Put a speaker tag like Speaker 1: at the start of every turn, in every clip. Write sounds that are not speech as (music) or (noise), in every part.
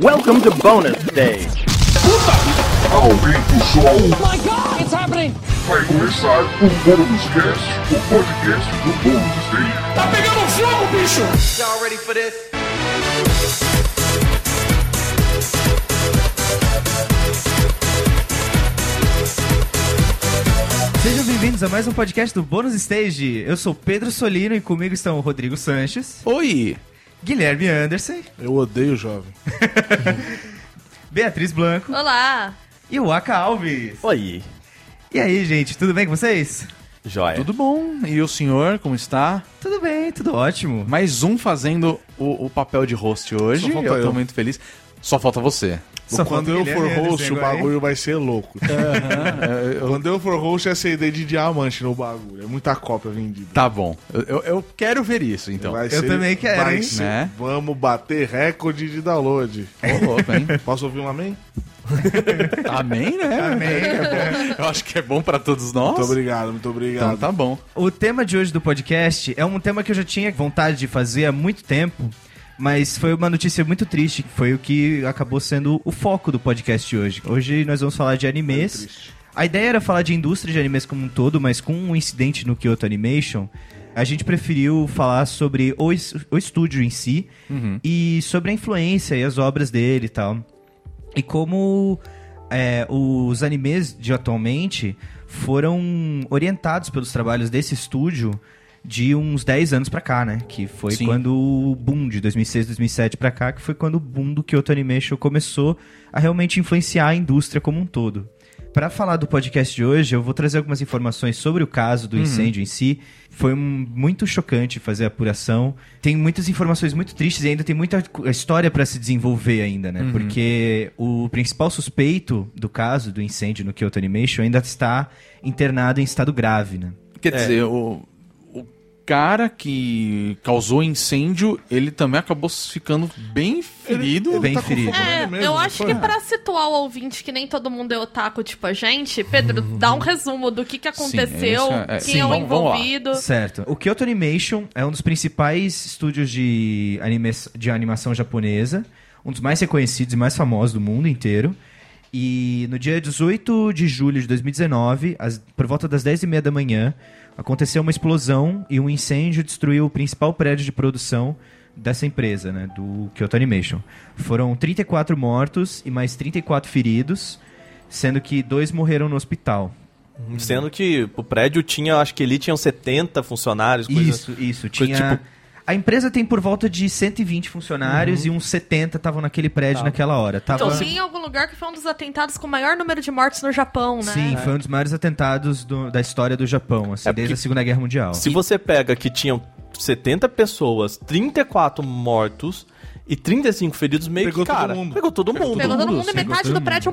Speaker 1: Welcome to bonus stage.
Speaker 2: Aumenta o som,
Speaker 3: My God, it's happening!
Speaker 2: um, vai começar o Bônus Cast, o podcast do Bônus Day.
Speaker 3: Tá pegando fogo, bicho!
Speaker 4: Y'all ready for this?
Speaker 5: Sejam bem-vindos a mais um podcast do Bônus Stage. Eu sou Pedro Solino e comigo estão o Rodrigo Sanches,
Speaker 6: Oi!
Speaker 5: Guilherme Anderson,
Speaker 6: Eu odeio jovem.
Speaker 5: Beatriz Blanco
Speaker 7: Olá!
Speaker 5: e o Aka Alves.
Speaker 1: Oi,
Speaker 5: E aí, gente, tudo bem com vocês?
Speaker 1: joia.
Speaker 6: É. Tudo bom? E o senhor, como está?
Speaker 5: Tudo bem, tudo ótimo.
Speaker 6: Mais um fazendo o, o papel de host hoje.
Speaker 8: Só falta
Speaker 6: Eu tô
Speaker 8: eu.
Speaker 6: muito feliz. Só falta você.
Speaker 5: Só
Speaker 8: Quando
Speaker 5: falta o
Speaker 8: eu
Speaker 5: Guilherme
Speaker 8: for
Speaker 5: Anderson
Speaker 8: host, o
Speaker 5: agora, hein?
Speaker 8: bagulho vai ser louco. Quando eu for host, é CD de diamante no bagulho. É muita cópia vendida.
Speaker 6: Tá bom. Eu, eu- eu quero ver isso, então.
Speaker 8: Vai
Speaker 5: eu também quero,
Speaker 8: vai
Speaker 5: hein?
Speaker 8: ser-
Speaker 6: Né?
Speaker 8: Vamos bater recorde de download.
Speaker 6: Ô, louco, hein?
Speaker 8: Posso ouvir um amém?
Speaker 6: Amém, né? Eu acho que é bom pra todos nós.
Speaker 8: Muito obrigado, muito
Speaker 6: Então
Speaker 8: obrigado.
Speaker 6: tá bom.
Speaker 5: O tema de hoje do podcast é um tema que eu já tinha vontade de fazer há muito tempo, mas foi uma notícia muito triste, que foi o que acabou sendo o foco do podcast de hoje. Hoje nós vamos falar de
Speaker 8: Muito
Speaker 5: animes.
Speaker 8: triste.
Speaker 5: A ideia era falar de indústria de animes como um todo, mas com um incidente no Kyoto Animation, a gente preferiu falar sobre o, es- o estúdio em si e sobre a influência e as obras dele e tal. E como é, os animes de atualmente foram orientados pelos trabalhos desse estúdio de uns 10 anos pra cá, né? Que foi
Speaker 6: Sim.
Speaker 5: quando o boom de 2006, 2007 pra cá, que foi quando o boom do Kyoto Animation começou a realmente influenciar a indústria como um todo. Pra falar do podcast de hoje, eu vou trazer algumas informações sobre o caso do incêndio em si. Foi um- muito chocante fazer a apuração. Tem muitas informações muito tristes e ainda tem muita co- história pra se desenvolver ainda, né? Porque o principal suspeito do caso do incêndio no Kyoto Animation ainda está internado em estado grave, né?
Speaker 6: Quer dizer, o, o cara que causou incêndio, ele também acabou ficando bem ferido.
Speaker 5: ele bem
Speaker 8: com
Speaker 5: ferido.
Speaker 8: fome
Speaker 7: É,
Speaker 8: mesmo,
Speaker 7: eu
Speaker 8: não
Speaker 7: acho
Speaker 8: foi?
Speaker 7: que pra situar o ouvinte que nem todo mundo é otaku tipo a gente, Pedro, dá um resumo do que, que aconteceu,
Speaker 6: isso é- é-
Speaker 7: quem
Speaker 6: sim,
Speaker 7: é o
Speaker 6: vamos- vamos lá.
Speaker 7: envolvido.
Speaker 5: Certo. O Kyoto Animation é um dos principais estúdios de, anime, de animação japonesa, um dos mais reconhecidos e mais famosos do mundo inteiro. E no dia 18 de julho de 2019, às- por volta das 10h30 da manhã, aconteceu uma explosão e um incêndio destruiu o principal prédio de produção dessa empresa, né, do Kyoto Animation. Foram 34 mortos e mais 34 feridos, sendo que dois morreram no hospital.
Speaker 9: Sendo que o prédio tinha, acho que ali tinham 70 funcionários, coisa.
Speaker 5: Isso, assim. isso. Tinha.
Speaker 9: tipo-
Speaker 5: A empresa tem por volta de 120
Speaker 9: Uhum.
Speaker 5: funcionários e uns 70 estavam naquele prédio naquela hora. Tava...
Speaker 7: Então, sim, em algum lugar que foi um dos atentados com o maior número de mortes no Japão, né?
Speaker 5: Sim, foi um dos maiores atentados do- da história do Japão, assim,
Speaker 9: É porque-
Speaker 5: desde a Segunda Guerra Mundial.
Speaker 9: assim. Se você pega que tinham 70 pessoas, 34 mortos e 35 feridos, meio
Speaker 8: Pegou
Speaker 9: que
Speaker 8: todo
Speaker 9: cara.
Speaker 8: mundo.
Speaker 9: Pegou todo
Speaker 8: Pegou
Speaker 9: mundo.
Speaker 7: Pegou todo mundo, e
Speaker 5: sim,
Speaker 7: metade
Speaker 5: todo
Speaker 7: do
Speaker 5: mundo.
Speaker 7: prédio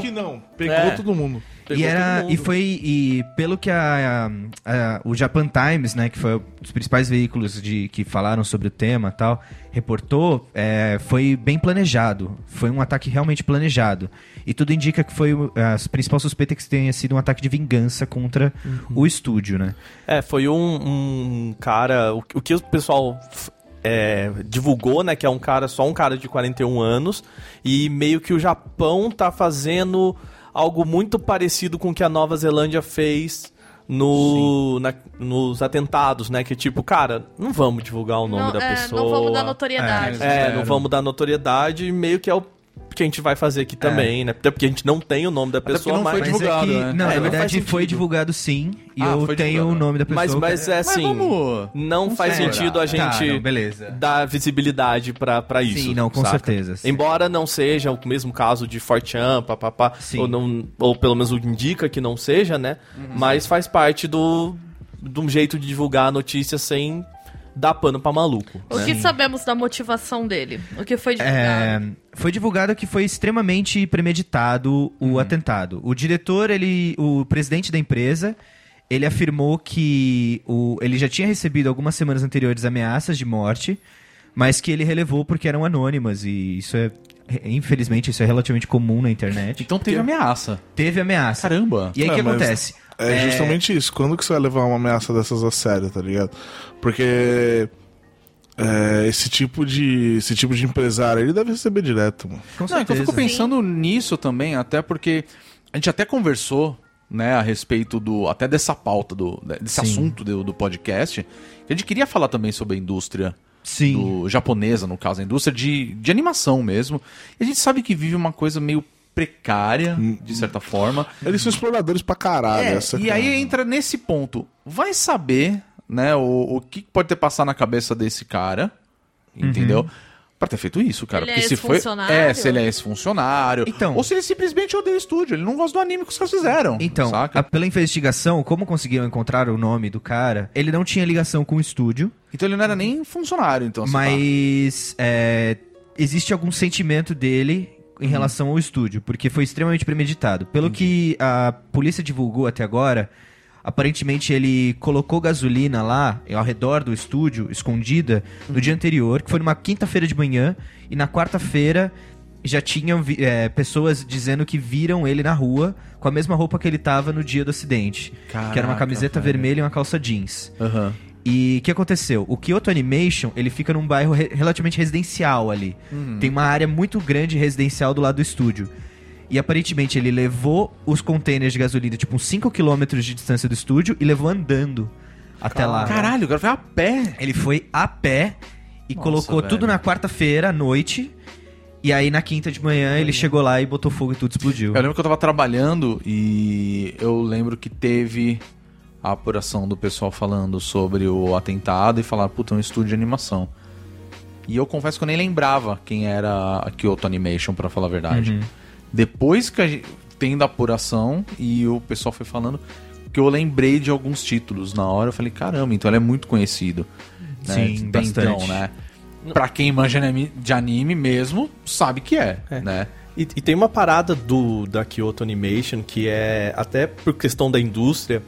Speaker 8: Meio que não. Pegou
Speaker 9: É.
Speaker 8: todo mundo.
Speaker 5: E
Speaker 9: Pegou
Speaker 5: era
Speaker 9: todo mundo.
Speaker 5: e foi e pelo que a, a- o Japan Times, né, que foi um dos principais veículos de que falaram sobre o tema, e tal, reportou, é, foi bem planejado, foi um ataque realmente planejado. E tudo indica que foi o- a principal suspeita que tenha sido um ataque de vingança contra
Speaker 9: Uhum.
Speaker 5: o estúdio, né?
Speaker 9: É, foi um, um cara. O, o que o pessoal f- é, divulgou, né? Que é um cara, só um cara de 41 anos. E meio que o Japão tá fazendo algo muito parecido com o que a Nova Zelândia fez. No, na- nos atentados, né? Que tipo, cara, não vamos divulgar o nome
Speaker 7: não,
Speaker 9: da
Speaker 7: é,
Speaker 9: pessoa.
Speaker 7: não vamos dar notoriedade.
Speaker 9: É, não vamos dar notoriedade, meio que é o que a gente vai fazer aqui também, né? Até porque a gente não tem o nome da pessoa,
Speaker 6: porque não foi
Speaker 9: mas,
Speaker 5: Mas
Speaker 6: divulgado,
Speaker 5: é que, Não,
Speaker 6: né?
Speaker 9: É,
Speaker 5: na
Speaker 9: não faz
Speaker 5: verdade foi
Speaker 9: sentido.
Speaker 5: divulgado sim, e
Speaker 6: Ah,
Speaker 5: eu
Speaker 6: foi
Speaker 5: tenho o
Speaker 6: divulgado.
Speaker 5: nome da pessoa.
Speaker 9: mas, mas é assim,
Speaker 6: vamos-
Speaker 9: não, faz
Speaker 5: sei.
Speaker 9: sentido
Speaker 5: Tá,
Speaker 9: a gente
Speaker 5: não, beleza.
Speaker 9: dar visibilidade pra, pra isso.
Speaker 5: Sim, não, com
Speaker 9: saca?
Speaker 5: certeza, sim.
Speaker 9: Embora não seja o mesmo caso de Fortean, papapá,
Speaker 5: Sim. Uhum.
Speaker 9: ou, não, ou pelo menos indica que não seja, né? Mas faz parte do de um jeito de divulgar a notícia sem dar pano pra maluco.
Speaker 7: O que sabemos da motivação dele? O que
Speaker 5: É,
Speaker 7: foi divulgado?
Speaker 5: foi divulgado que foi extremamente premeditado o atentado. O diretor, ele, o presidente da empresa, ele afirmou que o, ele já tinha recebido algumas semanas anteriores ameaças de morte, mas que ele relevou porque eram anônimas e isso é infelizmente isso é relativamente comum na internet.
Speaker 6: Então teve ameaça.
Speaker 5: Teve ameaça.
Speaker 6: Caramba.
Speaker 5: É. E aí o
Speaker 8: É,
Speaker 5: que
Speaker 8: mas-
Speaker 5: acontece?
Speaker 8: É,
Speaker 5: É,
Speaker 8: justamente isso. Quando que você vai levar uma ameaça dessas a sério, tá ligado? Porque é, esse tipo de esse tipo de empresário, ele deve receber direto, mano.
Speaker 5: Com
Speaker 6: Não, é que eu
Speaker 5: certeza.
Speaker 6: fico pensando nisso também, até porque a gente até conversou, né, a respeito do até dessa pauta do né, desse
Speaker 5: Sim.
Speaker 6: assunto do, do podcast. que A gente queria falar também sobre a indústria
Speaker 5: Sim.
Speaker 6: do- japonesa, no caso, a indústria de, de animação mesmo. E a gente sabe que vive uma coisa meio precária,
Speaker 5: Hum.
Speaker 6: de certa forma.
Speaker 8: Eles são exploradores pra caralho.
Speaker 5: Ah,
Speaker 6: É,
Speaker 8: essa
Speaker 6: e
Speaker 8: cara.
Speaker 6: aí entra nesse ponto. Vai saber, né, o, o que pode ter passado na cabeça desse cara,
Speaker 5: Uhum.
Speaker 6: entendeu? Pra ter feito isso, cara.
Speaker 7: Ele
Speaker 6: Porque
Speaker 7: é
Speaker 6: se foi.
Speaker 7: ex-funcionário?
Speaker 6: É, se ele é esse funcionário.
Speaker 5: Então.
Speaker 6: Ou se ele simplesmente odeia o estúdio, ele não gosta do anime que os caras fizeram.
Speaker 5: Então,
Speaker 6: saca?
Speaker 5: a- pela investigação, como conseguiram encontrar o nome do cara, ele não tinha ligação com o estúdio,
Speaker 6: Então ele não era nem funcionário, então. assim,
Speaker 5: mas é, existe algum sentimento dele
Speaker 6: Uhum.
Speaker 5: em relação ao estúdio, porque foi extremamente premeditado. Pelo que a polícia divulgou até agora, aparentemente ele colocou gasolina lá, eh, ao redor do estúdio, escondida,
Speaker 6: Uhum.
Speaker 5: no dia anterior, que foi numa quinta-feira de manhã, e na quarta-feira já tinham vi- é, pessoas dizendo que viram ele na rua com a mesma roupa que ele tava no dia do acidente. que era uma
Speaker 6: Caraca,
Speaker 5: camiseta
Speaker 6: velho.
Speaker 5: vermelha e uma calça jeans.
Speaker 6: pá. Aham.
Speaker 5: E o que aconteceu? O Kyoto Animation, ele fica num bairro re- relativamente residencial ali.
Speaker 6: Hum.
Speaker 5: Tem uma área muito grande residencial do lado do estúdio. E aparentemente ele levou os containers de gasolina, tipo, uns 5 km de distância do estúdio, e levou andando até lá.
Speaker 6: Caralho, o cara foi a pé.
Speaker 5: Ele foi a pé e
Speaker 6: Nossa,
Speaker 5: colocou
Speaker 6: velho.
Speaker 5: tudo na quarta-feira à noite. E aí na quinta de manhã ele chegou lá e botou fogo e tudo explodiu.
Speaker 6: Eu lembro que eu tava trabalhando e eu lembro que teve a apuração do pessoal falando sobre o atentado e falaram, puta, é um estúdio de animação. E eu confesso que eu nem lembrava quem era a Kyoto Animation, pra falar a
Speaker 5: Uhum.
Speaker 6: verdade. Depois que a gente, tendo a apuração e o pessoal foi falando, que eu lembrei de alguns títulos na hora, eu falei, caramba, então ele é muito conhecido. né?
Speaker 5: Sim,
Speaker 6: Até
Speaker 5: bastante.
Speaker 6: Então, né? Pra quem manja de anime- de anime mesmo, sabe que é,
Speaker 9: É.
Speaker 6: né?
Speaker 9: E, e tem uma parada do da Kyoto Animation que é até por questão da indústria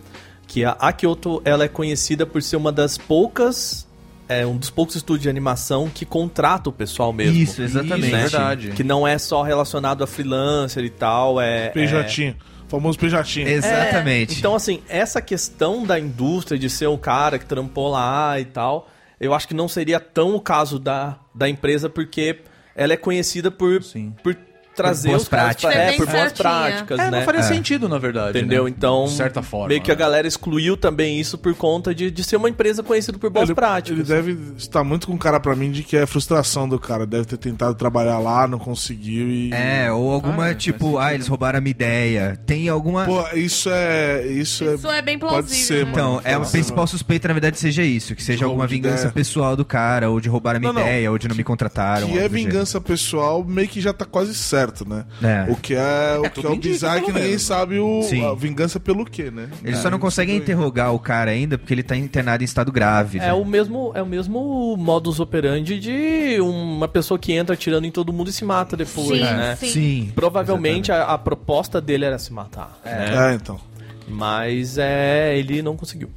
Speaker 9: que a, a Kyoto ela é conhecida por ser uma das poucas é um dos poucos estúdios de animação que contrata o pessoal mesmo. Né?
Speaker 5: Isso, exatamente.
Speaker 6: Isso, é verdade.
Speaker 9: Que não é só relacionado a freelancer e tal, é é-
Speaker 8: Pejatinho. O famoso pejatinho.
Speaker 5: Exatamente.
Speaker 9: Então, assim, essa questão da indústria de ser um cara que trampou lá e tal, eu acho que não seria tão o caso da, da empresa, porque ela é conhecida por,
Speaker 6: Sim.
Speaker 9: por trazer
Speaker 5: boas
Speaker 9: os caras pra-
Speaker 7: práticas.
Speaker 9: é, por
Speaker 7: Bem
Speaker 9: boas
Speaker 7: certinha.
Speaker 9: práticas,
Speaker 6: É,
Speaker 9: né?
Speaker 6: não faria sentido, na verdade.
Speaker 9: Entendeu?
Speaker 6: né?
Speaker 9: Então,
Speaker 6: De certa forma.
Speaker 9: meio que a
Speaker 6: né?
Speaker 9: galera excluiu também isso por conta de, de ser uma empresa conhecida por boas
Speaker 8: Ele,
Speaker 9: práticas.
Speaker 8: ele
Speaker 5: tipo
Speaker 8: deve estar muito com cara pra mim de que é frustração do cara. Deve ter tentado trabalhar lá, não conseguiu e.
Speaker 5: É, ou alguma,
Speaker 6: Ah, é, faz
Speaker 5: tipo,
Speaker 6: sentido.
Speaker 5: ah, eles roubaram a minha ideia. Tem alguma.
Speaker 8: Pô, isso é. Isso,
Speaker 7: Isso é bem
Speaker 8: Pode
Speaker 7: plausível,
Speaker 8: ser,
Speaker 7: né?
Speaker 5: Então, é o
Speaker 8: Nossa,
Speaker 5: principal suspeito, na verdade, seja isso. Que seja
Speaker 8: roubo
Speaker 5: alguma
Speaker 8: de
Speaker 5: vingança
Speaker 8: ideia.
Speaker 5: pessoal do cara, ou de roubar a minha
Speaker 8: Não, não.
Speaker 5: ideia, ou de não me contrataram.
Speaker 8: que é
Speaker 5: algo do
Speaker 8: vingança pessoal, meio que já tá quase certo, né?
Speaker 5: É.
Speaker 8: O que é o,
Speaker 6: É,
Speaker 8: que é
Speaker 6: tudo
Speaker 8: o
Speaker 6: indica,
Speaker 8: bizarro é que
Speaker 6: pelo
Speaker 8: ninguém
Speaker 6: menos.
Speaker 8: sabe o,
Speaker 5: Sim.
Speaker 8: a vingança pelo quê, né?
Speaker 5: gênero. Eles só não
Speaker 8: É,
Speaker 5: conseguem
Speaker 8: isso daí.
Speaker 5: interrogar o cara ainda, porque ele tá internado em estado grave.
Speaker 9: É
Speaker 5: né?
Speaker 9: o, mesmo, é o mesmo modus operandi de uma pessoa que entra atirando em todo mundo e se mata depois,
Speaker 7: Sim,
Speaker 6: É.
Speaker 9: né?
Speaker 7: sim.
Speaker 5: É. Sim.
Speaker 9: Provavelmente a, a proposta dele era se matar.
Speaker 8: É, então.
Speaker 9: Mas é, ele não conseguiu.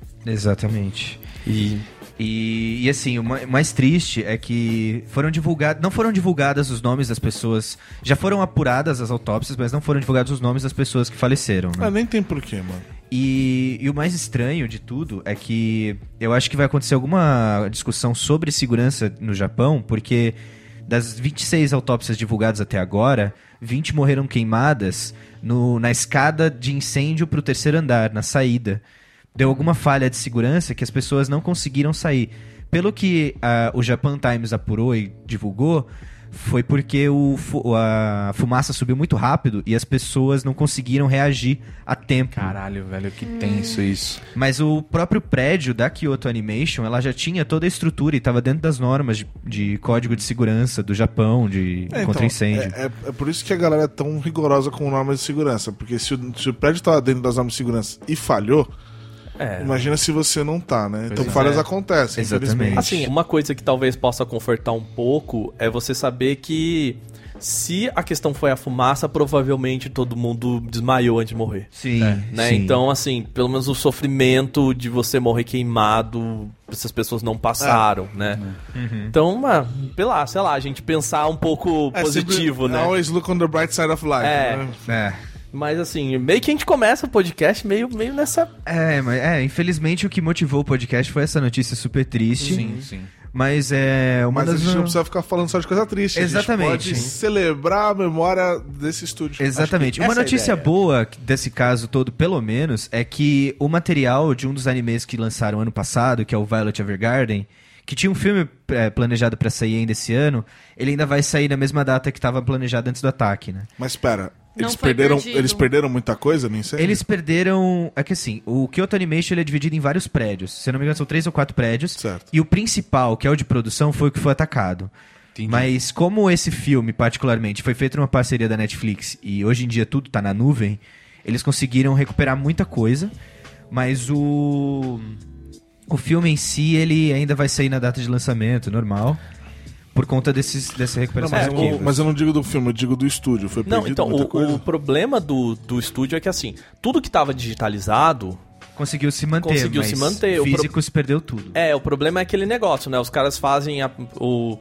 Speaker 5: Exatamente.
Speaker 9: E
Speaker 5: E, e, assim, o ma- mais triste é que foram divulgados. Não foram divulgados os nomes das pessoas. Já foram apuradas as autópsias, mas não foram divulgados os nomes das pessoas que faleceram. Né?
Speaker 8: Ah, nem tem porquê, mano.
Speaker 5: E, e o mais estranho de tudo é que eu acho que vai acontecer alguma discussão sobre segurança no Japão, porque das 26 autópsias divulgadas até agora, 20 morreram queimadas no- na escada de incêndio para o terceiro andar, na saída. Deu alguma falha de segurança que as pessoas não conseguiram sair. Pelo que ah, o Japan Times apurou e divulgou, foi porque o fu- a fumaça subiu muito rápido e as pessoas não conseguiram reagir a tempo.
Speaker 6: Caralho, velho, que tenso isso.
Speaker 5: Mas o próprio prédio da Kyoto Animation, ela já tinha toda a estrutura e estava dentro das normas de, de código de segurança do Japão, de
Speaker 8: É,
Speaker 5: contra incêndio.
Speaker 8: É, é- é por isso que a galera é tão rigorosa com normas de segurança. Porque se o, se o prédio tá dentro das normas de segurança e falhou,
Speaker 9: É.
Speaker 8: imagina se você não tá, né? Então
Speaker 6: é.
Speaker 8: falhas acontecem,
Speaker 5: Exatamente.
Speaker 8: infelizmente.
Speaker 9: Assim, uma coisa que talvez possa confortar um pouco é você saber que se a questão foi a fumaça, provavelmente todo mundo desmaiou antes de morrer.
Speaker 5: Sim,
Speaker 9: Né? Então, assim, pelo menos o sofrimento de você morrer queimado, essas pessoas não passaram, né? Então, uma, sei lá, sei lá, a gente pensar um pouco
Speaker 8: É
Speaker 9: positivo,
Speaker 8: sempre-
Speaker 9: né?
Speaker 8: Always look on the bright side of life,
Speaker 9: É.
Speaker 8: né?
Speaker 5: É.
Speaker 9: Mas assim, meio que a gente começa o podcast meio, meio nessa.
Speaker 5: É, mas é, infelizmente o que motivou o podcast foi essa notícia super triste.
Speaker 6: Sim, sim.
Speaker 5: Mas é uma
Speaker 8: Mas a
Speaker 5: das.
Speaker 8: gente não precisa ficar falando só de coisa triste.
Speaker 5: Exatamente.
Speaker 8: A gente pode celebrar a memória desse estúdio.
Speaker 5: Exatamente. Uma
Speaker 9: essa é a
Speaker 5: notícia
Speaker 9: ideia.
Speaker 5: boa desse caso todo, pelo menos, é que o material de um dos animes que lançaram ano passado, que é o Violet Evergarden, que tinha um filme é, planejado pra sair ainda esse ano, ele ainda vai sair na mesma data que estava planejado antes do ataque, né?
Speaker 8: Mas espera,
Speaker 7: Não
Speaker 8: eles
Speaker 7: foi
Speaker 8: perderam,
Speaker 7: perdido.
Speaker 8: eles perderam muita coisa, nem sei.
Speaker 5: Eles perderam. É que assim, o Kyoto Animation ele é dividido em vários prédios. Se eu não me engano, são três ou quatro prédios.
Speaker 8: Certo.
Speaker 5: E o principal, que é o de produção, foi o que foi atacado.
Speaker 6: Entendi.
Speaker 5: Mas como esse filme, particularmente, foi feito numa parceria da Netflix e hoje em dia tudo tá na nuvem, eles conseguiram recuperar muita coisa. Mas o. O filme em si, ele ainda vai sair na data de lançamento, normal. Por conta desses, dessa
Speaker 8: Não,
Speaker 5: recuperação.
Speaker 8: mas,
Speaker 5: de
Speaker 8: eu,
Speaker 5: arquivos.
Speaker 8: não- mas eu não digo do filme, eu digo do estúdio. Foi perdido
Speaker 9: Não, então,
Speaker 8: muita
Speaker 9: o,
Speaker 8: coisa.
Speaker 9: o problema do, do estúdio é que assim, tudo que tava digitalizado.
Speaker 5: Conseguiu se manter.
Speaker 9: Conseguiu
Speaker 5: mas
Speaker 9: se manter. O pro-
Speaker 5: Físico se perdeu tudo.
Speaker 9: É, o problema é aquele negócio, né? Os caras fazem a- o.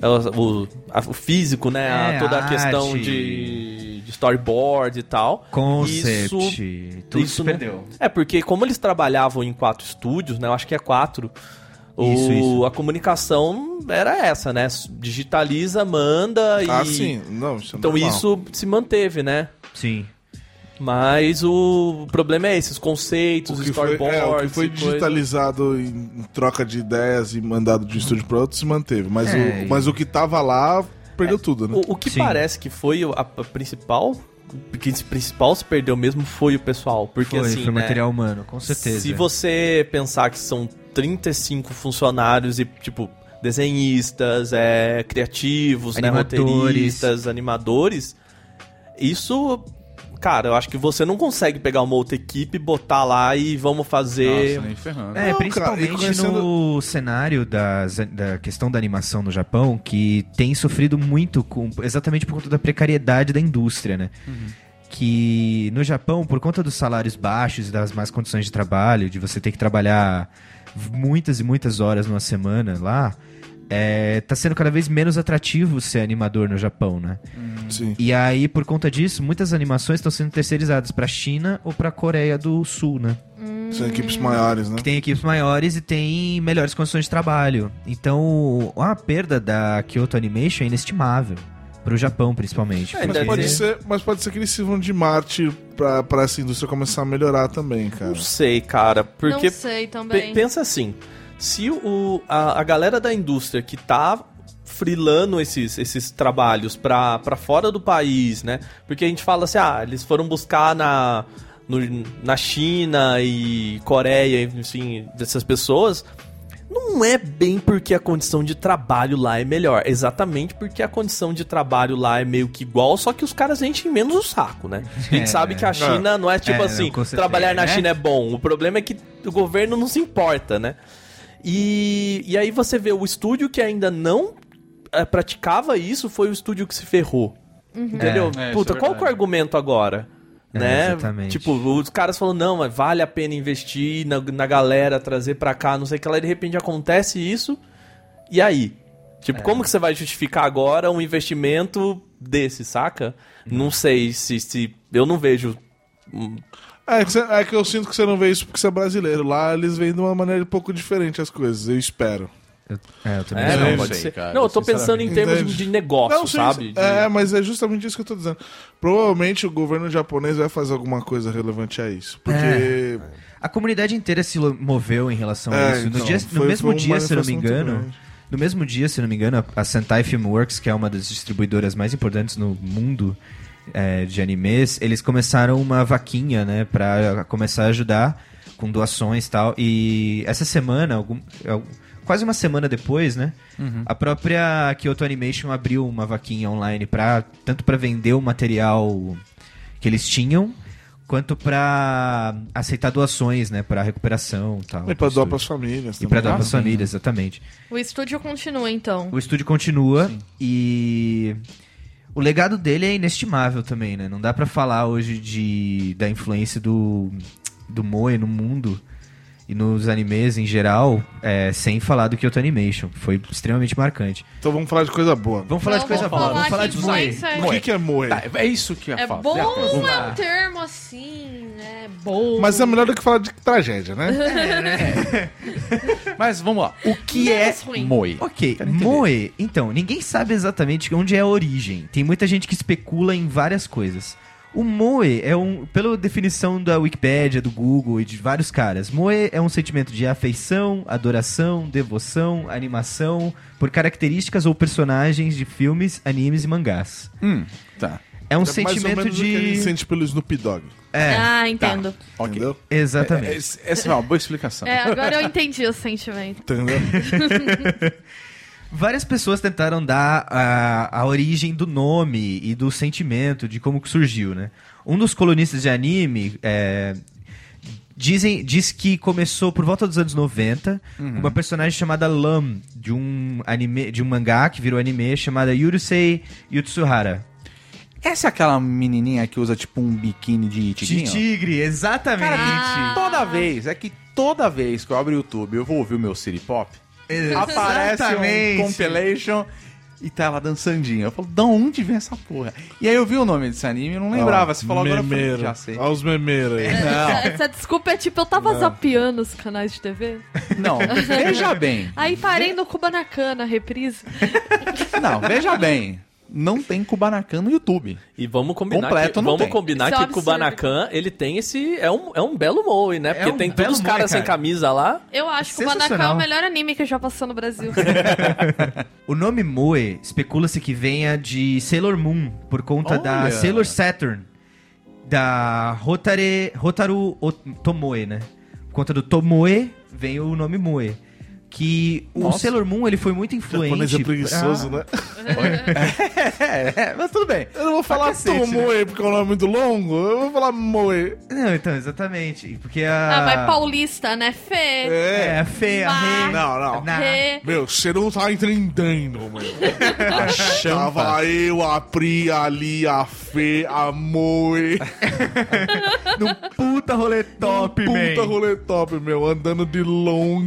Speaker 9: elas- O, a- o físico, né? A-
Speaker 5: É,
Speaker 9: toda a
Speaker 5: arte.
Speaker 9: questão de, de storyboard e tal.
Speaker 5: Concept.
Speaker 9: Isso-
Speaker 5: tudo
Speaker 9: isso
Speaker 5: se
Speaker 9: não-
Speaker 5: perdeu.
Speaker 9: É, porque como eles trabalhavam em quatro estúdios, né? Eu acho que é quatro. O,
Speaker 5: Isso, isso.
Speaker 9: A comunicação era essa, né? Digitaliza, manda e.
Speaker 8: Ah, sim. Não, isso é
Speaker 9: Então
Speaker 8: normal.
Speaker 9: isso se manteve, né?
Speaker 5: Sim.
Speaker 9: Mas o problema é esse, os conceitos,
Speaker 8: O
Speaker 9: os
Speaker 8: que foi,
Speaker 9: storyboards.
Speaker 8: é, o que foi
Speaker 9: e coisa.
Speaker 8: digitalizado em troca de ideias e mandado de um estúdio para outro se manteve. Mas,
Speaker 5: É,
Speaker 8: o, mas o que tava lá perdeu tudo, né?
Speaker 9: O, o que
Speaker 5: Sim.
Speaker 9: parece que foi a, a principal. Que esse principal se perdeu mesmo foi o pessoal. Porque
Speaker 5: foi,
Speaker 9: assim.
Speaker 5: foi
Speaker 9: né,
Speaker 5: material humano, com certeza.
Speaker 9: Se você pensar que são 35 funcionários e, tipo, desenhistas, é, criativos,
Speaker 5: Animadores.
Speaker 9: né, roteiristas, animadores, isso. Cara, eu acho que você não consegue pegar uma outra equipe, botar lá e vamos fazer.
Speaker 6: Nossa, né? nem ferrando.
Speaker 5: É,
Speaker 8: Não,
Speaker 5: principalmente
Speaker 8: cara, e conhecendo-
Speaker 5: no cenário das- da questão da animação no Japão, que tem sofrido muito com, exatamente por conta da precariedade da indústria, né?
Speaker 9: Uhum.
Speaker 5: Que no Japão, por conta dos salários baixos e das más condições de trabalho, de você ter que trabalhar muitas e muitas horas numa semana lá, é, tá sendo cada vez menos atrativo ser animador no Japão, né?
Speaker 8: Sim.
Speaker 5: E aí, por conta disso, muitas animações estão sendo terceirizadas pra China ou pra Coreia do Sul, né?
Speaker 8: São equipes maiores, né?
Speaker 5: Que tem equipes maiores e tem melhores condições de trabalho. Então, a perda da Kyoto Animation é inestimável. Pro Japão, principalmente.
Speaker 9: É,
Speaker 8: Mas
Speaker 9: Deve
Speaker 8: pode,
Speaker 9: ser.
Speaker 8: ser, mas pode ser que eles sirvam de Marte pra, pra essa indústria começar a melhorar também, cara.
Speaker 9: Não sei, cara. Porque
Speaker 7: Não sei
Speaker 9: Pe-
Speaker 7: também.
Speaker 9: pensa assim, se o, a, a galera da indústria que tá frilando esses, esses trabalhos pra, pra fora do país, né? Porque a gente fala assim, ah, eles foram buscar na, no- na China e Coreia, enfim, dessas pessoas. Não é bem porque a condição de trabalho lá é melhor, é exatamente porque a condição de trabalho lá é meio que igual, só que os caras enchem menos o saco, né? A gente
Speaker 5: É.
Speaker 9: sabe que a China não é tipo
Speaker 5: É,
Speaker 9: assim,
Speaker 5: com certeza,
Speaker 9: trabalhar na
Speaker 5: né?
Speaker 9: China é bom. O problema é que o governo não se importa, né? E, e aí você vê o estúdio que ainda não eh, praticava isso foi o estúdio que se ferrou. Entendeu?
Speaker 6: É, é,
Speaker 9: Puta,
Speaker 6: isso é
Speaker 9: qual que é o
Speaker 6: verdade.
Speaker 9: argumento agora?
Speaker 5: É,
Speaker 9: né?
Speaker 5: exatamente.
Speaker 9: Tipo, os caras falam, não, mas vale a pena investir na, na galera, trazer pra cá, não sei o que lá, e de repente acontece isso, e aí? Tipo, como que você vai justificar agora um investimento desse, saca? Não sei se, se. Eu não vejo. hum,
Speaker 8: É, que você- é que eu sinto que você não vê isso porque você é brasileiro. Lá eles veem de uma maneira um pouco diferente as coisas, eu espero.
Speaker 5: Eu, é, eu também
Speaker 9: É,
Speaker 5: não
Speaker 9: não,
Speaker 6: sei,
Speaker 9: pode ser.
Speaker 6: cara,
Speaker 9: não, eu tô pensando em
Speaker 6: sinceramente.
Speaker 9: termos
Speaker 8: Entendi.
Speaker 9: de, de negócio,
Speaker 8: sim,
Speaker 9: sabe? De-
Speaker 8: É, mas é justamente isso que eu tô dizendo. Provavelmente o governo japonês vai fazer alguma coisa relevante a isso. Porque.
Speaker 5: A comunidade inteira se lo- moveu em relação a
Speaker 8: É,
Speaker 5: isso. No,
Speaker 8: então,
Speaker 5: dia- no
Speaker 8: foi-
Speaker 5: mesmo
Speaker 8: foi uma
Speaker 5: dia, se eu não me
Speaker 8: manifestação muito
Speaker 5: engano.
Speaker 8: grande.
Speaker 5: No mesmo dia, se eu não me engano, a a Sentai Filmworks, que é uma das distribuidoras mais importantes no mundo é, de animes, eles começaram uma vaquinha, né, pra começar a ajudar com doações e tal. E essa semana, algum- al- quase uma semana depois, né, a própria Kyoto Animation abriu uma vaquinha online pra, tanto pra vender o material que eles tinham, quanto pra aceitar doações, né, pra recuperação e tal.
Speaker 8: E pra
Speaker 5: do
Speaker 8: doar
Speaker 5: estúdio.
Speaker 8: pras famílias.
Speaker 5: E pra
Speaker 8: também. né?
Speaker 5: dar pras famílias, exatamente.
Speaker 7: O estúdio continua, então.
Speaker 5: O estúdio continua e o legado dele é inestimável também, né? Não dá pra falar hoje de da influência do do Moe no mundo e nos animes em geral, é, sem falar do Kyoto Animation. Foi extremamente marcante.
Speaker 8: Então vamos falar de coisa boa.
Speaker 5: Vamos falar
Speaker 7: Então,
Speaker 5: de coisa boa, vamos falar de Moe.
Speaker 8: O que, que é moe?
Speaker 6: Tá, é isso que eu
Speaker 7: É
Speaker 6: ia falar.
Speaker 7: bom
Speaker 6: Zé, vamos
Speaker 7: é
Speaker 6: lá.
Speaker 7: um termo assim, né? Bom.
Speaker 8: Mas é melhor do que falar de tragédia, né?
Speaker 6: Mas vamos lá. O que
Speaker 7: Menos
Speaker 6: é
Speaker 7: ruim.
Speaker 6: Moi?
Speaker 5: Ok,
Speaker 6: Quero entender.
Speaker 5: Moe. Então, ninguém sabe exatamente onde é a origem. Tem muita gente que especula em várias coisas. O Moe é um, pela definição da Wikipédia, do Google e de vários caras, Moe é um sentimento de afeição, adoração, devoção, animação por características ou personagens de filmes, animes e mangás.
Speaker 6: Hum, tá.
Speaker 5: É um
Speaker 8: É mais ou
Speaker 5: sentimento
Speaker 8: menos o que a gente
Speaker 5: de.
Speaker 8: sente pelo Snoop Dogg,
Speaker 7: ah, entendo.
Speaker 6: Ok.
Speaker 8: entendeu?
Speaker 5: Exatamente.
Speaker 6: Essa essa é uma boa explicação.
Speaker 7: É, agora eu entendi o sentimento.
Speaker 8: Entendeu?
Speaker 5: Várias pessoas tentaram dar a, a origem do nome e do sentimento, de como que surgiu, né? Um dos colunistas de anime é, dizem, diz que começou por volta dos anos 90, uma personagem chamada Lam, de um, anime, de um mangá que virou anime, chamada Yurusei Yutsuhara.
Speaker 6: Essa é aquela menininha que usa tipo um biquíni
Speaker 5: De
Speaker 6: de tigrinho?
Speaker 5: tigre, exatamente.
Speaker 7: Ah.
Speaker 6: Toda vez, é que toda vez que eu abro o YouTube eu vou ouvir o meu City Pop, aparece
Speaker 5: Exatamente.
Speaker 6: um compilation e tá ela dançandinha. Eu falo, da onde vem essa porra? E aí eu vi o nome desse anime e não lembrava. Você falou agora, eu falei,
Speaker 8: memeiro.
Speaker 6: já sei.
Speaker 8: Olha os memeiros aí.
Speaker 7: Essa, essa desculpa é tipo, eu tava zapeando os canais de TV.
Speaker 6: Não, veja bem.
Speaker 7: Aí parei no Cubanacana, reprise.
Speaker 6: Não, veja bem. Não tem Kubanacan no YouTube.
Speaker 9: E vamos combinar
Speaker 6: Completo
Speaker 9: que,
Speaker 6: não
Speaker 9: vamos
Speaker 6: tem.
Speaker 9: combinar
Speaker 7: Isso é
Speaker 9: que
Speaker 7: um absurdo.
Speaker 9: Kubanacan, ele tem esse é um, é um belo Moe, né? Porque
Speaker 5: um
Speaker 9: tem
Speaker 5: belo
Speaker 9: todos os caras
Speaker 5: Moe,
Speaker 9: sem
Speaker 5: cara.
Speaker 9: camisa lá.
Speaker 7: Eu acho que o Kubanacan é
Speaker 5: Sensacional.
Speaker 7: o melhor anime que já passou no Brasil.
Speaker 5: O nome Moe especula-se que venha de Sailor Moon, por conta da
Speaker 6: Olha.
Speaker 5: Sailor Saturn, da Rotare, Rotaru O- Tomoe, né? Por conta do Tomoe, vem o nome Moe. Que o
Speaker 6: Nossa.
Speaker 5: Sailor Moon ele foi muito
Speaker 8: O japonês
Speaker 5: influente.
Speaker 8: é
Speaker 5: (laughs)
Speaker 8: preguiçoso,
Speaker 5: pra-
Speaker 8: né?
Speaker 6: É, é, mas tudo bem.
Speaker 8: Eu não vou falar
Speaker 5: cacete, né?
Speaker 8: Tomoe porque é um nome muito longo. Eu vou falar Moe.
Speaker 5: Não, então, exatamente. Porque a.
Speaker 7: ah, mas paulista, né? Fê.
Speaker 5: É, a Tá. Fê, a
Speaker 7: Bah.
Speaker 5: Rê, tá.
Speaker 8: Não, não.
Speaker 5: na-
Speaker 7: Rê.
Speaker 8: Meu, você não tá entendendo, meu. Tava eu, a Pri, a Li, a Fê, a Moe.
Speaker 5: Puta rolê top,
Speaker 8: Puta
Speaker 5: man.
Speaker 8: rolê top, meu. Andando de long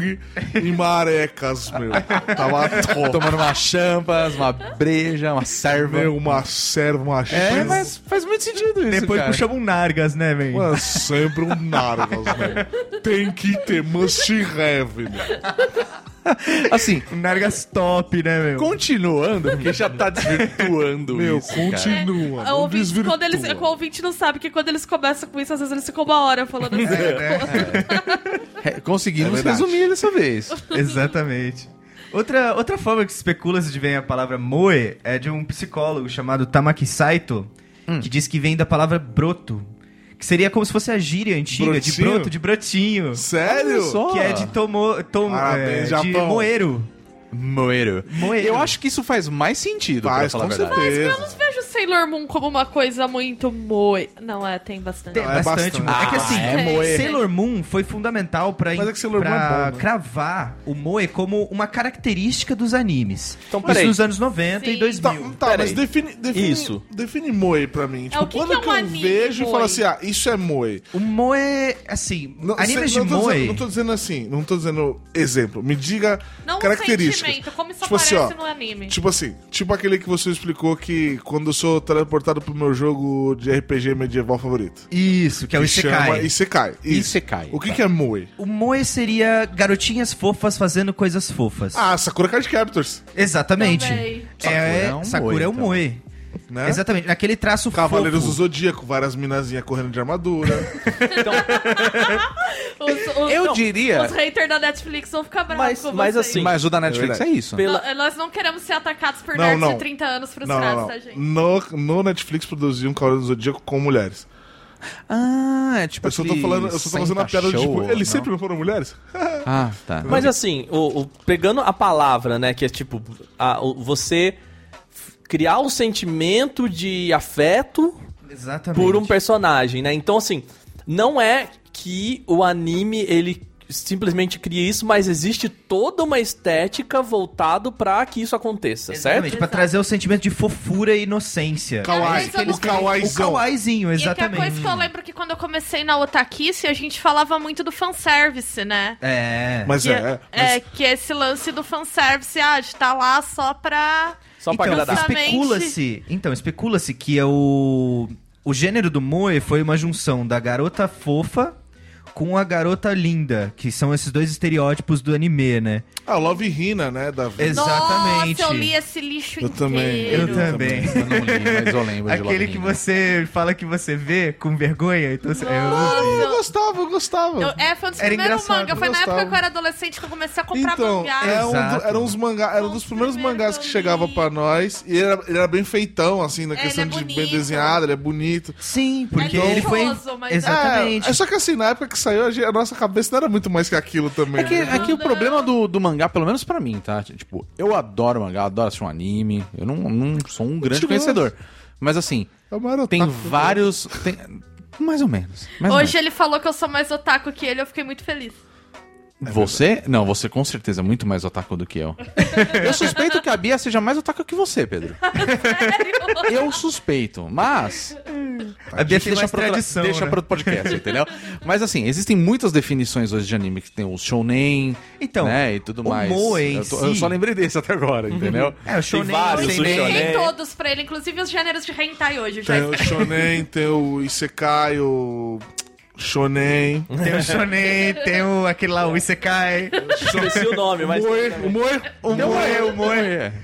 Speaker 8: em marecas, meu. Tava top.
Speaker 6: Tomando uma champas, uma breja, uma serva.
Speaker 8: Meu, uma serva, uma
Speaker 6: É,
Speaker 8: chance.
Speaker 6: mas faz muito sentido isso,
Speaker 5: Depois
Speaker 6: cara.
Speaker 5: puxamos um Nargas, né, man?
Speaker 8: Mano, sempre um Nargas, né? Tem que ter must have, meu.
Speaker 6: Assim,
Speaker 5: Um Nargas top, né, meu?
Speaker 6: continuando, porque já tá desvirtuando
Speaker 8: Meu,
Speaker 6: isso, cara.
Speaker 8: continua.
Speaker 7: o
Speaker 8: Não
Speaker 7: ouvinte,
Speaker 8: desvirtua.
Speaker 7: É, quando eles, o ouvinte não sabe que quando eles começam com isso, às vezes eles ficam uma hora falando assim.
Speaker 6: É, conseguimos
Speaker 8: É verdade.
Speaker 6: resumir dessa vez. (laughs)
Speaker 5: Exatamente. Outra, outra forma que especula-se de vem a palavra moe é de um psicólogo chamado Tamaki Saito,
Speaker 8: Hum.
Speaker 5: que diz que vem da palavra broto, que seria como se fosse a gíria antiga de
Speaker 8: Brotinho?
Speaker 5: broto, de brotinho,
Speaker 6: Olha
Speaker 8: Sério?
Speaker 6: só.
Speaker 5: que é de tomo, tom,
Speaker 8: Parabéns,
Speaker 5: é, de
Speaker 8: Japão.
Speaker 5: moeiro.
Speaker 6: Moeiro.
Speaker 5: Moeiro.
Speaker 6: Eu acho que isso faz mais sentido, pra
Speaker 8: Faz,
Speaker 6: falar a
Speaker 8: com
Speaker 6: verdade.
Speaker 7: Eu
Speaker 8: certeza.
Speaker 7: não vejo Sailor Moon como uma coisa muito moe. Não, é, tem bastante.
Speaker 5: Tem
Speaker 8: Não, é bastante.
Speaker 5: moe. É que
Speaker 6: Ah,
Speaker 5: assim,
Speaker 6: é moe.
Speaker 5: Sailor Moon foi fundamental pra,
Speaker 8: Mas é que Sailor Moon
Speaker 5: pra
Speaker 8: é bom, né?
Speaker 5: cravar o moe como uma característica dos animes.
Speaker 9: Então,
Speaker 5: Isso
Speaker 9: peraí.
Speaker 5: nos anos 90 e
Speaker 7: Sim.
Speaker 5: 2000.
Speaker 8: Tá, tá
Speaker 9: Peraí.
Speaker 8: mas define, define,
Speaker 9: Isso.
Speaker 8: define moe pra mim. Tipo,
Speaker 7: o que
Speaker 8: quando
Speaker 7: que é
Speaker 8: que
Speaker 7: um
Speaker 8: eu
Speaker 7: anime
Speaker 8: vejo e
Speaker 7: moe?
Speaker 8: falo assim, ah, isso é moe.
Speaker 5: O moe, assim,
Speaker 8: Não,
Speaker 5: animes de
Speaker 8: cê- não tô
Speaker 5: moe...
Speaker 8: Dizendo, não tô dizendo assim, não tô dizendo exemplo. Me diga
Speaker 7: Não um
Speaker 8: características.
Speaker 7: sentimento, como isso
Speaker 8: tipo assim,
Speaker 7: aparece
Speaker 8: ó,
Speaker 7: no anime.
Speaker 8: Tipo assim, tipo aquele que você explicou que quando eu sou teleportado pro meu jogo de RPG medieval favorito.
Speaker 5: Isso, que é o
Speaker 8: Que
Speaker 5: Isekai.
Speaker 8: chama Isekai. Isso.
Speaker 6: Isekai,
Speaker 8: O que,
Speaker 6: tá.
Speaker 8: que é Moe?
Speaker 5: O Moe seria garotinhas fofas fazendo coisas fofas.
Speaker 8: Ah, Sakura Card Captors.
Speaker 5: Exatamente.
Speaker 7: Também.
Speaker 5: É,
Speaker 6: Sakura é um
Speaker 5: Sakura é o
Speaker 6: moe,
Speaker 5: Moe.
Speaker 8: Né?
Speaker 5: Exatamente, naquele traço
Speaker 8: então. Cavaleiros do
Speaker 5: fofo.
Speaker 8: Zodíaco, várias minazinhas correndo de armadura.
Speaker 7: (laughs) Os, os,
Speaker 6: Eu
Speaker 7: não,
Speaker 6: diria-
Speaker 7: Os haters da Netflix vão ficar bravos
Speaker 9: Mas-
Speaker 7: com
Speaker 9: mas
Speaker 7: vocês.
Speaker 9: assim,
Speaker 6: Mas o da Netflix é,
Speaker 8: verdade.
Speaker 6: isso.
Speaker 9: Pela-
Speaker 7: Nó- Nós não queremos ser atacados por
Speaker 8: Não,
Speaker 7: nerds de
Speaker 8: não.
Speaker 7: 30 anos
Speaker 8: não,
Speaker 7: frustrados,
Speaker 8: não,
Speaker 7: tá,
Speaker 8: não.
Speaker 7: gente?
Speaker 8: No, no Netflix produziu um Cavaleiro do Zodíaco com mulheres.
Speaker 6: Ah, é tipo
Speaker 8: Eu só tô
Speaker 6: aquele
Speaker 8: falando, eu só tô fazendo a
Speaker 6: Senta
Speaker 8: piada de
Speaker 6: Show,
Speaker 8: tipo,
Speaker 6: não?
Speaker 8: eles sempre não foram mulheres?
Speaker 6: Ah, tá.
Speaker 9: Mas assim, o, o- pegando a palavra, né, que é tipo a- o- você f- criar um sentimento de afeto um
Speaker 5: Exatamente.
Speaker 9: por um personagem, né? Então assim, não é que o anime ele simplesmente cria isso, mas existe toda uma estética voltado pra que isso aconteça,
Speaker 5: Exatamente,
Speaker 9: certo?
Speaker 5: pra trazer o sentimento de fofura e inocência.
Speaker 8: Kawaii,
Speaker 7: Mas eles-
Speaker 8: o kawaiizão.
Speaker 5: O kawaiizinho,
Speaker 7: é E é que a
Speaker 5: exatamente.
Speaker 7: coisa que eu lembro que quando eu comecei na Otakice, a gente falava muito do fanservice, né?
Speaker 5: É.
Speaker 8: Mas
Speaker 7: Que,
Speaker 8: é,
Speaker 7: é, que esse lance do fanservice, ah, de tá lá só pra...
Speaker 8: é
Speaker 9: Só pra
Speaker 5: então,
Speaker 9: agradar.
Speaker 5: (laughs)
Speaker 7: justamente-
Speaker 5: especula-se, então, especula-se que é o o gênero do moe foi uma junção da garota fofa com a garota linda, que são esses dois estereótipos do anime, né?
Speaker 8: a é Love Hina, né, da vida.
Speaker 5: Exatamente.
Speaker 7: Nossa, eu li esse lixo
Speaker 8: Eu também.
Speaker 7: inteiro.
Speaker 5: Eu também.
Speaker 6: Eu não lembro, mas eu
Speaker 8: (laughs)
Speaker 6: lembro de
Speaker 5: Aquele que
Speaker 6: Lobinho.
Speaker 5: você fala que você vê com vergonha, então você, é o-
Speaker 8: Eu gostava, eu gostava.
Speaker 7: Eu- é, foi um dos
Speaker 5: Era
Speaker 7: primeiros
Speaker 5: engraçado,
Speaker 7: mangas. Foi na
Speaker 8: gostava.
Speaker 7: época que eu era adolescente que eu comecei a comprar
Speaker 8: Então,
Speaker 7: mangá.
Speaker 8: é um do-
Speaker 5: Exato.
Speaker 8: era uns mangá, era um dos
Speaker 7: Nossa,
Speaker 8: primeiros
Speaker 7: primeiro
Speaker 8: mangás
Speaker 7: que
Speaker 8: que
Speaker 7: eu
Speaker 8: chegava
Speaker 7: li.
Speaker 8: pra nós. E ele era, ele era bem feitão, assim, na
Speaker 7: É,
Speaker 8: questão
Speaker 7: ele é
Speaker 8: de bem
Speaker 7: bonito.
Speaker 8: desenhado, ele é bonito.
Speaker 5: Sim, porque
Speaker 7: É Ah,
Speaker 5: ele foi
Speaker 7: gostoso, mas-
Speaker 5: Exatamente.
Speaker 8: É, é só que assim, na época que saiu, a, gente- a nossa cabeça não era muito mais que aquilo também.
Speaker 6: É que,
Speaker 8: né?
Speaker 6: é que o problema do, do mangá, pelo menos pra mim, tá? Tipo, eu adoro mangá, adoro assistir um anime. Eu não, não sou um grande
Speaker 8: Curioso.
Speaker 6: conhecedor. Mas assim,
Speaker 8: É uma era
Speaker 6: tem
Speaker 8: otaku.
Speaker 6: vários. tem- mais ou menos. mais ou
Speaker 7: Hoje ele falou que eu sou mais otaku que ele, eu fiquei muito feliz.
Speaker 6: menos. Você? Não, você com certeza é muito mais otaku do que eu. (laughs) Eu suspeito que a Bia seja mais otaku que você, Pedro. Eu suspeito, mas.
Speaker 5: a Bia
Speaker 6: Isso
Speaker 5: tem mais
Speaker 6: pra outra-
Speaker 5: tradição,
Speaker 6: deixa
Speaker 5: né?
Speaker 6: pra outro
Speaker 5: (laughs)
Speaker 6: podcast, entendeu? Mas assim, existem muitas definições hoje de anime, que tem o shounen,
Speaker 5: Então,
Speaker 6: né, e tudo
Speaker 5: o
Speaker 6: mais.
Speaker 5: moe em
Speaker 6: eu, tô-
Speaker 5: si-
Speaker 6: eu só lembrei desse até agora, entendeu?
Speaker 5: É, o shonen,
Speaker 9: vários,
Speaker 5: o
Speaker 9: o
Speaker 5: seinen.
Speaker 7: Eu
Speaker 9: shonen.
Speaker 7: Tem todos pra ele, inclusive os gêneros de hentai hoje. eu Já é
Speaker 8: Tem o Shonen, tem o Isekai, o Shonen.
Speaker 5: tem o shonen, tem o aquele lá o isekai.
Speaker 9: Esqueci o nome, mas...
Speaker 8: Moe, o Moe, o
Speaker 5: Não
Speaker 8: Moe.
Speaker 5: é o moe.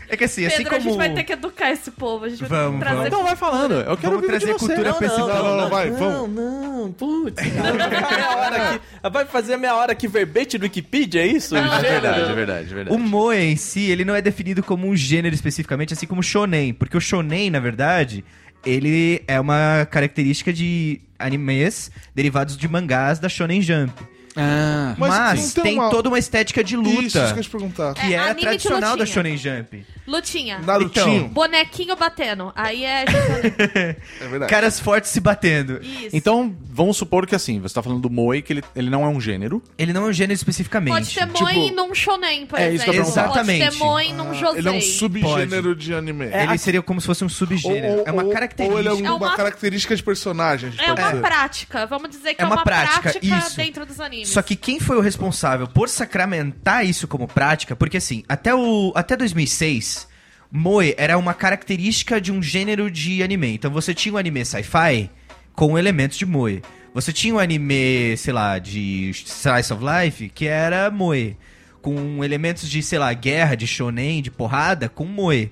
Speaker 5: É que assim, assim
Speaker 7: Pedro, a
Speaker 5: como
Speaker 7: gente vai ter que educar esse povo. A gente vai
Speaker 5: Vamos,
Speaker 7: ter que trazer.
Speaker 6: Então vai falando, eu
Speaker 5: Vamos
Speaker 6: quero ouvir o de
Speaker 5: trazer
Speaker 6: você.
Speaker 5: cultura pra esse-
Speaker 8: Não, não, não, vai,
Speaker 9: não,
Speaker 8: vamos.
Speaker 9: Não, putz. Vai, ficar meia hora aqui, vai fazer meia hora aqui verbete do Wikipedia, é isso?
Speaker 6: É
Speaker 9: Gênero?
Speaker 6: verdade, é verdade, é verdade.
Speaker 5: O moe em si, ele não é definido como um gênero especificamente, assim como o shonen, porque o shonen, na verdade, ele é uma característica de animes derivados de mangás da Shonen Jump.
Speaker 6: Ah,
Speaker 5: Mas,
Speaker 8: Mas então
Speaker 5: tem
Speaker 8: uma-
Speaker 5: toda uma estética de luta
Speaker 8: Isso, isso que eu ia te perguntar.
Speaker 5: que
Speaker 7: É,
Speaker 5: era
Speaker 7: anime de
Speaker 5: tradicional da
Speaker 7: lutinha.
Speaker 5: Shonen Jump. Então,
Speaker 7: Lutinha.
Speaker 8: Narutinho.
Speaker 7: Bonequinho batendo. Aí é.
Speaker 8: é verdade.
Speaker 5: Caras fortes se batendo.
Speaker 7: Isso.
Speaker 6: então vamos supor que assim, você tá falando do moe, que ele, ele não é um gênero.
Speaker 5: Ele não é um gênero especificamente. Tipo,
Speaker 7: Pode ter mãe num shonen, por
Speaker 6: é isso que
Speaker 7: exemplo.
Speaker 6: eu ia
Speaker 5: perguntar.
Speaker 7: Pode
Speaker 5: Exatamente.
Speaker 7: ter mãe num josei.
Speaker 8: Ele é um subgênero de anime.
Speaker 5: Ele seria como se fosse um subgênero. é uma característica.
Speaker 8: Ou ele é
Speaker 7: É
Speaker 8: uma,
Speaker 7: uma-
Speaker 8: característica de personagem, a gente
Speaker 7: É
Speaker 8: pode
Speaker 7: uma
Speaker 8: dizer.
Speaker 7: prática. Vamos dizer que
Speaker 5: É
Speaker 7: é
Speaker 5: uma
Speaker 7: uma,
Speaker 5: prática,
Speaker 7: prática,
Speaker 5: isso.
Speaker 7: dentro dos animes.
Speaker 5: Só que quem foi o responsável por sacramentar isso como prática? Porque assim, até, o, até 2006, Moe era uma característica de um gênero de anime. Então você tinha um anime sci-fi com elementos de Moe. Você tinha um anime, sei lá, de Slice of Life, que era Moe. Com elementos de, sei lá, guerra, de shonen, de porrada, com Moe.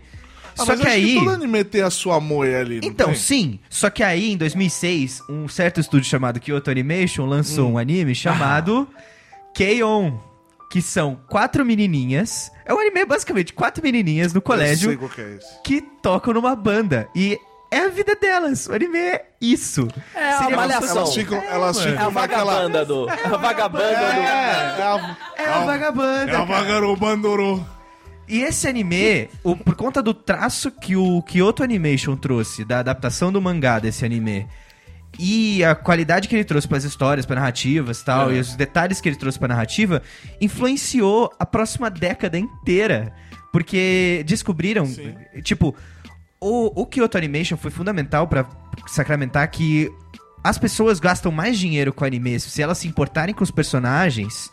Speaker 8: Ah,
Speaker 5: Só
Speaker 8: mas
Speaker 5: que
Speaker 8: acho
Speaker 5: aí.
Speaker 8: todo anime tem a sua moe ali, não
Speaker 5: Então,
Speaker 8: tem?
Speaker 5: sim. Só que aí, em 2006, um certo estúdio chamado Kyoto Animation
Speaker 8: Hum.
Speaker 5: lançou um anime chamado K-On! Que são quatro menininhas. É um anime, basicamente, quatro menininhas no
Speaker 8: Eu sei
Speaker 5: colégio
Speaker 8: qual que é esse.
Speaker 5: que tocam numa banda. E é a vida delas. O anime é isso.
Speaker 9: É a
Speaker 5: Seria-
Speaker 9: malhação.
Speaker 8: Elas ficam, elas
Speaker 5: mano.
Speaker 9: É a
Speaker 8: ficam naquela...
Speaker 9: vagabanda do... a vagabanda do...
Speaker 8: É, é a,
Speaker 5: É a vagabanda.
Speaker 8: é
Speaker 5: cara.
Speaker 8: a vagabandorô.
Speaker 5: E esse anime, o- por conta do traço que o Kyoto Animation trouxe, da adaptação do mangá desse anime, e a qualidade que ele trouxe para as histórias, para narrativas e tal, e os detalhes que ele trouxe para narrativa, influenciou a próxima década inteira. Porque descobriram, tipo, o, o Kyoto Animation foi fundamental para sacramentar que as pessoas gastam mais dinheiro com anime se elas se importarem com os personagens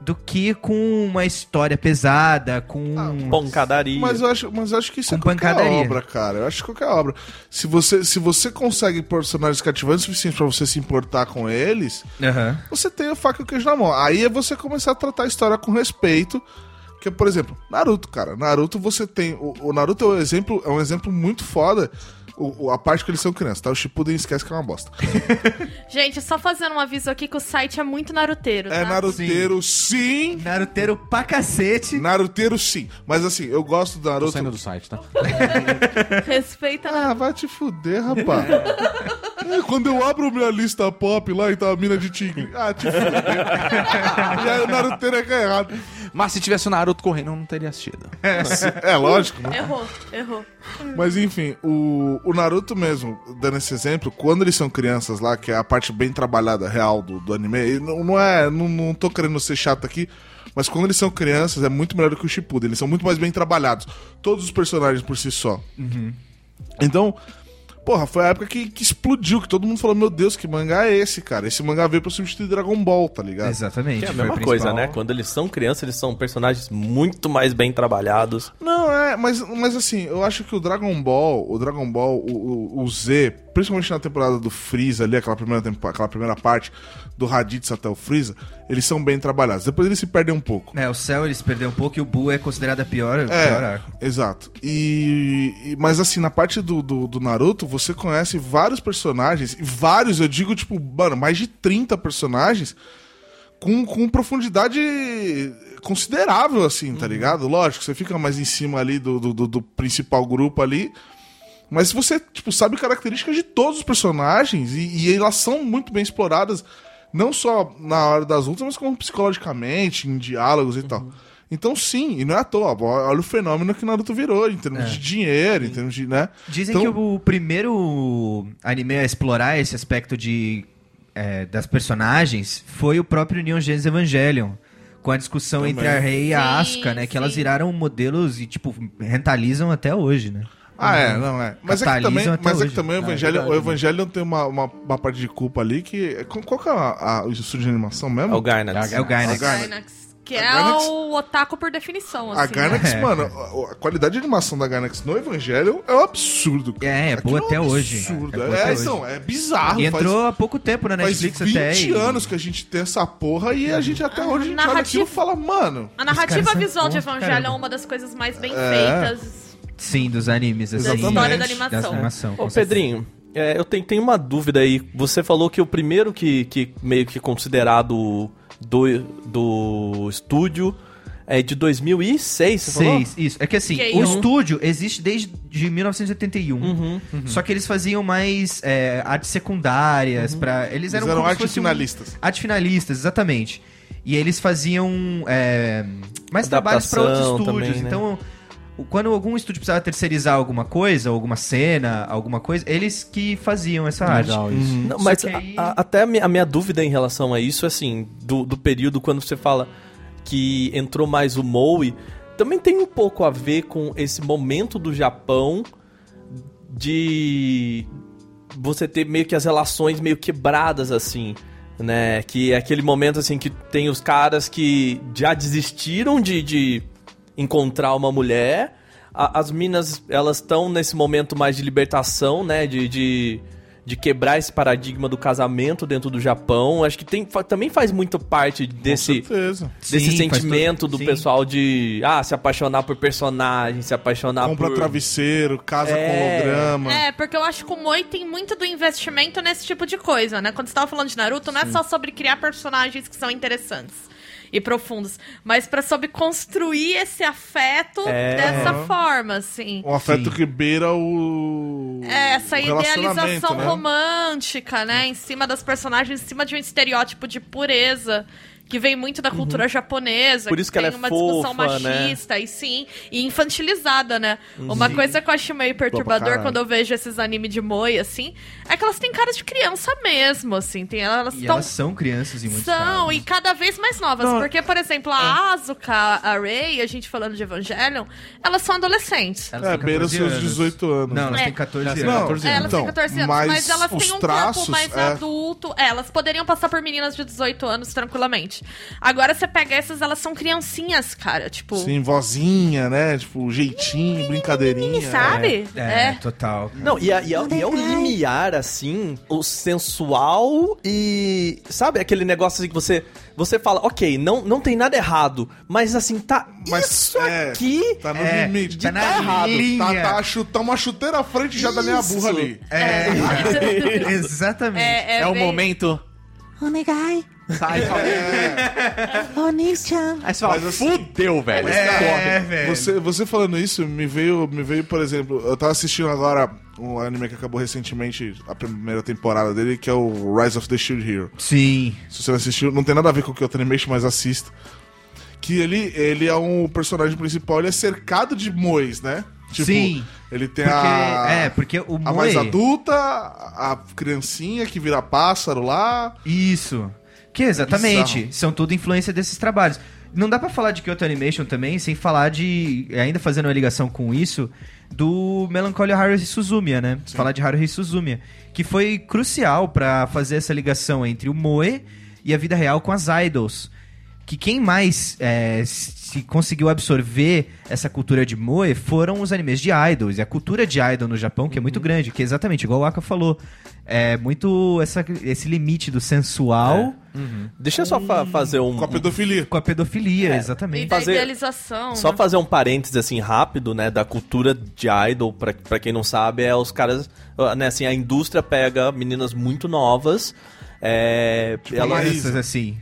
Speaker 5: do que com uma história pesada, com.
Speaker 9: Ah,
Speaker 5: um
Speaker 9: Pancadaria.
Speaker 8: Mas eu acho, mas eu acho que isso
Speaker 5: Com
Speaker 8: é qualquer
Speaker 5: pancadaria.
Speaker 8: obra, cara. Eu acho que qualquer obra. Se você, se você consegue personagens cativantes o suficiente pra você se importar com eles,
Speaker 5: Aham.
Speaker 8: você tem a faca e o queijo na mão. Aí é você começar a tratar a história com respeito. Porque, por exemplo, Naruto, cara. Naruto você tem. O, o Naruto é um exemplo, é um exemplo muito foda. O, o- a parte que eles são crianças, tá? O Shippuden esquece que é uma bosta.
Speaker 7: Gente, só fazendo um aviso aqui que o site é muito naruteiro.
Speaker 8: É
Speaker 7: tá?
Speaker 8: Naruteiro, sim.
Speaker 5: Naruteiro pra cacete.
Speaker 8: Naruteiro, sim. Mas assim, eu gosto do
Speaker 6: Tô
Speaker 8: Naruto.
Speaker 6: saindo do site, tá?
Speaker 7: Respeita.
Speaker 8: Ah, vai te fuder, rapaz. É, Quando eu abro minha lista pop lá e tá a mina de tigre. Ah, te fudeu. (laughs) E aí o Naruto teria que é errado.
Speaker 6: (laughs) Mas se tivesse o Naruto correndo, eu não teria assistido.
Speaker 8: É lógico, né?
Speaker 7: Errou, errou.
Speaker 8: Mas enfim, o, o Naruto mesmo, dando esse exemplo, quando eles são crianças lá, que é a parte bem trabalhada, real do, do anime, e não, não é. Não, não tô querendo ser chato aqui, mas quando eles são crianças é muito melhor do que o Shippuden, eles são muito mais bem trabalhados. Todos os personagens por si só. Então, porra, foi a época que, que explodiu, que todo mundo falou: Meu Deus, que mangá é esse, cara? Esse mangá veio pra substituir Dragon Ball, tá ligado?
Speaker 5: Exatamente.
Speaker 9: É a
Speaker 5: foi
Speaker 9: mesma
Speaker 5: o
Speaker 9: coisa,
Speaker 5: principal.
Speaker 9: né? Quando eles são crianças, eles são personagens muito mais bem trabalhados.
Speaker 8: Não, é, mas, mas assim, eu acho que o Dragon Ball, o Dragon Ball, o, o- o Z, principalmente na temporada do Freeza ali, aquela primeira, tempo- aquela primeira parte do Raditz até o Freeza, eles são bem trabalhados. Depois eles se perdem um pouco.
Speaker 5: É, o Cell eles perderam um pouco e o Buu é considerado a pior, o pior
Speaker 8: É,
Speaker 5: arco.
Speaker 8: exato. E, e- mas assim, na parte do, do, do Naruto, você conhece vários personagens, e vários, eu digo, tipo, mano, mais de 30 personagens com, com profundidade considerável, assim, tá ligado? Lógico, você fica mais em cima ali do, do, do- do principal grupo ali. Mas você, tipo, sabe características de todos os personagens e, e elas são muito bem exploradas, não só na hora das lutas, mas como psicologicamente, em diálogos e
Speaker 5: Uhum.
Speaker 8: tal. Então, sim, e não é à toa. ó, Olha o fenômeno que Naruto virou em
Speaker 5: É.
Speaker 8: termos de dinheiro, em termos de, né?
Speaker 5: Dizem
Speaker 8: Então-
Speaker 5: que o primeiro anime a explorar esse aspecto de é, das personagens foi o próprio Neon Genesis Evangelion. Com a discussão entre a Rei e a
Speaker 7: Sim,
Speaker 5: Asuka, né? Que elas
Speaker 7: sim.
Speaker 5: viraram modelos e, tipo, rentalizam até hoje, né?
Speaker 8: Ah, é, não é. Mas é que
Speaker 5: Catalisam
Speaker 8: também,
Speaker 5: até
Speaker 8: mas é
Speaker 5: hoje. né?
Speaker 8: que também o Evangelho, o Evangelion tem uma, uma, uma parte de culpa ali que. Qual qual que é a- a- o estúdio de animação mesmo?
Speaker 9: É o Gainax.
Speaker 5: É o Gainax.
Speaker 8: Gainax.
Speaker 7: Gainax, que
Speaker 8: A
Speaker 7: é
Speaker 8: Gainax-
Speaker 7: o otaku por definição, assim.
Speaker 8: A Gainax,
Speaker 5: né?
Speaker 8: mano, a- a qualidade de animação da Gainax no Evangelho é um absurdo. cara.
Speaker 5: É, é
Speaker 8: Aquilo
Speaker 5: boa até
Speaker 8: um
Speaker 5: hoje.
Speaker 8: absurdo.
Speaker 5: É boa
Speaker 8: É,
Speaker 5: até hoje.
Speaker 8: então, é
Speaker 7: Ah,
Speaker 8: bizarro.
Speaker 5: E
Speaker 8: faz-
Speaker 5: entrou há pouco tempo na
Speaker 8: Faz
Speaker 5: Netflix
Speaker 8: 20
Speaker 5: até. e- É.
Speaker 8: anos que a gente tem essa porra e a gente até
Speaker 7: A
Speaker 8: hoje a gente olha
Speaker 7: narrativa-
Speaker 8: aquilo e fala, mano.
Speaker 7: A
Speaker 5: Os caras
Speaker 7: narrativa
Speaker 5: são
Speaker 7: visual de
Speaker 5: bons pra
Speaker 7: Evangelho é
Speaker 5: caramba.
Speaker 7: uma das coisas mais bem
Speaker 8: É.
Speaker 7: feitas
Speaker 5: Sim, dos animes. Assim,
Speaker 7: da história da
Speaker 8: Exatamente.
Speaker 7: animação.
Speaker 5: Da animação, com
Speaker 9: Ô,
Speaker 5: certeza.
Speaker 9: Pedrinho, é, eu tenho, tenho uma dúvida aí. Você falou que o primeiro que, que meio que é considerado do, do estúdio é de 2006, você falou?
Speaker 5: Seis, isso. É que assim,
Speaker 7: Que um.
Speaker 5: o
Speaker 7: eu-
Speaker 5: estúdio existe desde de 1981.
Speaker 9: Uhum.
Speaker 5: Só que eles faziam mais é, artes
Speaker 9: Uhum.
Speaker 5: secundárias para Eles
Speaker 8: Eles
Speaker 5: eram,
Speaker 8: eram,
Speaker 5: como se
Speaker 8: artes
Speaker 5: fosse um-
Speaker 8: finalistas.
Speaker 5: Artes finalistas, exatamente. E eles faziam é, mais trabalhos para outros
Speaker 9: Adaptação
Speaker 5: estúdios.
Speaker 9: também, né?
Speaker 5: Então, o- quando algum estúdio precisava terceirizar alguma coisa, alguma cena, alguma coisa, eles que faziam essa arte. Uhum.
Speaker 6: isso.
Speaker 9: Não,
Speaker 5: Só
Speaker 9: mas
Speaker 5: que
Speaker 9: a-
Speaker 5: aí-
Speaker 9: a- até a mi- a minha, dúvida em relação a isso, assim, do, do período quando você fala que entrou mais o Moe, também tem um pouco a ver com esse momento do Japão de você ter meio que as relações meio quebradas, assim, né? Que é aquele momento, assim, que tem os caras que já desistiram de, de encontrar uma mulher. A- as minas, elas estão nesse momento mais de libertação, né? De, de, de quebrar esse paradigma do casamento dentro do Japão. Acho que tem, fa- também faz muito parte desse
Speaker 8: Com certeza.
Speaker 9: desse
Speaker 5: Sim, faz
Speaker 9: sentimento
Speaker 5: todo-
Speaker 9: do
Speaker 5: sim.
Speaker 9: pessoal de ah, se apaixonar por personagem, se apaixonar
Speaker 8: Compra
Speaker 9: por
Speaker 8: travesseiro, casa
Speaker 9: É.
Speaker 8: com holograma.
Speaker 7: É, porque eu acho que o Moi tem muito do investimento nesse tipo de coisa, né? Quando você tava falando de Naruto, não é só sobre criar personagens que são interessantes e profundos, mas pra sobre construir esse afeto
Speaker 9: É.
Speaker 7: dessa forma, assim.
Speaker 8: Um afeto
Speaker 5: Sim.
Speaker 8: que beira o.
Speaker 7: É, essa
Speaker 8: o relacionamento,
Speaker 7: idealização
Speaker 8: né?
Speaker 7: romântica, né? Em cima das personagens, em cima de um estereótipo de pureza. Que vem muito da cultura japonesa.
Speaker 9: Por isso que
Speaker 7: tem
Speaker 9: ela é
Speaker 7: uma discussão
Speaker 9: fofa, né?
Speaker 7: machista, e sim, e infantilizada, né? Uma coisa que eu acho meio perturbador
Speaker 8: caralho.
Speaker 7: quando eu vejo esses anime de moi, assim, é que elas têm cara de criança mesmo, assim. Tem, elas
Speaker 5: E
Speaker 7: estão
Speaker 5: elas são né? crianças em muitos
Speaker 7: são,
Speaker 5: casos.
Speaker 7: e cada vez mais novas. Porque, por exemplo, a Asuka, a Rei, a gente falando de Evangelion, elas são adolescentes.
Speaker 5: Elas
Speaker 8: É,
Speaker 5: têm
Speaker 8: beira
Speaker 5: 14
Speaker 8: seus
Speaker 5: anos.
Speaker 8: 18 anos.
Speaker 5: Não, elas
Speaker 7: É.
Speaker 5: têm 14 anos.
Speaker 8: Não,
Speaker 7: É, elas
Speaker 8: Então,
Speaker 7: têm 14 anos,
Speaker 8: mas
Speaker 7: mas, elas
Speaker 8: os
Speaker 7: têm um
Speaker 8: traços,
Speaker 7: corpo mais
Speaker 8: é.
Speaker 7: adulto. É, elas poderiam passar por meninas de 18 anos tranquilamente. Agora você pega essas, elas são criancinhas, cara. Tipo,
Speaker 8: Sim, vozinha, né? Tipo, jeitinho, brincadeirinha.
Speaker 7: quem sabe?
Speaker 5: É,
Speaker 7: É.
Speaker 5: total. cara.
Speaker 9: Não, e, a- e a- e é um limiar, assim, o sensual e. Sabe aquele negócio assim que você, você fala, ok, não, não tem nada errado, mas assim, tá.
Speaker 8: Mas,
Speaker 9: isso
Speaker 8: é,
Speaker 9: aqui.
Speaker 8: Tá no
Speaker 5: É,
Speaker 8: limite.
Speaker 5: tá na
Speaker 8: errado.
Speaker 5: linha.
Speaker 8: Tá, tá, a chu- tá uma chuteira à frente já da minha burra ali.
Speaker 5: É, exatamente.
Speaker 7: É,
Speaker 6: É o
Speaker 7: bem-
Speaker 6: momento. Sai, Aí você fala,
Speaker 8: Mas assim-
Speaker 6: fudeu, velho.
Speaker 5: É, velho.
Speaker 8: Você, você falando isso, me veio, me veio, por exemplo, eu tava assistindo agora um anime que acabou recentemente, a primeira temporada dele, que é o Rise of the Shield Hero.
Speaker 5: Sim.
Speaker 8: Se você não assistiu, não tem nada a ver com o que eu animation, mas assista. Que ele, ele é um personagem principal, ele é cercado de mois, né?
Speaker 5: Sim.
Speaker 8: Ele tem
Speaker 5: Porque,
Speaker 8: a.
Speaker 5: é, porque o
Speaker 8: A
Speaker 5: Moe...
Speaker 8: mais adulta, a criancinha que vira pássaro lá.
Speaker 5: Isso. Que exatamente.
Speaker 8: Bizarro.
Speaker 5: São tudo influência desses trabalhos. Não dá pra falar de Kyoto Animation também sem falar de. Ainda fazendo uma ligação com isso, do Melancholia Haruhi Suzumiya, né? Falar de Haruhi Suzumiya. Que foi crucial pra fazer essa ligação entre o Moe e a vida real com as idols. Que quem mais é, se conseguiu absorver essa cultura de Moe foram os animes de idols. E a cultura de idol no Japão, que é muito grande, que é exatamente igual o Aka falou. É muito essa- esse limite do sensual
Speaker 9: Deixa eu só fa- fazer um.
Speaker 5: Uhum.
Speaker 8: Com a pedofilia.
Speaker 5: com a pedofilia,
Speaker 7: É, E
Speaker 5: exatamente.
Speaker 7: da
Speaker 9: Fazer-
Speaker 7: idealização.
Speaker 9: Só
Speaker 7: né?
Speaker 9: fazer um parênteses, assim, rápido, né, da cultura de idol, pra, pra quem não sabe, é os caras, ah, né, assim, a indústria pega meninas muito novas, é...
Speaker 5: Tipo
Speaker 9: elas-
Speaker 5: Crianças, assim.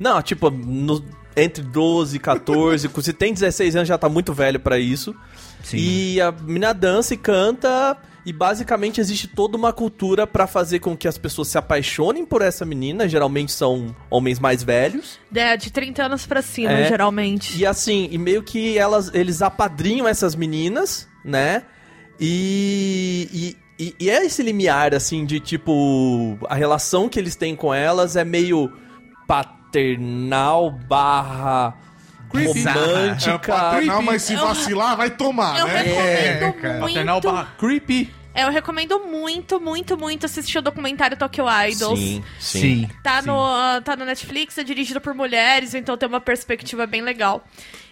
Speaker 9: Não, tipo, no- entre 12 e 14, (laughs) se tem 16 anos já tá muito velho pra isso,
Speaker 5: Sim.
Speaker 9: e a menina dança e canta... E basicamente existe toda uma cultura pra fazer com que as pessoas se apaixonem por essa menina. Geralmente são homens mais velhos.
Speaker 7: É, de 30 anos pra cima,
Speaker 9: É.
Speaker 7: geralmente.
Speaker 9: E assim, e meio que elas, eles apadrinham essas meninas, né? E, e, e- e é esse limiar, assim, de tipo. A relação que eles têm com elas é meio paternal barra
Speaker 8: É,
Speaker 9: romântica.
Speaker 8: paternal,
Speaker 6: Creepy.
Speaker 8: mas
Speaker 7: um
Speaker 8: se vacilar, vai tomar,
Speaker 7: Eu
Speaker 8: né?
Speaker 7: recomendo
Speaker 5: cara.
Speaker 6: Paternal
Speaker 7: muito. é,
Speaker 6: barra creepy.
Speaker 7: Eu recomendo muito, muito, muito assistir o documentário Tokyo Idols.
Speaker 5: Sim.
Speaker 7: Tá,
Speaker 5: sim.
Speaker 7: No, ah, tá no Netflix, é dirigido por mulheres, então tem uma perspectiva bem legal.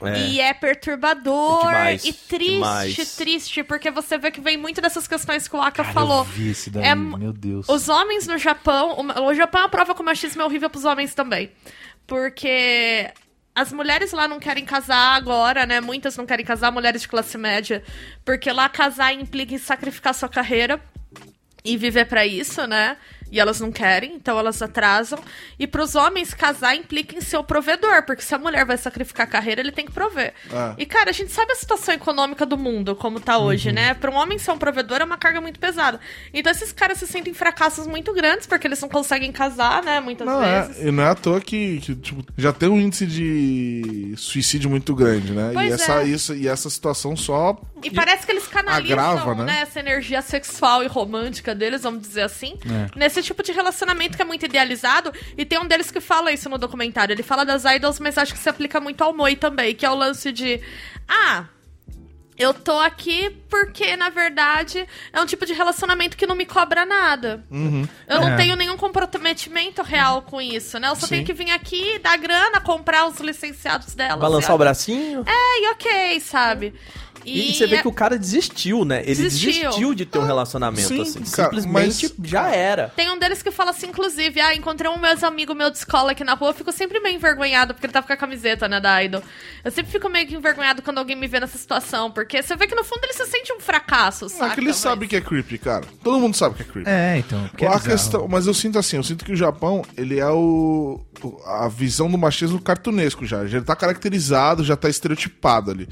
Speaker 9: É.
Speaker 7: E é perturbador
Speaker 9: Demais,
Speaker 7: e triste,
Speaker 9: demais.
Speaker 7: triste, porque você vê que vem muito dessas questões que o Aka falou.
Speaker 6: vi esse daí,
Speaker 7: É-
Speaker 6: meu Deus.
Speaker 7: Os homens no Japão. O, o Japão é a prova que o machismo é horrível pros homens também. Porque as mulheres lá não querem casar agora, né? Muitas não querem casar, mulheres de classe média. Porque lá casar implica em sacrificar sua carreira e viver pra isso, né? E elas não querem, então elas atrasam. E pros homens, casar implica em ser o provedor, porque se a mulher vai sacrificar a carreira, ele tem que prover.
Speaker 8: Ah.
Speaker 7: E, cara, a gente sabe a situação econômica do mundo, como tá
Speaker 8: Uhum.
Speaker 7: hoje, né? Pra um homem ser um provedor é uma carga muito pesada. Então esses caras se sentem fracassos muito grandes, porque eles não conseguem casar, né? Muitas
Speaker 8: Não, é,
Speaker 7: vezes.
Speaker 8: e não é à toa que, que, tipo, já tem um índice de suicídio muito grande, né?
Speaker 7: Pois
Speaker 8: e, essa,
Speaker 7: é.
Speaker 8: isso, e essa situação só.
Speaker 7: E parece que eles canalizam
Speaker 8: Agrava, né?
Speaker 7: né? essa energia sexual e romântica deles, vamos dizer assim,
Speaker 9: É.
Speaker 7: nesse tipo de relacionamento que é muito idealizado. E tem um deles que fala isso no documentário. Ele fala das idols, mas acho que se aplica muito ao Moi também, que é o lance de. Ah. Eu tô aqui porque, na verdade, é um tipo de relacionamento que não me cobra nada.
Speaker 9: Uhum.
Speaker 7: Eu não
Speaker 5: É.
Speaker 7: tenho nenhum comprometimento real com isso, né? Eu só tenho que vir aqui, dar grana, comprar os licenciados dela.
Speaker 9: Balançar o bracinho.
Speaker 7: É, e ok, sabe?
Speaker 9: E, você vê que o cara desistiu, né? Ele
Speaker 7: é Desistiu.
Speaker 9: desistiu, de ter um relacionamento,
Speaker 8: sim,
Speaker 9: assim.
Speaker 8: cara,
Speaker 9: Simplesmente
Speaker 8: mas-
Speaker 9: já era.
Speaker 7: Tem um deles que fala assim, inclusive, ah, encontrei um meus amigo meu de escola aqui na rua, eu fico sempre meio envergonhado, porque ele tava com a camiseta, né, da Idol. Eu sempre fico meio que envergonhado quando alguém me vê nessa situação, porque você vê que no fundo ele se sente um fracasso,
Speaker 8: Ah,
Speaker 7: sabe?
Speaker 8: que eles sabem que é creepy, cara. Todo mundo sabe que é creepy.
Speaker 5: É, então. porque é
Speaker 8: a
Speaker 5: bizarro.
Speaker 8: questão, mas eu sinto assim, eu sinto que o Japão, ele é o o- a visão do machismo cartunesco já, já tá caracterizado, já tá estereotipado ali.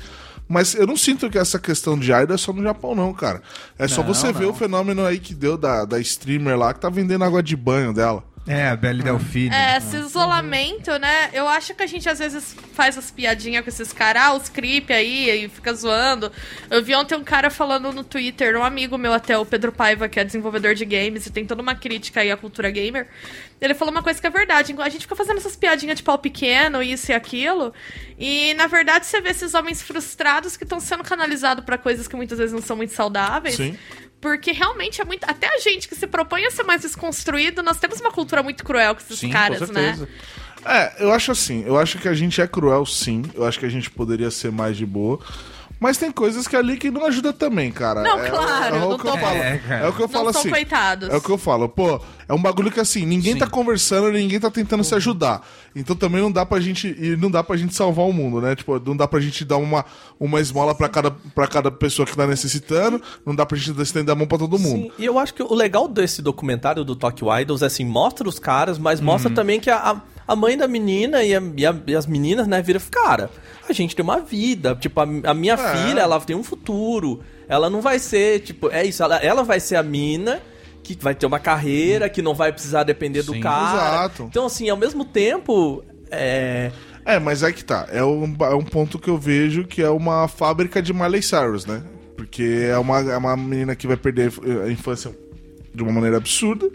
Speaker 8: Mas eu não sinto que essa questão de idol é só no Japão não, cara. É só você ver o fenômeno aí que deu da, da streamer lá que tá vendendo água de banho dela.
Speaker 5: É, a Belle Delphine.
Speaker 7: É, esse isolamento, né? Eu acho que a gente às vezes faz as piadinhas com esses caras, ah, os creep aí, e fica zoando. Eu vi ontem um cara falando no Twitter, um amigo meu até, o Pedro Paiva, que é desenvolvedor de games e tem toda uma crítica aí à cultura gamer. Ele falou uma coisa que é verdade. A gente fica fazendo essas piadinhas de pau pequeno, isso e aquilo. E na verdade você vê esses homens frustrados que estão sendo canalizados pra coisas que muitas vezes não são muito saudáveis.
Speaker 8: Sim.
Speaker 7: Porque realmente é muito. Até a gente que se propõe a ser mais desconstruído, nós temos uma cultura muito cruel com esses caras, né?
Speaker 8: É, eu acho assim, eu acho que a gente é cruel sim, eu acho que a gente poderia ser mais de boa. Mas tem coisas que é ali que não ajuda também, cara.
Speaker 7: Não,
Speaker 8: É-
Speaker 7: claro,
Speaker 8: é,
Speaker 7: não
Speaker 8: o que
Speaker 7: tô-
Speaker 8: eu falo.
Speaker 5: É, cara.
Speaker 8: É o que eu
Speaker 7: Não
Speaker 8: falo
Speaker 7: são
Speaker 8: assim.
Speaker 7: coitados.
Speaker 8: É o que eu falo, pô, é um bagulho que assim, ninguém tá conversando, ninguém tá tentando se ajudar. Então também não dá pra gente, e não dá pra gente salvar o mundo, né? Tipo, não dá pra gente dar uma, uma esmola pra cada, pra cada pessoa que tá necessitando, não dá pra gente estender a mão pra todo mundo.
Speaker 9: Sim, e
Speaker 8: Uhum.
Speaker 9: eu acho que o legal desse documentário do Tokyo Idols é assim, mostra os caras, mas mostra também que a, a, a mãe da menina e, a- e a- e as meninas, né, vira, cara, a gente tem uma vida, tipo, a, a
Speaker 8: É.
Speaker 9: minha filha, ela tem um futuro, ela não vai ser, tipo, é isso, ela, ela vai ser a mina que vai ter uma carreira, que não vai precisar depender do
Speaker 6: Sim.
Speaker 9: cara.
Speaker 8: Exato.
Speaker 9: Então, assim, ao mesmo tempo, é...
Speaker 8: É, mas é que tá. É um, é um ponto que eu vejo que é uma fábrica de Miley Cyrus, né? Porque é uma, é uma menina que vai perder a infância de uma maneira absurda,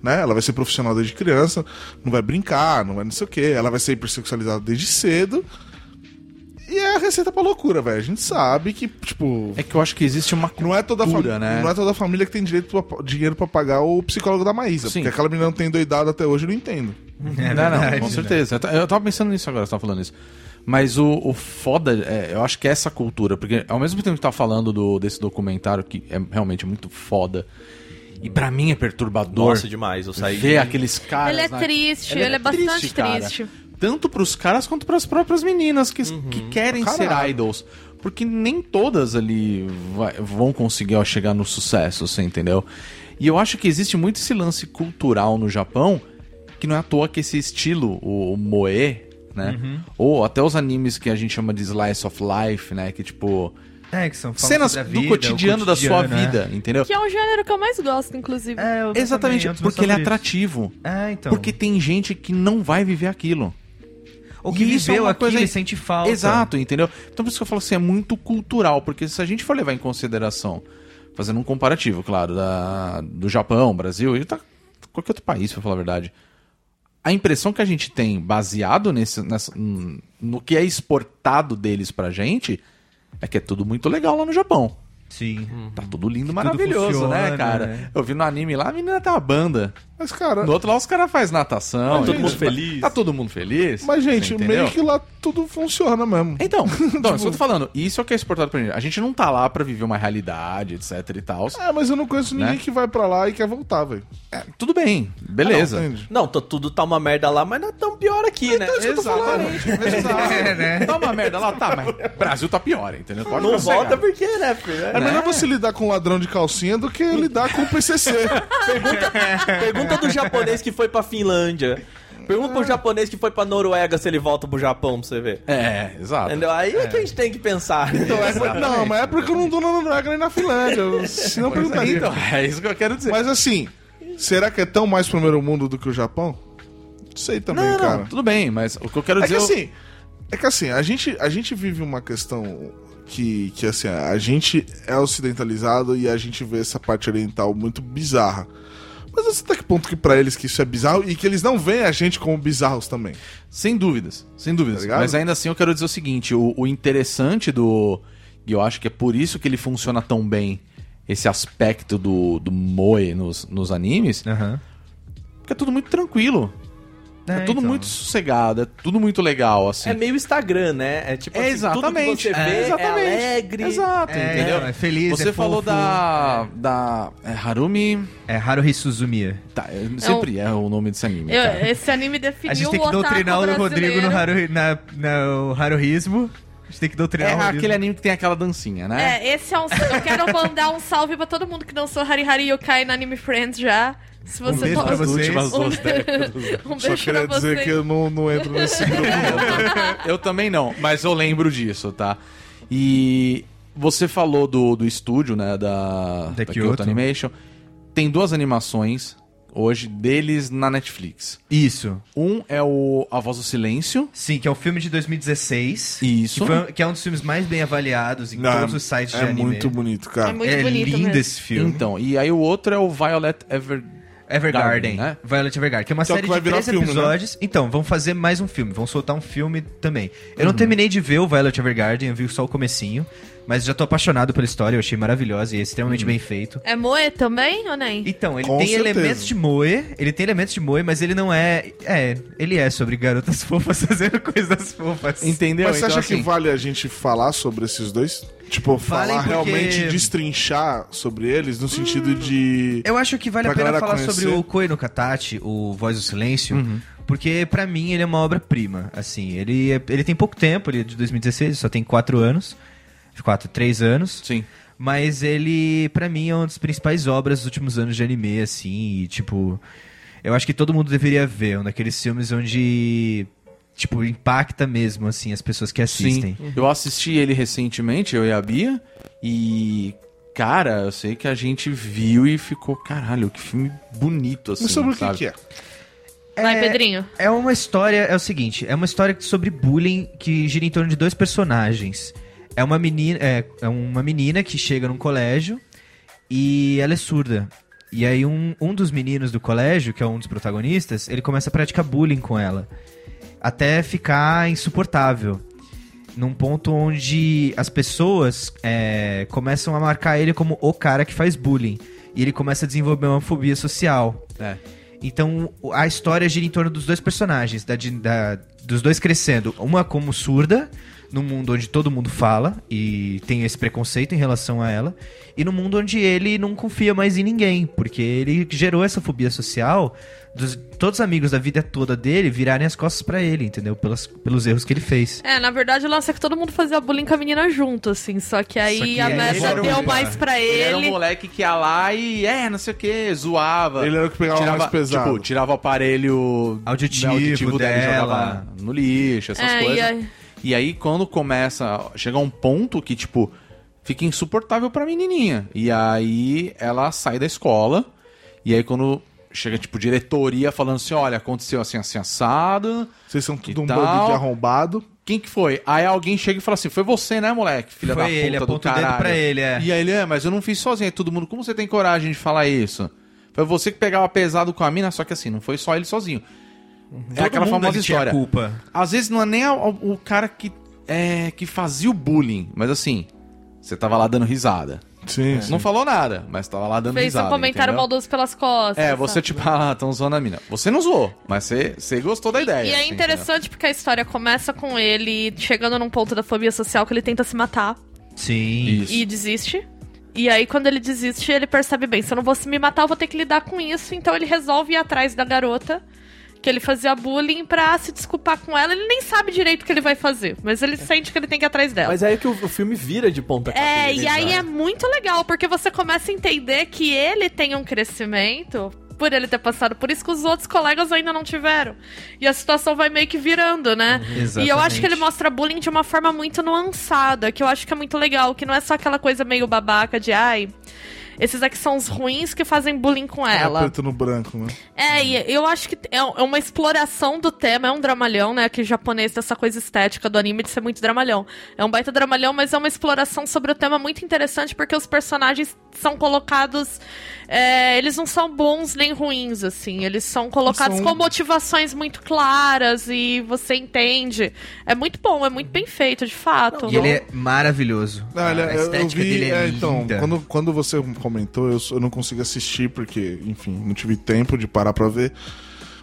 Speaker 8: né? Ela vai ser profissional desde criança, não vai brincar, não vai não sei o quê. Ela vai ser hipersexualizada desde cedo. E é a receita pra loucura, velho. A gente sabe que, tipo...
Speaker 6: É que eu acho que existe uma
Speaker 8: Não é, toda a
Speaker 6: cultura,
Speaker 8: fami-
Speaker 6: né?
Speaker 8: não é toda a família que tem direito pra, dinheiro pra pagar o psicólogo da Maísa.
Speaker 6: Sim.
Speaker 8: Porque aquela menina não tem doidado até hoje, eu não entendo.
Speaker 5: É
Speaker 6: (laughs) Não, não,
Speaker 5: verdade.
Speaker 6: com certeza. Eu ta- Eu tava pensando nisso agora, você tava falando isso. Mas o, o foda, é, eu acho que é essa cultura, porque ao mesmo tempo que tá falando do, desse documentário, que é realmente muito foda, e pra mim é perturbador
Speaker 9: Nossa, demais, eu saí...
Speaker 6: ver aqueles caras.
Speaker 7: Ele é
Speaker 6: na-
Speaker 7: triste, ele é bastante
Speaker 6: cara.
Speaker 7: triste.
Speaker 6: Tanto pros caras quanto pras próprias meninas que,
Speaker 5: Uhum.
Speaker 6: que querem ser idols. Porque nem todas ali vai- vão conseguir ó, chegar no sucesso, você entendeu? E eu acho que existe muito esse lance cultural no Japão, que não é à toa que esse estilo, o, o moe, né?
Speaker 5: Uhum.
Speaker 6: Ou até os animes que a gente chama de slice of life, né? Que tipo.
Speaker 5: É, que são falam
Speaker 6: cenas
Speaker 5: sobre a
Speaker 6: do
Speaker 5: vida, o
Speaker 6: cotidiano da sua
Speaker 5: cotidiano, é.
Speaker 6: vida, entendeu?
Speaker 7: Que é um gênero que eu mais gosto, inclusive.
Speaker 5: É, eu
Speaker 6: Exatamente,
Speaker 5: também, é um dos meus
Speaker 6: porque ele é
Speaker 5: favoritos.
Speaker 6: atrativo.
Speaker 5: É, então.
Speaker 6: Porque tem gente que não vai viver aquilo.
Speaker 5: o que
Speaker 6: E isso é
Speaker 5: viveu
Speaker 6: uma
Speaker 5: aqui,
Speaker 6: coisa-
Speaker 5: ele sente falta.
Speaker 6: Exato, entendeu? Então por isso que eu falo assim, é muito cultural, porque se a gente for levar em consideração, fazendo um comparativo, claro, da- do Japão, Brasil, e tá, qualquer outro país, pra falar a verdade, a impressão que a gente tem baseado nesse, nessa- hum, no que é exportado deles pra gente é que é tudo muito legal lá no Japão.
Speaker 5: Sim.
Speaker 7: Hum.
Speaker 6: Tá tudo lindo, maravilhoso,
Speaker 5: Uhum. funciona,
Speaker 6: né, cara?
Speaker 5: né?
Speaker 6: Eu vi no anime lá, a menina tem uma banda.
Speaker 8: Mas, cara...
Speaker 6: Do outro lá, os caras fazem natação.
Speaker 9: Todo
Speaker 6: gente,
Speaker 9: mundo
Speaker 6: tá-
Speaker 9: feliz.
Speaker 6: Tá todo mundo feliz.
Speaker 8: Mas, gente,
Speaker 6: entendeu?
Speaker 8: meio que lá tudo funciona mesmo.
Speaker 6: Então, então isso que eu tô falando. Isso é o que é exportado pra gente. A gente não tá lá pra viver uma realidade, etc e tal.
Speaker 8: É, mas eu não conheço ninguém
Speaker 6: Né?
Speaker 8: que vai pra lá e quer voltar, velho.
Speaker 6: Tudo bem, beleza.
Speaker 8: Entende?
Speaker 9: Não, tô- tudo tá uma merda lá, mas não é tão pior aqui,
Speaker 8: Então
Speaker 9: né?
Speaker 6: Exatamente.
Speaker 5: É, né?
Speaker 6: Tá uma merda lá, tá, mas o Brasil tá pior, entendeu? Pode
Speaker 9: Não
Speaker 6: ficar sossegado.
Speaker 9: volta porque, né, filho?
Speaker 8: É (laughs) melhor você lidar com um ladrão de calcinha do que lidar com o
Speaker 6: (laughs)
Speaker 8: PCC.
Speaker 9: Pergunta do japonês que foi pra Finlândia. Pergunta pro japonês que foi pra Noruega se ele volta pro Japão pra você ver.
Speaker 6: É, exato.
Speaker 9: Entendeu? Aí é que a gente tem que pensar. né?
Speaker 8: Então, é- não, mas é porque eu não tô na Noruega nem na Finlândia. eu- Se não perguntaria.
Speaker 6: Então, (laughs) é isso que eu quero dizer.
Speaker 8: Mas assim, será que é tão mais primeiro mundo do que o Japão? Não Sei também,
Speaker 6: não,
Speaker 8: cara.
Speaker 6: não, tudo bem, mas o que eu quero
Speaker 8: Tá. É que
Speaker 6: dizer... eu-
Speaker 8: assim, é que assim, a gente, a gente vive uma questão que, que assim, a gente é ocidentalizado e a gente vê essa parte oriental muito bizarra. Mas até que ponto que pra eles que isso é bizarro e que eles não veem a gente como bizarros também.
Speaker 6: Sem dúvidas, sem
Speaker 8: Tá
Speaker 6: dúvidas.
Speaker 8: ligado?
Speaker 6: Mas ainda assim eu quero dizer o seguinte: o, o interessante do. E eu acho que é por isso que ele funciona tão bem, esse aspecto do, do Moe nos, nos animes,
Speaker 5: Aham.
Speaker 6: porque é tudo muito tranquilo. É, tudo
Speaker 5: então.
Speaker 6: muito sossegado, é tudo muito legal, assim.
Speaker 9: É meio Instagram, né? É tipo
Speaker 6: É,
Speaker 9: assim, tudo que você vê é, alegre.
Speaker 6: Exato,
Speaker 5: É,
Speaker 6: entendeu?
Speaker 5: é feliz,
Speaker 6: Você
Speaker 5: é
Speaker 6: falou
Speaker 5: fofo.
Speaker 6: da. da. é Harumi.
Speaker 5: É Haruhi Suzumiya.
Speaker 6: Tá, eu- sempre é o nome desse anime.
Speaker 7: Eu-
Speaker 6: cara.
Speaker 7: esse anime
Speaker 5: A
Speaker 7: definiu
Speaker 5: gente tem
Speaker 7: o
Speaker 5: que
Speaker 7: um otaku
Speaker 5: doutrinar o
Speaker 7: brasileiro.
Speaker 5: Rodrigo no, haru, na, no haruhismo. A gente tem que doutrinar
Speaker 6: É
Speaker 5: o haruhismo.
Speaker 6: aquele anime que tem aquela dancinha, né?
Speaker 7: É, esse é um. Eu quero mandar um salve pra todo mundo que dançou Hari Hari Yokai no Anime Friends já. Se você
Speaker 5: Um beijo pra
Speaker 7: gosta-
Speaker 5: vocês.
Speaker 7: Um, be- um
Speaker 8: Só
Speaker 7: beijo pra
Speaker 8: queria dizer
Speaker 7: vocês.
Speaker 8: que eu não, não entro nesse grupo.
Speaker 6: Eu também não, mas eu lembro disso, tá? E você falou do, do estúdio, né? Da,
Speaker 5: Da
Speaker 6: da
Speaker 5: Kyoto.
Speaker 6: Kyoto Animation. Tem duas animações hoje deles na Netflix.
Speaker 5: Isso.
Speaker 6: Um é o A Voz do Silêncio.
Speaker 5: Sim, que é um filme de 2016.
Speaker 6: Isso.
Speaker 5: Que, foi- que é um dos filmes mais bem avaliados em todos os sites de
Speaker 8: é
Speaker 5: anime.
Speaker 8: muito bonito, cara.
Speaker 7: É muito
Speaker 5: é
Speaker 7: bonito
Speaker 5: lindo
Speaker 7: mesmo.
Speaker 5: esse filme.
Speaker 6: Então, e aí o outro é o Violet Ever...
Speaker 5: Evergarden,
Speaker 6: Garden, né?
Speaker 5: Violet Evergarden, que é uma
Speaker 8: Então,
Speaker 5: série
Speaker 8: que vai
Speaker 5: de
Speaker 8: virar
Speaker 5: três
Speaker 8: filme, né?
Speaker 5: episódios. Então, vão fazer mais um filme, vão soltar um filme também. Eu não terminei de ver o Violet Evergarden, eu vi só o comecinho, mas já tô apaixonado pela história, eu achei maravilhosa e é extremamente bem feito.
Speaker 7: É Moe também ou nem?
Speaker 5: Então, ele
Speaker 8: Com
Speaker 5: tem
Speaker 8: certeza.
Speaker 5: elementos de moe, ele tem elementos de moe, mas ele não é... É, ele é sobre garotas (laughs) fofas fazendo coisas fofas.
Speaker 6: Entendeu?
Speaker 8: Mas você
Speaker 6: Então,
Speaker 8: acha que
Speaker 6: assim,
Speaker 8: vale a gente falar sobre esses dois? Tipo, falar
Speaker 5: Falem porque-
Speaker 8: realmente, destrinchar sobre eles no sentido de.
Speaker 5: Eu acho que vale
Speaker 8: Pra
Speaker 5: a pena
Speaker 8: galera
Speaker 5: falar
Speaker 8: conhecer. Uhum.
Speaker 5: sobre o Koe no Katachi, o Voz do Silêncio, porque pra mim ele é uma obra-prima, assim, ele, é- ele tem pouco tempo, ele é de 2016, ele só tem 4 anos, 4, 3 anos,
Speaker 6: Sim.
Speaker 5: mas ele, pra mim, é uma das principais obras dos últimos anos de anime, assim, e tipo... Eu acho que todo mundo deveria ver, um daqueles filmes onde, tipo, impacta mesmo, assim, as pessoas que assistem.
Speaker 6: Sim. Eu assisti ele recentemente, eu e a Bia, e. Cara, eu sei que a gente viu e ficou, caralho, que filme bonito, assim.
Speaker 8: Mas sobre o
Speaker 6: sabe?
Speaker 8: que, que é?
Speaker 7: Vai,
Speaker 5: É-
Speaker 7: Pedrinho.
Speaker 5: É uma história, é o seguinte, é uma história sobre bullying que gira em torno de dois personagens. É uma menina, é, é uma menina que chega num colégio e ela é surda. E aí um, um dos meninos do colégio, que é um dos protagonistas, ele começa a praticar bullying com ela. Até ficar insuportável. Num ponto onde as pessoas é, começam a marcar ele como o cara que faz bullying. E ele começa a desenvolver uma fobia social.
Speaker 6: É.
Speaker 5: Então o- a história gira em torno dos dois personagens, da, din- da- dos dois crescendo. Uma como surda, num mundo onde todo mundo fala e tem esse preconceito em relação a ela, e no mundo onde ele não confia mais em ninguém, porque ele gerou essa fobia social dos todos os amigos da vida toda dele virarem as costas pra ele, entendeu? Pelas, pelos erros que ele fez.
Speaker 7: É, na verdade, o lance é que todo mundo fazia bullying com a menina junto, assim. Só que aí
Speaker 5: Só que
Speaker 7: a
Speaker 5: aí ele
Speaker 7: Nessa
Speaker 5: era um
Speaker 7: deu
Speaker 5: cara.
Speaker 7: mais pra
Speaker 6: Ele era um
Speaker 7: ele.
Speaker 6: moleque que ia lá e, é, não sei o que, zoava.
Speaker 8: Ele era o que pegava
Speaker 6: tirava,
Speaker 8: mais pesado.
Speaker 6: Tipo, tirava o aparelho
Speaker 5: Auditivo dela.
Speaker 6: jogava no lixo, essas
Speaker 7: É, e
Speaker 6: coisas. E aí...
Speaker 7: aí-
Speaker 6: quando começa, chega um ponto que, tipo, fica insuportável pra menininha. E aí ela sai da escola, e aí quando chega, tipo, diretoria falando assim, olha, aconteceu assim, assim, assado...
Speaker 8: Vocês são tudo
Speaker 6: E
Speaker 8: um
Speaker 6: tal.
Speaker 8: bando de arrombado.
Speaker 6: Quem que foi? Aí alguém chega e fala assim: Foi você, né, moleque? Filha
Speaker 5: Foi
Speaker 6: da puta
Speaker 5: ele,
Speaker 6: do
Speaker 5: aponta o dedo
Speaker 6: caralho.
Speaker 5: pra ele, é.
Speaker 6: E aí ele, é, mas eu não fiz sozinho. Aí todo mundo, como você tem coragem de falar isso? Foi você que pegava pesado com a mina, só que assim, não foi só ele sozinho. É
Speaker 5: Todo
Speaker 6: aquela
Speaker 5: mundo
Speaker 6: famosa
Speaker 5: ali tinha
Speaker 6: história.
Speaker 5: culpa.
Speaker 6: Às vezes não é nem a- o, o cara que, é, que fazia o bullying, mas assim, você tava lá dando risada.
Speaker 8: Sim,
Speaker 6: É. Não falou nada, mas tava lá dando
Speaker 7: Fez
Speaker 6: risada.
Speaker 7: um comentário
Speaker 6: entendeu?
Speaker 7: maldoso pelas costas.
Speaker 6: É, você
Speaker 7: sabe?
Speaker 6: tipo, (laughs) ah, tão zoando a mina. Você não zoou, mas você, você gostou da ideia.
Speaker 7: E é
Speaker 6: assim,
Speaker 7: interessante porque a história começa com ele chegando num ponto da fobia social que ele tenta se matar
Speaker 5: Sim.
Speaker 6: entendeu? Isso.
Speaker 7: e desiste. E aí, quando ele desiste, ele percebe bem: se eu não vou se me matar, eu vou ter que lidar com isso. Então, ele resolve ir atrás da garota que ele fazia bullying pra se desculpar com ela. Ele nem sabe direito o que ele vai fazer, mas
Speaker 6: É.
Speaker 7: ele sente que ele tem que ir atrás dela.
Speaker 9: Mas é aí que o, o filme vira de ponta
Speaker 7: É,
Speaker 9: cabeça,
Speaker 7: e aí
Speaker 9: né?
Speaker 7: é muito legal, porque você começa a entender que ele tem um crescimento por ele ter passado por isso que os outros colegas ainda não tiveram. E a situação vai meio que virando, né? E eu acho que ele
Speaker 5: Exatamente.
Speaker 7: mostra bullying de uma forma muito nuançada, que eu acho que é muito legal, que não é só aquela coisa meio babaca de ai. Esses aqui são os ruins que fazem bullying com
Speaker 8: É
Speaker 7: ela.
Speaker 8: preto no branco, né?
Speaker 7: É, e eu acho que é é uma exploração do tema, é um dramalhão, né? Que japonês tem essa coisa estética do anime de ser muito dramalhão. É um baita dramalhão, mas é uma exploração sobre o tema muito interessante, porque os personagens são colocados. é, eles não são bons nem ruins, assim. Eles são colocados
Speaker 8: São-
Speaker 7: com motivações muito claras e você entende. É muito bom, é muito bem feito, de fato.
Speaker 5: E ele é maravilhoso.
Speaker 8: Não, ele-
Speaker 5: Ah, a
Speaker 8: Ah, eu- eu
Speaker 5: estética
Speaker 8: vi-
Speaker 5: dele é,
Speaker 8: é, então,
Speaker 5: linda.
Speaker 8: quando, quando você comentou, eu, eu não consigo assistir, porque, enfim, não tive tempo de parar pra ver.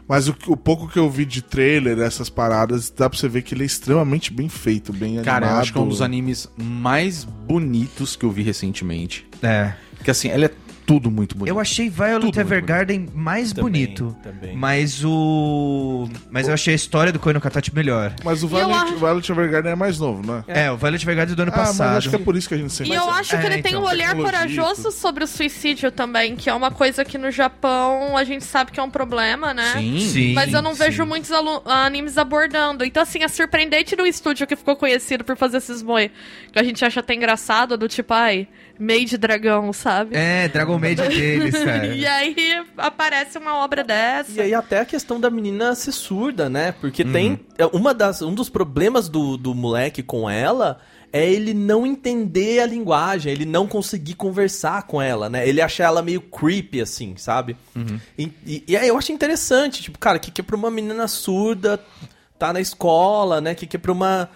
Speaker 8: Mas o, que- o pouco que eu vi de trailer, essas paradas, dá pra você ver que ele é extremamente bem feito, bem
Speaker 6: Cara, eu
Speaker 8: animado.
Speaker 6: acho que é um dos animes mais bonitos que eu vi recentemente.
Speaker 5: É.
Speaker 6: Porque assim, ele é tudo muito bonito.
Speaker 5: Eu achei Violet
Speaker 6: Tudo muito
Speaker 5: Evergarden mais
Speaker 9: Também,
Speaker 5: bonito.
Speaker 9: também.
Speaker 5: Mas o. Mas eu achei a história do Koino Katachi melhor.
Speaker 8: Mas o
Speaker 7: E eu
Speaker 8: Violet,
Speaker 7: acho-
Speaker 8: Violet Evergarden é mais novo, né?
Speaker 5: É, o Violet Evergarden do ano
Speaker 8: Ah, mas
Speaker 5: passado.
Speaker 8: acho que é por isso que a gente sente.
Speaker 7: E eu acho que
Speaker 5: é,
Speaker 7: ele tem
Speaker 5: então,
Speaker 7: um olhar
Speaker 8: tecnologia,
Speaker 7: corajoso
Speaker 8: tudo.
Speaker 7: sobre o suicídio também, que é uma coisa que no Japão a gente sabe que é um problema, né?
Speaker 6: Sim,
Speaker 5: Sim.
Speaker 7: Mas eu não
Speaker 5: sim.
Speaker 7: vejo muitos alu- animes abordando. Então, assim, é surpreendente no estúdio que ficou conhecido por fazer esses moe que a gente acha até engraçado, do tipo, ai, meio de dragão, sabe?
Speaker 5: É, Dragon Maid é
Speaker 8: (laughs)
Speaker 5: deles, cara.
Speaker 7: (laughs) e aí aparece uma obra dessa.
Speaker 9: E aí até a questão da menina ser surda, né? Porque tem é, uma das um dos problemas do, do moleque com ela é ele não entender a linguagem, ele não conseguir conversar com ela, né? Ele achar ela meio creepy, assim, sabe? E, e, e aí eu acho interessante, tipo, cara, o que, que é pra uma menina surda tá na escola, né? O que, que é pra uma.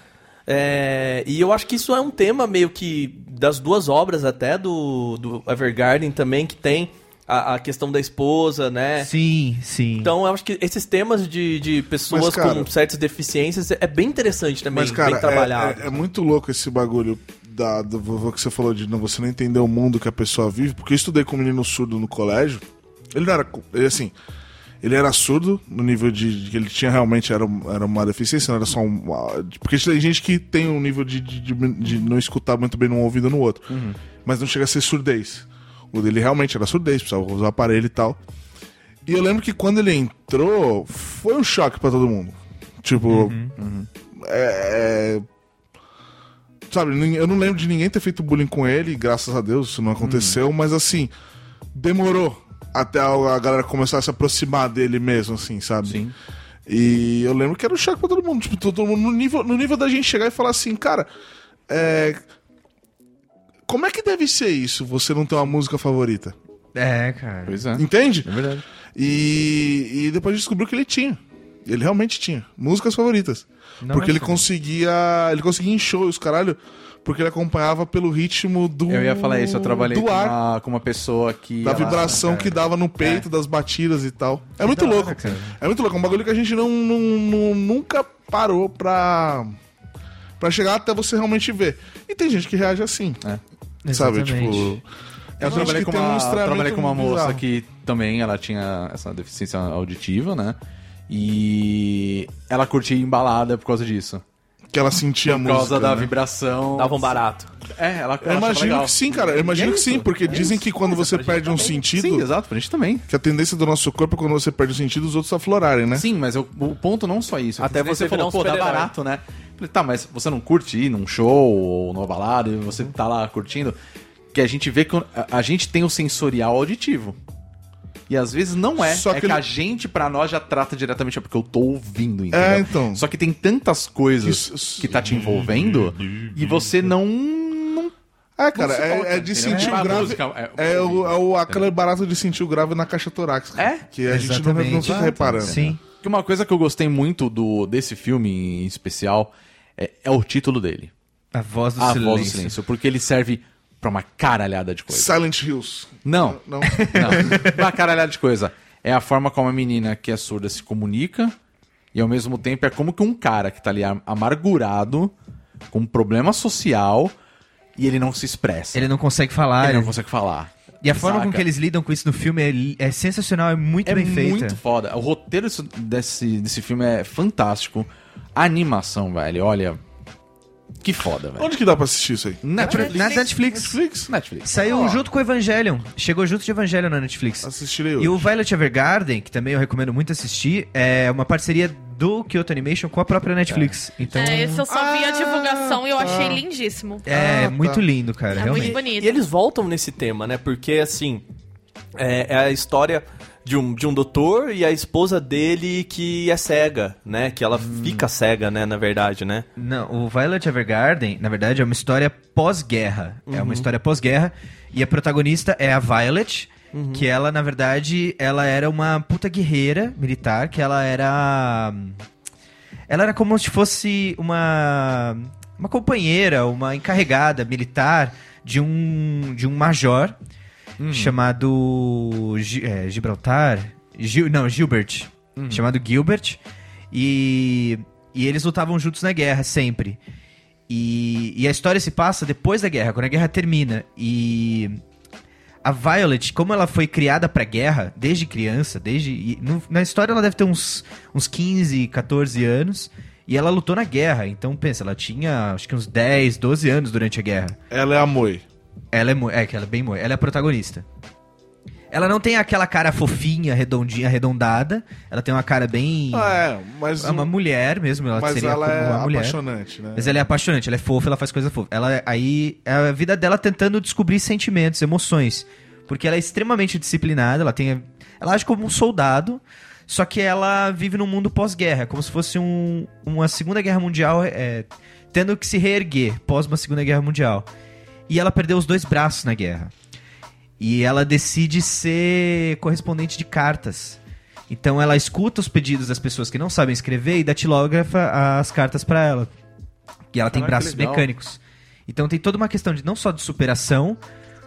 Speaker 9: é, e eu acho que isso é um tema meio que das duas obras até do, do Evergarden também, que tem a, a questão da esposa,
Speaker 6: É.
Speaker 9: né?
Speaker 5: Sim, sim.
Speaker 9: Então, eu acho que esses temas de, de pessoas
Speaker 8: Mas, cara-
Speaker 9: com certas deficiências é bem interessante também,
Speaker 8: Mas, cara,
Speaker 9: bem
Speaker 8: é-
Speaker 9: trabalhado.
Speaker 8: é, é muito louco esse bagulho da, do vovô que você falou de não, você não entender o mundo que a pessoa vive, porque eu estudei com um menino surdo no colégio. Ele não era. co- Ele, assim. Ele era surdo, no nível de, de que ele tinha realmente era, um- era uma deficiência, não era só um. ah, de- Porque tem gente que tem um nível de, de, de- de não escutar muito bem num ouvido ou no outro.
Speaker 9: Uhum.
Speaker 8: Mas não chega a ser surdez. O dele realmente era surdez, precisava usar aparelho e tal. E eu lembro que quando ele entrou, foi um choque pra todo mundo. Tipo.
Speaker 9: Uhum.
Speaker 8: É, é, Sabe, nin- eu não lembro de ninguém ter feito bullying com ele, graças a Deus isso não aconteceu, mas assim, demorou até a a galera começar a se aproximar dele mesmo, assim, sabe?
Speaker 6: Sim.
Speaker 8: E eu lembro que era um choque pra todo mundo. Tipo, todo mundo no nível, no nível da gente chegar e falar assim, cara, é, Como é que deve ser isso, você não ter uma música favorita?
Speaker 5: É, cara.
Speaker 6: Pois é.
Speaker 8: Entende?
Speaker 6: É verdade.
Speaker 8: E, e depois descobriu que ele tinha. Ele realmente tinha. Músicas favoritas.
Speaker 5: Não
Speaker 8: porque
Speaker 5: é
Speaker 8: ele
Speaker 5: só.
Speaker 8: conseguia. Ele conseguia em shows, caralho. Porque ele acompanhava pelo ritmo do.
Speaker 6: Eu ia falar isso, eu trabalhei
Speaker 8: Do
Speaker 6: com
Speaker 8: ar.
Speaker 6: uma, né, com uma pessoa que.
Speaker 8: Da
Speaker 6: ela-
Speaker 8: vibração que dava no peito, das batidas e tal. É muito
Speaker 5: da hora,
Speaker 8: louco.
Speaker 5: cara.
Speaker 8: É muito louco. É um bagulho que a gente não, não- não- nunca parou pra. Pra chegar até você realmente ver. E tem gente que reage assim. Sabe?
Speaker 5: Exatamente.
Speaker 8: Tipo.
Speaker 6: É. Eu
Speaker 8: gente
Speaker 6: trabalhei
Speaker 8: que
Speaker 6: com,
Speaker 8: tem um
Speaker 6: uma, eu
Speaker 8: lustramento
Speaker 6: trabalhei com uma moça
Speaker 8: bizarro.
Speaker 6: que também ela tinha essa deficiência auditiva, né? E ela curtia embalada por causa disso.
Speaker 8: Que ela sentia
Speaker 6: Por
Speaker 8: muito.
Speaker 6: causa da
Speaker 8: um
Speaker 6: vibração.
Speaker 9: Davam barato.
Speaker 6: É, ela
Speaker 8: né?
Speaker 6: ela
Speaker 8: Eu
Speaker 6: achava
Speaker 8: imagino
Speaker 6: legal.
Speaker 8: que sim, cara. Eu imagino
Speaker 6: E é
Speaker 8: que sim,
Speaker 6: isso,
Speaker 8: porque
Speaker 6: é
Speaker 8: dizem
Speaker 6: isso.
Speaker 8: que quando
Speaker 6: Mas é
Speaker 8: você
Speaker 6: pra gente
Speaker 8: perde um
Speaker 6: também.
Speaker 8: sentido,
Speaker 6: Sim, exato, pra gente também.
Speaker 8: que a tendência do nosso corpo é quando você perde o sentido, os outros aflorarem, né?
Speaker 6: Sim, mas eu- o ponto não só isso.
Speaker 9: Até
Speaker 6: Que nem
Speaker 9: você
Speaker 6: você falou,
Speaker 9: virar um
Speaker 6: pô, dá
Speaker 9: super-herói.
Speaker 6: barato, né? Eu Falei, tá, mas você não curte ir num show ou numa balada e você tá lá curtindo? Que a gente vê que a- a gente tem o sensorial auditivo. E às vezes não é.
Speaker 8: Só
Speaker 6: é
Speaker 8: que
Speaker 6: que
Speaker 8: ele-
Speaker 6: a gente, pra nós, já trata diretamente, é porque eu tô ouvindo, entendeu?
Speaker 8: É, então.
Speaker 6: Só que tem tantas coisas
Speaker 8: Isso-
Speaker 6: que tá te envolvendo e você não. não
Speaker 8: É, cara,
Speaker 6: Não se toca,
Speaker 8: é, é de
Speaker 6: entendeu?
Speaker 8: sentir
Speaker 6: É
Speaker 8: o
Speaker 6: uma
Speaker 8: grave.
Speaker 6: música, é-
Speaker 8: É o, é o aquele barato de sentir o grave na caixa torácica.
Speaker 6: É?
Speaker 8: Que a gente não, não fica
Speaker 5: Exatamente.
Speaker 8: reparando.
Speaker 5: Sim.
Speaker 6: Porque uma coisa que eu gostei muito do desse filme em especial é- é o título dele.
Speaker 5: A voz do
Speaker 6: a
Speaker 5: silêncio.
Speaker 6: voz do silêncio, porque ele serve pra uma caralhada de coisa.
Speaker 8: Silent Hills.
Speaker 6: Não,
Speaker 8: Não. (laughs)
Speaker 6: não. (laughs) Pra uma caralhada de coisa. É a forma como a menina que é surda se comunica e ao mesmo tempo é como que um cara que tá ali am- amargurado, com um problema social e ele não se expressa. Ele,
Speaker 5: Ele não consegue falar.
Speaker 6: não
Speaker 5: ele-
Speaker 6: consegue falar.
Speaker 5: E a forma
Speaker 6: Saca?
Speaker 5: com que eles lidam com isso no filme é, li- é sensacional, é muito
Speaker 6: é
Speaker 5: bem feita.
Speaker 6: muito foda. O roteiro isso- desse, desse filme é fantástico. A animação, velho, olha. Que foda, velho.
Speaker 8: Onde que dá pra assistir isso aí?
Speaker 6: Netflix.
Speaker 5: Na Netflix.
Speaker 6: Netflix. Netflix.
Speaker 5: Saiu junto com o Evangelion. Chegou junto de Evangelion na Netflix.
Speaker 8: Assistirei hoje.
Speaker 5: E o Violet Evergarden, que também eu recomendo muito assistir, é uma parceria do Kyoto Animation com a própria Netflix. Então,
Speaker 7: É, esse eu
Speaker 5: é,
Speaker 7: só vi a divulgação e eu
Speaker 8: Ah,
Speaker 7: achei
Speaker 8: tá.
Speaker 7: lindíssimo.
Speaker 8: Ah, tá.
Speaker 5: muito lindo, cara,
Speaker 7: É muito
Speaker 5: É, realmente.
Speaker 7: bonito.
Speaker 9: E eles voltam nesse tema, né? Porque, assim, é, é a história de um, de um doutor e a esposa dele que é cega, né? Que ela
Speaker 8: Hum.
Speaker 9: fica cega, né? Na verdade, né?
Speaker 5: Não, o Violet Evergarden, na verdade, é uma história pós-guerra. É uma história pós-guerra e a protagonista é a Violet, que ela, na verdade, ela era uma puta guerreira militar, que ela era ela era como se fosse uma uma companheira, uma encarregada militar de um de um major chamado Gi- é, Gibraltar, Gil, não, Gilbert, chamado Gilbert, e, e eles lutavam juntos na guerra sempre. E, e a história se passa depois da guerra, quando a guerra termina. E a Violet, como ela foi criada pra guerra desde criança, desde e no- na história ela deve ter uns, uns 15, 14 anos. E ela lutou na guerra, então pensa, ela tinha acho que uns 10, 12 anos durante a guerra.
Speaker 8: Ela é a Moi.
Speaker 5: Ela é, mo- é que ela é bem moe. Ela é a protagonista. Ela não tem aquela cara fofinha, redondinha, arredondada. Ela tem uma cara bem.
Speaker 8: Ah, é, mas,
Speaker 5: é uma mulher mesmo. Ela
Speaker 8: mas
Speaker 5: seria
Speaker 8: ela
Speaker 5: como
Speaker 8: é
Speaker 5: uma mulher.
Speaker 8: apaixonante, né?
Speaker 5: Mas ela é apaixonante, ela é fofa, ela faz coisa fofa. Ela aí é a vida dela tentando descobrir sentimentos, emoções, porque ela é extremamente disciplinada, ela tem ela age como um soldado, só que ela vive num mundo pós-guerra, como se fosse um, uma Segunda Guerra Mundial é, tendo que se reerguer pós uma Segunda Guerra Mundial. E ela perdeu os dois braços na guerra. E ela decide ser correspondente de cartas. Então ela escuta os pedidos das pessoas que não sabem escrever e datilógrafa as cartas pra ela. E ela tem
Speaker 6: Caraca,
Speaker 5: braços
Speaker 6: que legal.
Speaker 5: mecânicos. Então tem toda uma questão de não só de superação,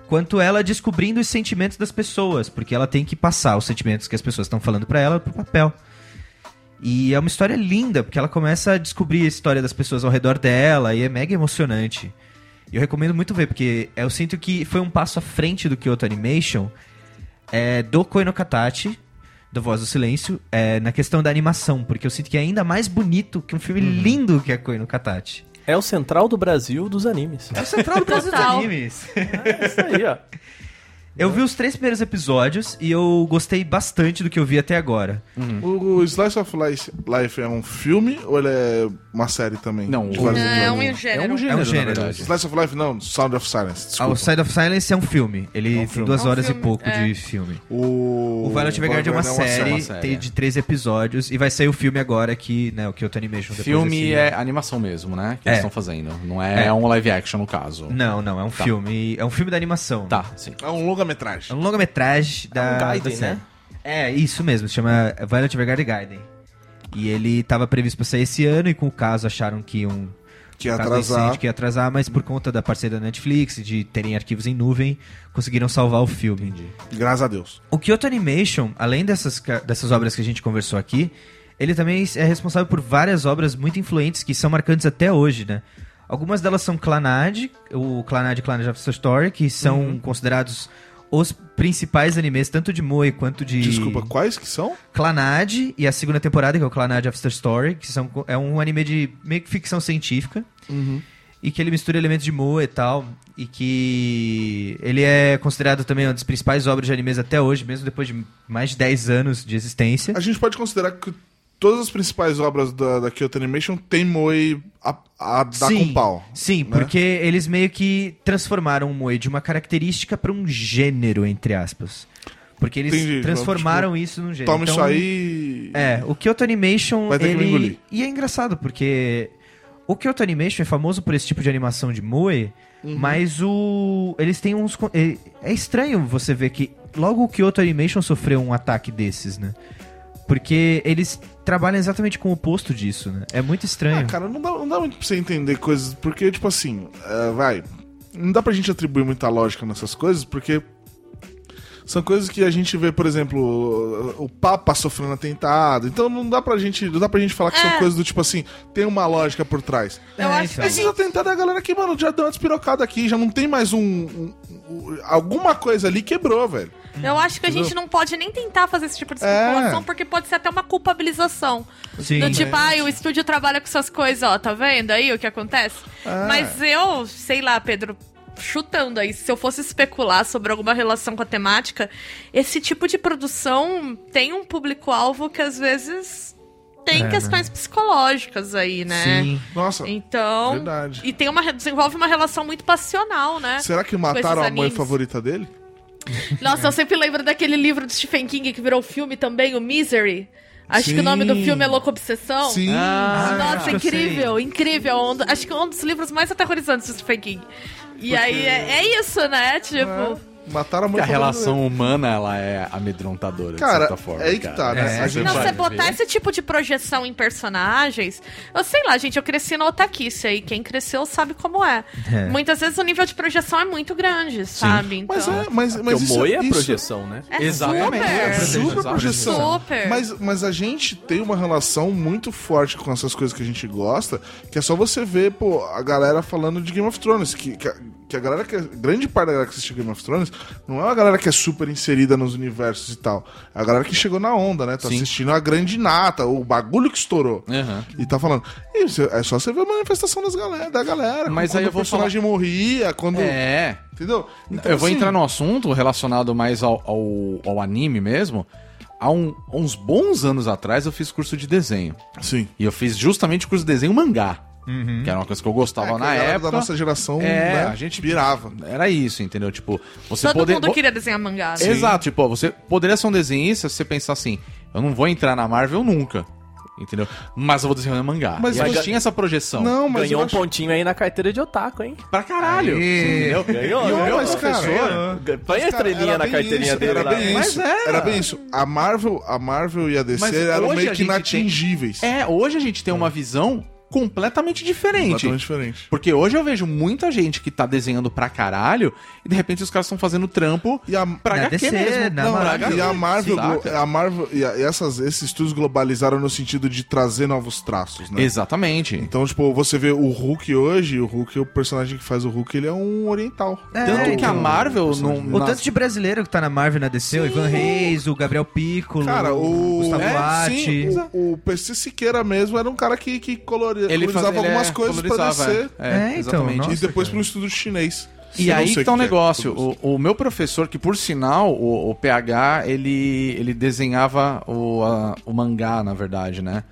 Speaker 5: quanto ela descobrindo os sentimentos das pessoas, porque ela tem que passar os sentimentos que as pessoas estão falando pra ela pro papel. E é uma história linda, porque ela começa a descobrir a história das pessoas ao redor dela e é mega emocionante. E eu recomendo muito ver, porque eu sinto que foi um passo à frente do Kyoto Animation é, do Koino Katachi, do Voz do Silêncio, é, na questão da animação, porque eu sinto que é ainda mais bonito que um filme lindo que é Koino Katachi.
Speaker 9: É
Speaker 8: (laughs)
Speaker 9: o central do Brasil dos animes.
Speaker 5: É o central do Brasil dos
Speaker 7: Total.
Speaker 5: animes.
Speaker 9: É isso aí, ó.
Speaker 5: Eu vi os três primeiros episódios e eu gostei bastante do que eu vi até agora.
Speaker 8: O Slice of Life, Life é um filme ou ele é uma série também?
Speaker 6: Não,
Speaker 8: De
Speaker 6: o-
Speaker 7: Não,
Speaker 8: vários
Speaker 9: né?
Speaker 7: é um
Speaker 8: episódios.
Speaker 7: gênero.
Speaker 5: gênero, na verdade.
Speaker 8: Slice of Life não, Sound of Silence, desculpa.
Speaker 5: Outside of Silence é um filme. Ele tem
Speaker 8: filme.
Speaker 5: duas
Speaker 7: É um
Speaker 5: horas
Speaker 7: filme,
Speaker 5: e pouco
Speaker 7: é.
Speaker 5: de filme.
Speaker 8: O,
Speaker 5: O Violet Evergarden é uma, série,
Speaker 6: uma série,
Speaker 5: tem
Speaker 6: é.
Speaker 5: de três episódios, e vai sair o filme agora que, né, o Kyoto Animation depois
Speaker 6: Filme
Speaker 5: desse-
Speaker 6: é animação mesmo, né? Que
Speaker 5: É.
Speaker 6: eles estão fazendo. Não é, um live action, no caso.
Speaker 5: Não, não, é
Speaker 9: Tá.
Speaker 5: um filme, é um filme da animação.
Speaker 6: Tá, sim.
Speaker 8: É um longa-metragem.
Speaker 5: É um longa-metragem da
Speaker 9: um Gaiden,
Speaker 5: da série.
Speaker 9: né?
Speaker 5: É, isso mesmo, se chama Violet Evergarden Gaiden. E ele tava previsto pra sair esse ano e com o caso acharam que um
Speaker 8: Que ia
Speaker 5: por causa do
Speaker 8: atrasar.
Speaker 5: incêndio que ia atrasar, mas por conta da parceria da Netflix, de terem arquivos em nuvem, conseguiram salvar o filme.
Speaker 8: Graças a Deus.
Speaker 5: O Kyoto Animation, além dessas, ca- dessas obras que a gente conversou aqui, ele também é responsável por várias obras muito influentes que são marcantes até hoje, né? Algumas delas são Clanad, o Clanad e Clanad of the Story, que são considerados os principais animes, tanto de Moe quanto de...
Speaker 8: Desculpa, quais que são?
Speaker 5: Clanad e a segunda temporada, que é o Clanad After Story, que são, é um anime de meio que ficção científica.
Speaker 8: Uhum.
Speaker 5: E que ele mistura elementos de Moe e tal. E que ele é considerado também uma das principais obras de animes até hoje, mesmo depois de mais de 10 anos de existência.
Speaker 8: A gente pode considerar que todas as principais obras da, da Kyoto Animation tem Moe a, a dar com pau.
Speaker 5: Sim,
Speaker 8: né?
Speaker 5: porque eles meio que transformaram o Moe de uma característica pra um gênero, entre aspas. Porque eles
Speaker 8: Entendi, tipo,
Speaker 5: transformaram isso num gênero.
Speaker 8: Toma
Speaker 5: Então,
Speaker 8: isso aí.
Speaker 5: É, o Kyoto Animation,
Speaker 8: Vai ter que me engolir.
Speaker 5: ele... E é engraçado, porque o Kyoto Animation é famoso por esse tipo de animação de Moe,
Speaker 8: Uhum.
Speaker 5: mas o... Eles têm uns... con- É é estranho você ver que logo o Kyoto Animation sofreu um ataque desses, né? Porque eles trabalham exatamente com o oposto disso, né? É muito
Speaker 8: Ah,
Speaker 5: estranho.
Speaker 8: cara, não dá, não dá muito pra você entender coisas, porque, tipo assim, é, vai. Não dá pra gente atribuir muita lógica nessas coisas, porque são coisas que a gente vê, por exemplo, o o Papa sofrendo atentado. Então não dá pra gente, não dá pra gente falar que
Speaker 7: É.
Speaker 8: são coisas do tipo assim, tem uma lógica por trás.
Speaker 5: É,
Speaker 7: Eu acho que
Speaker 5: então.
Speaker 7: a
Speaker 8: Esses
Speaker 7: gente...
Speaker 8: atentados, a galera que, mano, já deu uma despirocada aqui, já não tem mais um. um- um- alguma coisa ali quebrou, velho.
Speaker 7: Eu acho que a gente não pode nem tentar fazer esse tipo de especulação, porque pode ser até uma culpabilização.
Speaker 5: Sim. né?
Speaker 7: do tipo, ah, o estúdio trabalha com essas coisas, ó, tá vendo aí o que acontece? Mas eu, sei lá, Pedro, chutando aí, se eu fosse especular sobre alguma relação com a temática, esse tipo de produção tem um público-alvo que às vezes tem
Speaker 5: É,
Speaker 7: questões psicológicas aí, né?
Speaker 5: Sim.
Speaker 8: Nossa,
Speaker 7: Então.
Speaker 8: Verdade.
Speaker 7: E tem uma, re- desenvolve uma relação muito passional, né?
Speaker 8: será que mataram a
Speaker 7: esses
Speaker 8: mãe
Speaker 7: animes.
Speaker 8: favorita dele?
Speaker 7: Nossa, eu sempre lembro daquele livro do Stephen King que virou filme também, o Misery. Acho que
Speaker 8: Sim.
Speaker 7: o nome do filme é Louco Obsessão.
Speaker 8: Sim.
Speaker 5: Ah, acho
Speaker 7: Nossa,
Speaker 5: que eu
Speaker 7: incrível, incrível. Um do- acho que é um dos livros mais aterrorizantes do Stephen King. E aí é, é isso, né? Tipo,
Speaker 8: Mataram a mãe
Speaker 6: Porque a
Speaker 8: favorita
Speaker 6: relação humana, ela é amedrontadora, de
Speaker 8: Cara,
Speaker 6: certa forma.
Speaker 8: é aí que tá,
Speaker 6: cara.
Speaker 8: né?
Speaker 5: É.
Speaker 8: A gente
Speaker 7: não,
Speaker 8: vai
Speaker 7: você
Speaker 8: ver.
Speaker 7: botar esse tipo de projeção em personagens. Eu sei lá, gente, eu cresci na otaquice aí. Quem cresceu sabe como é.
Speaker 5: É.
Speaker 7: Muitas vezes o nível de projeção é muito grande, sabe? Então,
Speaker 8: Mas é, mas, mas
Speaker 9: Porque
Speaker 8: isso,
Speaker 9: o Moe é
Speaker 8: isso-
Speaker 9: projeção, né?
Speaker 7: é
Speaker 6: Exatamente.
Speaker 7: super.
Speaker 8: É super
Speaker 6: Exato.
Speaker 8: projeção.
Speaker 7: Super.
Speaker 8: Mas, mas a gente tem uma relação muito forte com essas coisas que a gente gosta, que é só você ver, pô, a galera falando de Game of Thrones, que, que, a, que a galera que é- grande parte da galera que assiste Game of Thrones não é uma galera que é super inserida nos universos e tal. É a galera que chegou na onda, né? Tá
Speaker 6: Sim.
Speaker 8: assistindo a grande nata, o bagulho que estourou.
Speaker 6: Aham.
Speaker 8: E tá falando. "Ih, você- é só você ver a manifestação das galera, da galera.
Speaker 6: Mas
Speaker 8: quando
Speaker 6: aí eu
Speaker 8: o
Speaker 6: vou
Speaker 8: personagem morria, quando.
Speaker 6: É.
Speaker 8: Entendeu? Então,
Speaker 6: eu vou
Speaker 8: assim,
Speaker 6: entrar num assunto relacionado mais ao, ao, ao anime mesmo. Há, um- há uns bons anos atrás eu fiz curso de desenho.
Speaker 8: Sim.
Speaker 6: E eu fiz justamente curso de desenho mangá. Que era uma coisa que eu gostava
Speaker 8: É, que a
Speaker 6: na
Speaker 8: galera
Speaker 6: época.
Speaker 8: da nossa geração,
Speaker 6: É,
Speaker 8: né,
Speaker 6: a gente-
Speaker 8: pirava.
Speaker 6: Era isso, entendeu? Tipo, você
Speaker 7: Todo
Speaker 6: poder.
Speaker 7: mundo
Speaker 6: vo-
Speaker 7: queria desenhar mangá. né?
Speaker 6: Exato, tipo, ó, você poderia ser um desenhista se você pensar assim, eu não vou entrar na Marvel nunca. Entendeu? Mas eu vou desenhar um mangá. Mas
Speaker 8: Mas
Speaker 6: e aí
Speaker 8: você-
Speaker 6: tinha essa projeção.
Speaker 8: Não, mas eu
Speaker 9: Ganhou um
Speaker 8: acho-
Speaker 9: pontinho aí na carteira de otaku, hein?
Speaker 6: Pra caralho.
Speaker 5: Aê.
Speaker 6: Entendeu?
Speaker 9: Ganhou,
Speaker 6: E o
Speaker 9: né?
Speaker 6: meu
Speaker 8: Mas, cara,
Speaker 6: professor.
Speaker 9: Põe a
Speaker 8: Cara,
Speaker 9: estrelinha
Speaker 8: era
Speaker 9: na
Speaker 8: bem
Speaker 9: carteirinha
Speaker 8: isso,
Speaker 9: dele
Speaker 8: era
Speaker 9: lá.
Speaker 8: bem
Speaker 6: Mas
Speaker 8: isso,
Speaker 6: era.
Speaker 8: era bem isso. A Marvel, a Marvel e a DC
Speaker 6: Mas
Speaker 8: eram
Speaker 6: hoje
Speaker 8: meio
Speaker 6: a gente
Speaker 8: que
Speaker 6: tem-
Speaker 8: inatingíveis.
Speaker 6: É, hoje a gente tem uma visão completamente diferente.
Speaker 8: completamente diferente.
Speaker 6: Porque hoje eu vejo muita gente que tá desenhando pra caralho e de repente os caras estão fazendo trampo
Speaker 8: E a,
Speaker 6: pra
Speaker 5: Na DC,
Speaker 6: HQ mesmo.
Speaker 5: na
Speaker 6: Não, pra
Speaker 5: Marvel.
Speaker 8: e a
Speaker 6: HQ,
Speaker 8: Marvel,
Speaker 6: saca?
Speaker 8: glo- a Marvel e, a- e essas, esses estudos globalizaram no sentido de trazer novos traços, né?
Speaker 6: Exatamente.
Speaker 8: Então, tipo, você vê o Hulk hoje, o Hulk, o personagem que faz o Hulk, ele é um oriental.
Speaker 5: É,
Speaker 6: Tanto que a
Speaker 5: então,
Speaker 6: Marvel não.
Speaker 5: O tanto de brasileiro que tá na Marvel, na DC, o Ivan Reis, o Gabriel Piccolo,
Speaker 8: Cara, o.
Speaker 5: Gustavo
Speaker 8: é,
Speaker 5: Duarte.
Speaker 8: sim, o, o PC Siqueira mesmo era um cara que, que colori-
Speaker 6: Ele
Speaker 8: colorizava
Speaker 6: faz- ele
Speaker 8: algumas
Speaker 6: é-
Speaker 8: coisas pra
Speaker 6: colorizava,
Speaker 8: descer.
Speaker 6: É,
Speaker 5: É, então,
Speaker 6: exatamente.
Speaker 5: nossa.
Speaker 8: E depois para um estudo chinês.
Speaker 6: E
Speaker 8: Eu não
Speaker 6: aí
Speaker 8: sei
Speaker 6: que tá o
Speaker 8: o que é,
Speaker 6: negócio.
Speaker 8: Augusto.
Speaker 6: o, o meu professor, que por sinal, o, o PH, ele, ele desenhava o, a- o mangá, na verdade, né?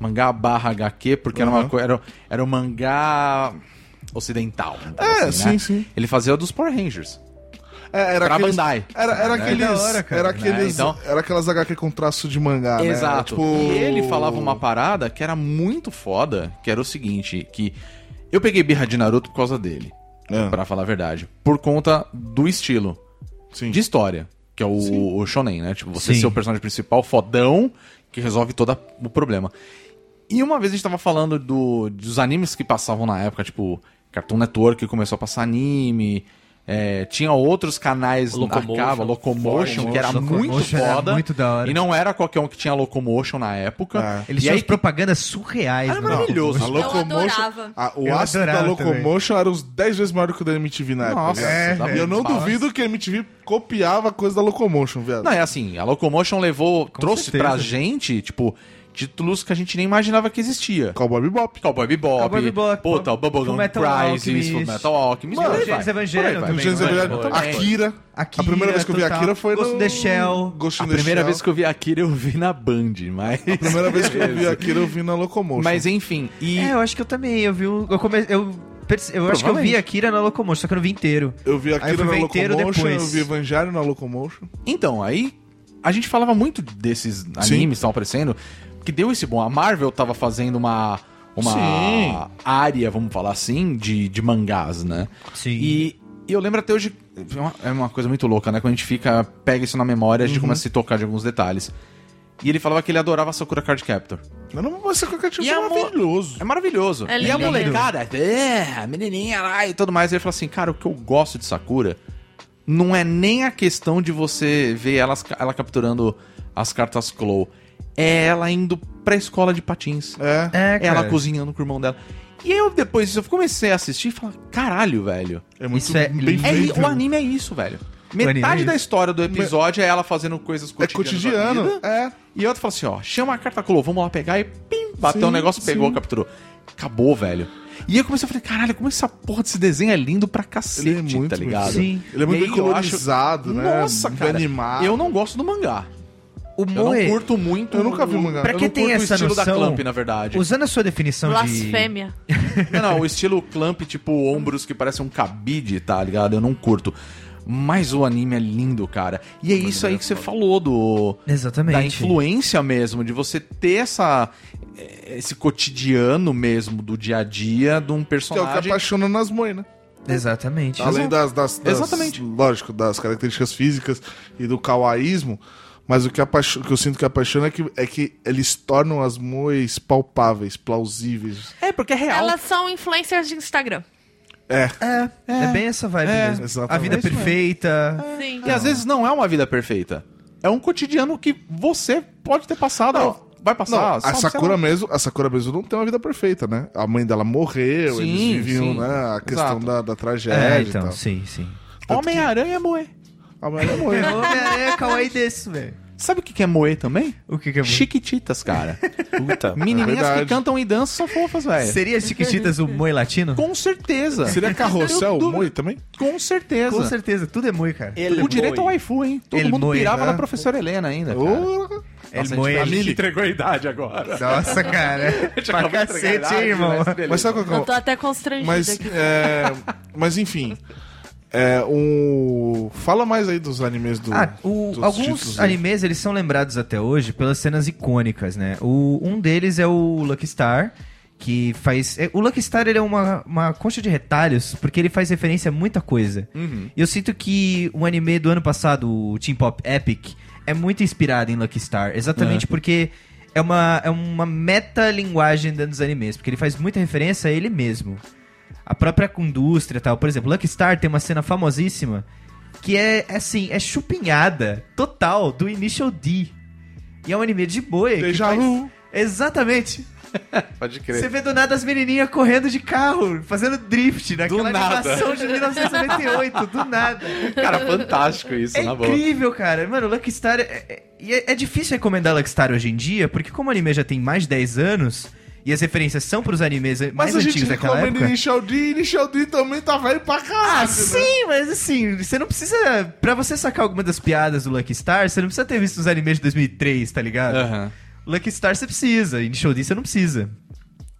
Speaker 6: Mangá barra HQ, porque era uma
Speaker 8: Aham.
Speaker 6: coisa. Era, era o mangá ocidental.
Speaker 8: É,
Speaker 6: né?
Speaker 8: sim, sim.
Speaker 6: Ele fazia o dos Power Rangers.
Speaker 8: É, era
Speaker 6: Pra
Speaker 8: aqueles,
Speaker 6: Bandai.
Speaker 8: Era, era
Speaker 6: É da
Speaker 8: aqueles.
Speaker 5: hora, cara,
Speaker 8: era,
Speaker 5: né?
Speaker 8: aqueles
Speaker 6: Então-
Speaker 8: era aquelas HQ com traço de mangá, né?
Speaker 6: Exato.
Speaker 8: Tipo-
Speaker 6: E ele falava uma parada que era muito foda, que era o seguinte, que eu peguei birra de Naruto por causa dele,
Speaker 8: É.
Speaker 6: pra falar a verdade, por conta do estilo
Speaker 8: Sim.
Speaker 6: de história, que é o, o shonen, né? Tipo, você
Speaker 5: Sim.
Speaker 6: ser o personagem principal fodão que resolve todo o problema. E uma vez a gente tava falando do- dos animes que passavam na época, tipo, Cartoon Network que começou a passar anime, é, tinha outros canais
Speaker 9: Locomotion,
Speaker 6: acaba, Locomotion, que era
Speaker 5: Locomotion
Speaker 6: muito
Speaker 5: era
Speaker 6: foda.
Speaker 5: muito da hora.
Speaker 6: E não era qualquer um que tinha Locomotion na época.
Speaker 8: É.
Speaker 5: Eles
Speaker 6: e
Speaker 5: tinham
Speaker 6: aí
Speaker 5: as propagandas surreais, né?
Speaker 6: Era
Speaker 5: no
Speaker 6: maravilhoso.
Speaker 8: A
Speaker 5: Locomotion.
Speaker 8: locomotion,
Speaker 4: adorava.
Speaker 8: a- o
Speaker 5: Eu
Speaker 8: ácido da
Speaker 5: adorava
Speaker 8: Locomotion era uns 10 vezes maior que o da MTV na época.
Speaker 6: Nossa,
Speaker 8: viado.
Speaker 5: É,
Speaker 6: dá
Speaker 8: E
Speaker 6: muito
Speaker 8: eu não
Speaker 6: pau.
Speaker 8: duvido que a MTV copiava a coisa da Locomotion, velho.
Speaker 6: Não, é assim, a Locomotion levou, trouxe
Speaker 5: certeza.
Speaker 6: pra gente, tipo, títulos que a gente nem imaginava que existia.
Speaker 8: Cowboy Bebop.
Speaker 6: Cowboy Bebop,
Speaker 5: Cowboy Bebop,
Speaker 6: puta, o Bubblegum
Speaker 5: Full Metal
Speaker 6: Crisis,
Speaker 5: Alchemist.
Speaker 6: Full Metal Alchemist,
Speaker 5: Mano,
Speaker 6: por aí
Speaker 5: James
Speaker 6: vai.
Speaker 5: Evangelion
Speaker 6: Por aí vai.
Speaker 5: também,
Speaker 8: James
Speaker 5: né?
Speaker 6: é
Speaker 8: Evangelion,
Speaker 5: Também.
Speaker 8: Akira. A primeira vez que eu vi
Speaker 5: total.
Speaker 8: Akira foi
Speaker 5: Ghost
Speaker 8: no...
Speaker 5: in the Shell.
Speaker 8: Ghost in
Speaker 6: A
Speaker 8: the
Speaker 6: primeira
Speaker 8: Shell.
Speaker 6: vez que eu vi Akira, eu vi na Band,
Speaker 5: (laughs)
Speaker 6: mas...
Speaker 8: A primeira vez que eu vi Akira, eu vi na Locomotion.
Speaker 6: Mas enfim, e...
Speaker 5: É, eu acho que eu também. Eu vi um- Eu, come... eu, perce- eu acho que eu vi
Speaker 6: Provavelmente.
Speaker 5: Akira na Locomotion, só que eu não vi inteiro.
Speaker 8: eu vi
Speaker 5: Aí eu
Speaker 8: Akira
Speaker 5: fui
Speaker 8: na
Speaker 5: ver inteiro
Speaker 8: Locomotion, eu
Speaker 5: depois.
Speaker 8: vi Evangelho na Locomotion.
Speaker 6: Então, aí a gente falava muito desses animes que estavam aparecendo, que deu esse bom. A Marvel tava fazendo uma, uma
Speaker 8: Sim.
Speaker 6: área, vamos falar assim, de, de mangás, né?
Speaker 5: Sim.
Speaker 6: E, e eu lembro até hoje. é uma- É uma coisa muito louca, né? Quando a gente fica, pega isso na memória, a gente começa a se tocar de alguns detalhes. E ele falava que ele adorava Sakura Card Captor.
Speaker 8: Mas não vou ser qualquer tipo,
Speaker 6: E
Speaker 8: é
Speaker 6: a mo-
Speaker 8: maravilhoso.
Speaker 6: É maravilhoso.
Speaker 7: É
Speaker 6: e a
Speaker 7: lindo.
Speaker 6: molecada, é, a menininha lá e tudo mais. Ele fala assim, cara, o que eu gosto de Sakura não é nem a questão de você ver elas, ela capturando as cartas Claw. É ela indo pra escola de patins.
Speaker 8: É.
Speaker 5: É, cara.
Speaker 6: ela cozinhando com o irmão dela. E aí eu depois disso, eu comecei a assistir e falar, caralho, velho.
Speaker 8: É muito
Speaker 5: Isso é
Speaker 8: bem
Speaker 5: lindo.
Speaker 6: É, i-
Speaker 8: feito.
Speaker 6: o anime é isso, velho.
Speaker 5: anime é
Speaker 6: Metade
Speaker 5: isso.
Speaker 6: da história do episódio é ela fazendo coisas
Speaker 8: É
Speaker 6: cotidianas. da vida.
Speaker 8: cotidiano. É.
Speaker 6: E outro fala assim, ó, chama a carta colou, vamos lá pegar e pim, bateu o
Speaker 8: Sim,
Speaker 6: negócio, pegou,
Speaker 8: sim.
Speaker 6: capturou. Acabou, velho. E aí eu comecei a falar, caralho, como essa porra desse desenho é lindo pra cacete,
Speaker 8: Ele é muito
Speaker 6: tá
Speaker 8: bonito.
Speaker 6: ligado?
Speaker 5: Sim.
Speaker 8: Ele é muito
Speaker 6: E aí
Speaker 8: bem
Speaker 6: eu acho-
Speaker 8: colorizado, né?
Speaker 6: Nossa,
Speaker 8: Bem
Speaker 6: cara.
Speaker 8: animado.
Speaker 6: Eu não gosto do mangá.
Speaker 5: O
Speaker 6: Eu não
Speaker 5: Moe,
Speaker 6: curto muito.
Speaker 8: Eu nunca vi
Speaker 6: o-
Speaker 8: mangá.
Speaker 5: Pra
Speaker 6: eu
Speaker 5: quem
Speaker 6: não
Speaker 5: tem
Speaker 6: curto
Speaker 5: essa
Speaker 6: o estilo da
Speaker 5: noção-
Speaker 6: Clamp, na verdade.
Speaker 5: usando a sua definição de...
Speaker 7: Blasfêmia.
Speaker 6: Não, não, o estilo Clamp, tipo ombros que parece um cabide, tá ligado? Eu não curto. Mas o anime é lindo, cara. E é isso aí que você falou do.
Speaker 5: Exatamente.
Speaker 6: Da influência mesmo, de você ter essa. eh, Esse cotidiano mesmo do dia a dia de um
Speaker 8: Que é o que
Speaker 6: personagem.
Speaker 8: apaixona nas mães, né?
Speaker 5: Exatamente.
Speaker 8: Além das, das, das-
Speaker 6: Exatamente.
Speaker 8: Lógico, das características físicas e do kawaiismo. Mas o que, apaixo- o que eu sinto que apaixona é que, é que eles tornam as moes palpáveis, plausíveis.
Speaker 6: É, porque é real.
Speaker 7: Elas são influencers de Instagram.
Speaker 8: É.
Speaker 5: É, é bem essa vibe
Speaker 6: É,
Speaker 5: mesmo.
Speaker 8: exatamente.
Speaker 5: A vida
Speaker 8: É isso mesmo.
Speaker 5: perfeita.
Speaker 7: Sim.
Speaker 6: E às vezes não é uma vida perfeita. É um cotidiano que você pode ter passado.
Speaker 8: Não.
Speaker 6: ó, Vai passar.
Speaker 8: Não, a
Speaker 6: sabe, sei
Speaker 8: Sakura
Speaker 6: lá.
Speaker 8: mesmo, a Sakura mesmo não tem uma vida perfeita, né? A mãe dela morreu, eles
Speaker 6: Sim,
Speaker 8: viviam,
Speaker 6: sim.
Speaker 8: né, a questão
Speaker 6: Exato.
Speaker 8: da, da tragédia
Speaker 5: É,
Speaker 8: e
Speaker 5: então,
Speaker 8: tal.
Speaker 5: sim, sim.
Speaker 6: Homem-Aranha é moe.
Speaker 8: A mãe né? dela morreu.
Speaker 5: (laughs) Homem-Aranha é kawaii desse, velho.
Speaker 6: Sabe o que que é moe também?
Speaker 5: O que que é
Speaker 6: Chiquititas,
Speaker 8: (laughs)
Speaker 6: cara.
Speaker 9: Puta.
Speaker 6: Menininhas que
Speaker 8: É verdade.
Speaker 6: cantam e dançam são fofas,
Speaker 8: é.
Speaker 6: velho.
Speaker 5: Seria Chiquititas o Moi latino?
Speaker 6: Com certeza.
Speaker 8: Seria carrossel,
Speaker 6: Eu-
Speaker 8: Moi também?
Speaker 6: Com certeza.
Speaker 5: Com certeza, tudo é Moi, cara.
Speaker 9: Ele
Speaker 6: O direito ao
Speaker 9: foi.
Speaker 6: waifu, hein? Todo
Speaker 5: Ele
Speaker 6: mundo
Speaker 5: moe,
Speaker 6: pirava
Speaker 5: né?
Speaker 6: na professora Helena ainda. Cara.
Speaker 8: Oh,
Speaker 5: Ele
Speaker 6: Nossa, a
Speaker 5: Moi
Speaker 6: gente- a gente
Speaker 5: ele.
Speaker 6: entregou a idade agora.
Speaker 5: Nossa, cara. (laughs) pra cacete, hein, irmão?
Speaker 8: mas sabe qual que é
Speaker 7: Eu
Speaker 8: o-
Speaker 7: tô até constrangida
Speaker 8: Mas,
Speaker 7: aqui.
Speaker 8: é, mas enfim. É, um... Fala mais aí dos animes do.
Speaker 5: Ah, o-
Speaker 8: dos títulos
Speaker 5: alguns
Speaker 8: aí.
Speaker 5: animes eles são lembrados até hoje pelas cenas icônicas, né? O, um deles é o Lucky Star, que faz. é, o Lucky Star ele é uma, uma concha de retalhos, porque ele faz referência a muita coisa.
Speaker 8: Uhum.
Speaker 5: E eu sinto que o anime do ano passado, o Team Pop Epic, é muito inspirado em Lucky Star, exatamente porque. É uma, é uma meta-linguagem dentro dos animes, porque ele faz muita referência a ele mesmo. A própria indústria e tal. Por exemplo, Lucky Star tem uma cena famosíssima que é, é assim, é chupinhada total do Initial D. E é um anime de boi. que
Speaker 8: Deja
Speaker 5: faz-
Speaker 8: vu.
Speaker 5: Exatamente.
Speaker 6: Pode crer.
Speaker 5: Você vê do nada as menininhas correndo de carro, fazendo drift naquela
Speaker 6: nada.
Speaker 5: animação de 1998, do nada.
Speaker 6: Cara, fantástico isso,
Speaker 5: É
Speaker 6: na boa.
Speaker 5: incrível, cara. Mano, Lucky Star. É, é, e é- é difícil recomendar Lucky Star hoje em dia, porque como o anime já tem mais de 10 anos, E as referências são pros animes mais
Speaker 8: Mas a gente
Speaker 5: antigos daquela
Speaker 8: recomenda
Speaker 5: época.
Speaker 8: Initial D e Initial D também tá velho pra caralho.
Speaker 5: Ah,
Speaker 8: né?
Speaker 5: sim, mas assim, você não precisa. Pra você sacar alguma das piadas do Lucky Star, você não precisa ter visto os animes de 2003, tá ligado?
Speaker 8: É.
Speaker 6: Aham.
Speaker 5: Lucky Star você precisa, Initial D você não precisa.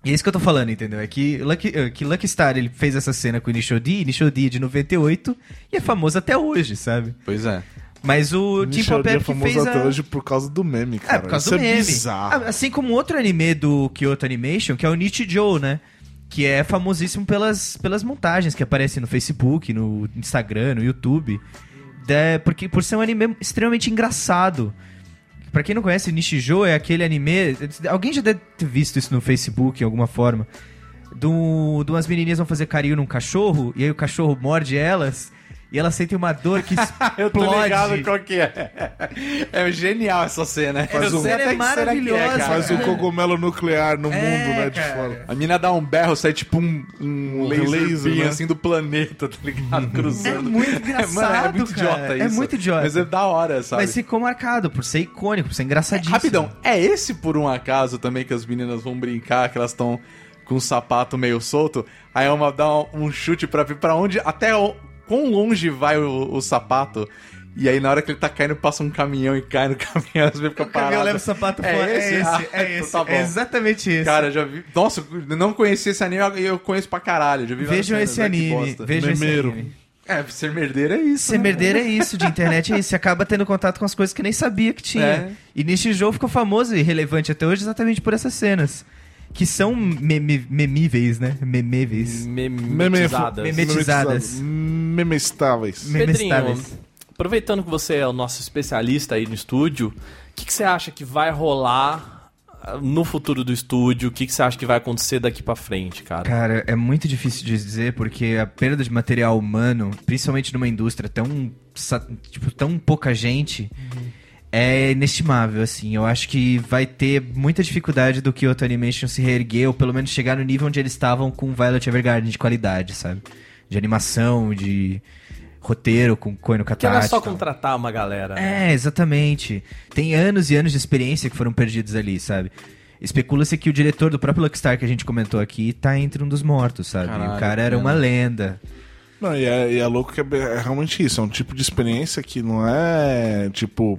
Speaker 5: E é isso que eu tô falando, entendeu? É que Lucky, eh, que Lucky Star ele fez essa cena com o Initial D, Initial D é de 98 e é famoso até hoje, sabe?
Speaker 6: Pois é.
Speaker 5: Mas o Tim
Speaker 8: Initial D é
Speaker 5: Popper que
Speaker 8: famoso
Speaker 5: fez
Speaker 8: até
Speaker 5: a...
Speaker 8: hoje por causa do meme,
Speaker 5: É,
Speaker 8: cara.
Speaker 5: por causa
Speaker 8: Isso
Speaker 5: do
Speaker 8: é
Speaker 5: meme.
Speaker 8: bizarro.
Speaker 5: Ah, Assim como outro anime do Kyoto Animation, que é o Nichijou, né? Que é famosíssimo pelas, pelas montagens que aparecem no Facebook, no Instagram, no YouTube. Da- porque, por ser um anime extremamente engraçado. Pra quem não conhece, Nichijou é aquele anime... Alguém já deve ter visto isso no Facebook, em alguma forma. Do, de umas menininhas vão fazer carinho num cachorro, e aí o cachorro morde elas... E elas sentem uma dor que explode.
Speaker 6: (laughs) Eu tô ligado qual que é. É genial essa cena.
Speaker 5: Faz
Speaker 6: Eu
Speaker 5: um-
Speaker 6: sei até
Speaker 5: Ela é
Speaker 6: que cena que
Speaker 5: maravilhosa,
Speaker 6: cara. um
Speaker 8: Faz o cogumelo nuclear no mundo, né, de
Speaker 5: é. cara.
Speaker 8: fora.
Speaker 6: A mina dá um berro, sai tipo um, um laser,
Speaker 8: laser,
Speaker 6: beam,
Speaker 8: né?
Speaker 6: assim do planeta, tá ligado? Cruzando.
Speaker 5: É muito
Speaker 6: Mano, (laughs) é
Speaker 5: engraçado,
Speaker 6: muito
Speaker 5: cara.
Speaker 6: idiota
Speaker 5: É
Speaker 6: isso.
Speaker 5: muito idiota.
Speaker 6: Mas é da hora, sabe?
Speaker 5: Mas ficou marcado por ser icônico, por ser engraçadíssimo.
Speaker 6: Rapidão, é esse por um acaso também que as meninas vão brincar, que elas estão com o sapato meio solto, aí uma dá um, um chute pra ver pra onde, até o, quão longe vai o, o sapato, e aí na hora que ele tá caindo, passa um caminhão e cai no (laughs) caminhão, as vezes fica
Speaker 5: O caminhão
Speaker 6: parado.
Speaker 5: leva o sapato
Speaker 6: É
Speaker 5: fora.
Speaker 6: esse?
Speaker 5: É esse,
Speaker 6: Ah,
Speaker 5: é
Speaker 6: então
Speaker 5: esse.
Speaker 6: tá bom.
Speaker 5: É exatamente esse.
Speaker 6: Cara, já vi. Nossa, eu não conheci esse anime e eu conheço pra caralho. Já vi várias
Speaker 5: vejam
Speaker 6: cenas,
Speaker 5: esse
Speaker 6: né? Que
Speaker 5: anime.
Speaker 6: bosta.
Speaker 5: Vejam esse
Speaker 8: Memeiro.
Speaker 5: anime.
Speaker 6: É, ser merdeiro é isso.
Speaker 5: Ser
Speaker 6: né?
Speaker 5: merdeiro é isso, de internet é isso. Você acaba tendo contato com as coisas que nem sabia que tinha.
Speaker 6: É.
Speaker 5: E Nishijou ficou famoso e relevante até hoje exatamente por essas cenas. Que são meme- memíveis, né? Meméveis.
Speaker 9: Memetizadas.
Speaker 5: Meme- Memetizadas.
Speaker 8: Memestáveis.
Speaker 9: Pedrinho,
Speaker 5: Memestáveis.
Speaker 9: aproveitando que você é o nosso especialista aí no estúdio, o que, que você acha que vai rolar ah, no futuro do estúdio? O que, que você acha que vai acontecer daqui pra frente, cara?
Speaker 5: Cara, é muito difícil de dizer porque a perda de material humano, principalmente numa indústria tão sa- tipo, tão pouca gente, é inestimável assim. Eu acho que vai ter muita dificuldade do Kyoto Animation se reerguer ou pelo menos chegar no nível onde eles estavam com Violet Evergarden de qualidade, sabe? De animação, de roteiro com Koino
Speaker 9: Porque não é
Speaker 5: Katachi.
Speaker 9: só
Speaker 5: e tal.
Speaker 9: contratar uma galera. né?
Speaker 5: É, exatamente. Tem anos e anos de experiência que foram perdidos ali, sabe? Especula-se que o diretor do próprio Luckstar que a gente comentou aqui tá entre um dos mortos, sabe?
Speaker 6: Caralho,
Speaker 5: o cara era uma lenda.
Speaker 8: Não, e é, e é louco que é, é realmente isso. É um tipo de experiência que não é, tipo...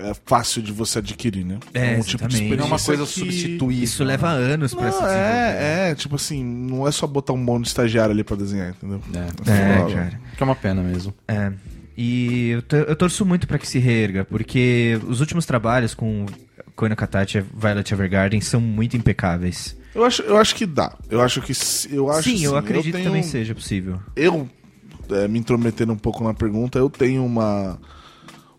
Speaker 8: É fácil de você adquirir, né?
Speaker 5: É,
Speaker 8: um tipo
Speaker 5: exatamente.
Speaker 8: de experiência
Speaker 6: Não é uma coisa
Speaker 8: que-
Speaker 6: substituível.
Speaker 5: Isso leva anos pra se
Speaker 8: Não,
Speaker 5: desenvolver.
Speaker 8: é, é, tipo assim, não é só botar um monte de estagiário ali pra desenhar, entendeu? Assim,
Speaker 6: É.
Speaker 5: É,
Speaker 8: foda.
Speaker 5: cara.
Speaker 6: Que é uma pena mesmo.
Speaker 5: É. E eu, to- eu torço muito pra que se reerga, porque os últimos trabalhos com Koina Katachi e Violet Evergarden são muito impecáveis.
Speaker 8: Eu acho, eu acho que dá. Eu acho que se- eu acho
Speaker 5: sim,
Speaker 8: assim,
Speaker 5: eu acredito que
Speaker 8: tenho-
Speaker 5: também seja possível.
Speaker 8: Eu é, me intrometendo um pouco na pergunta, eu tenho uma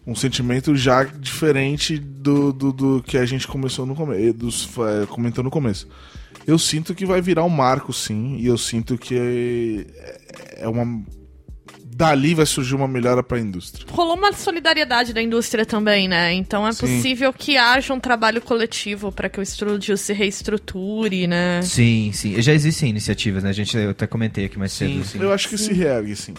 Speaker 8: um sentimento já diferente do, do, do que a gente começou no começo, dos é, comentou no começo. Eu sinto que vai virar um marco, sim, e eu sinto que é, é uma dali vai surgir uma melhora pra indústria.
Speaker 7: Rolou uma solidariedade da indústria também, né? Então é
Speaker 8: Sim.
Speaker 7: possível que haja um trabalho coletivo pra que o estúdio se reestruture, né?
Speaker 5: Sim, sim. Já existem iniciativas, né? A gente, eu até comentei aqui mais cedo. assim.
Speaker 8: Eu acho que se reergue, sim.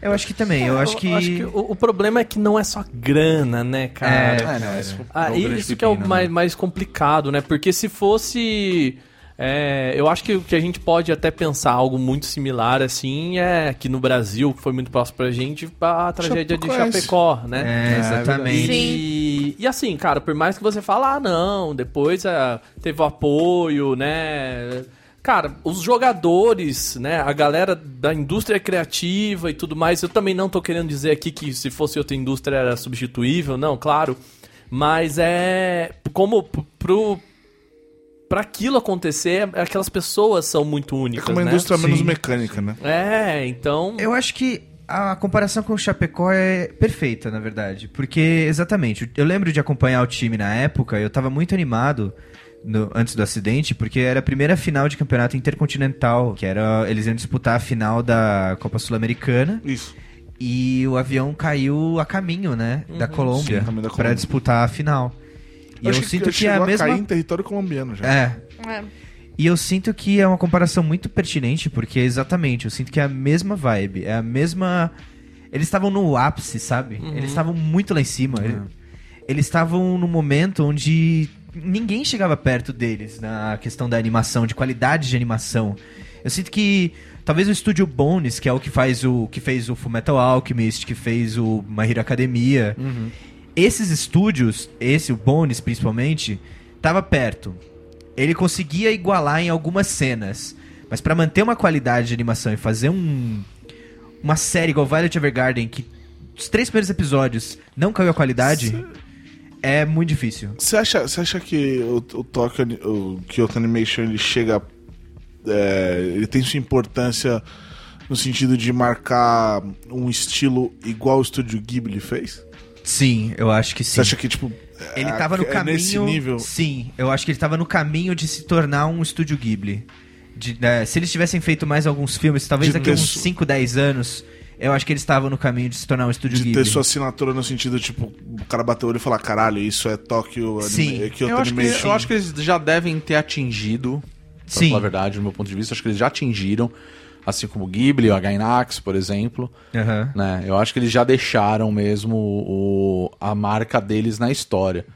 Speaker 5: Eu acho que também. É,
Speaker 9: É,
Speaker 5: Eu acho que.
Speaker 9: o, o problema é que não é só grana, né, cara?
Speaker 5: É,
Speaker 6: não, isso,
Speaker 9: Ah,
Speaker 6: é o
Speaker 9: e
Speaker 6: grande
Speaker 9: isso que é o
Speaker 6: pepino,
Speaker 9: mais,
Speaker 6: né?
Speaker 9: mais complicado, né? Porque se fosse. é, eu acho que o que a gente pode até pensar algo muito similar, assim, é que no Brasil, que foi muito próximo pra gente, a tragédia de
Speaker 8: Chapecoense.
Speaker 9: Chapecó, né?
Speaker 5: É, exatamente.
Speaker 7: Sim.
Speaker 9: E, e assim, cara, por mais que você fale, ah, não, depois ah, teve o apoio, né? Cara, os jogadores, né? A galera da indústria criativa e tudo mais, eu também não tô querendo dizer aqui que se fosse outra indústria era substituível, não, claro. Mas é. Como p- pro. Pra aquilo acontecer, é, aquelas pessoas são muito
Speaker 8: É
Speaker 9: únicas,
Speaker 8: como uma
Speaker 9: né?
Speaker 8: indústria
Speaker 5: Sim.
Speaker 8: menos mecânica, né?
Speaker 9: É, então.
Speaker 5: Eu acho que a comparação com o Chapecó é perfeita, na verdade. Porque, exatamente, eu lembro de acompanhar o time na época, eu tava muito animado no- antes do acidente, porque era a primeira final de campeonato intercontinental, que era eles iam disputar a final da Copa Sul-Americana.
Speaker 8: Isso.
Speaker 5: E o avião caiu a caminho, né? Da Colômbia,
Speaker 8: Sim, caminho da
Speaker 5: pra
Speaker 8: Colômbia.
Speaker 5: disputar a final. E eu,
Speaker 8: Acho
Speaker 5: sinto que, é
Speaker 8: chegou
Speaker 5: a mesma.
Speaker 8: cair em território colombiano já.
Speaker 5: É,
Speaker 7: É.
Speaker 5: E eu sinto que é uma comparação muito pertinente, porque exatamente, eu sinto que é a mesma vibe, é a mesma. Eles estavam no ápice, sabe? Eles estavam muito lá em cima. Ele- Eles estavam num momento onde ninguém chegava perto deles na questão da animação, de qualidade de animação. Eu sinto que talvez o estúdio Bones, que é o que faz o que fez o Fullmetal Alchemist, que fez o My Hero Academia, esses estúdios, esse o Bones principalmente, tava perto. Ele conseguia igualar em algumas cenas, mas pra manter uma qualidade de animação e fazer um uma série igual Violet Evergarden que os três primeiros episódios não caiu a qualidade, é muito difícil.
Speaker 8: Você acha, você acha que o, o Tokyo, Ani- o Kyoto Animation ele chega. é, ele tem sua importância no sentido de marcar um estilo igual o estúdio Ghibli fez?
Speaker 5: Sim, eu acho que sim.
Speaker 8: Você acha que, tipo. é-
Speaker 5: Ele tava no
Speaker 8: é
Speaker 5: caminho.
Speaker 8: Nesse nível.
Speaker 5: Sim, eu acho que ele tava no caminho de se tornar um estúdio Ghibli. De, né, se eles tivessem feito mais alguns filmes, talvez
Speaker 8: De
Speaker 5: daqui a uns
Speaker 8: ter su-
Speaker 5: 5, 10 anos, eu acho que eles estavam no caminho de se tornar um estúdio
Speaker 8: De
Speaker 5: Ghibli.
Speaker 8: ter sua assinatura no sentido, tipo, o cara bater o olho e falar, caralho, isso é Tokyo Anime-
Speaker 5: Sim.
Speaker 8: é Kyoto
Speaker 6: Eu acho, que,
Speaker 8: Animation.
Speaker 6: eu acho que eles já devem ter atingido, pra
Speaker 5: Sim.
Speaker 6: falar a verdade, do meu ponto de vista, acho que eles já atingiram, assim como o Ghibli, o Gainax, por exemplo,
Speaker 5: Aham.
Speaker 6: né? Eu acho que eles já deixaram mesmo o, a marca deles na história.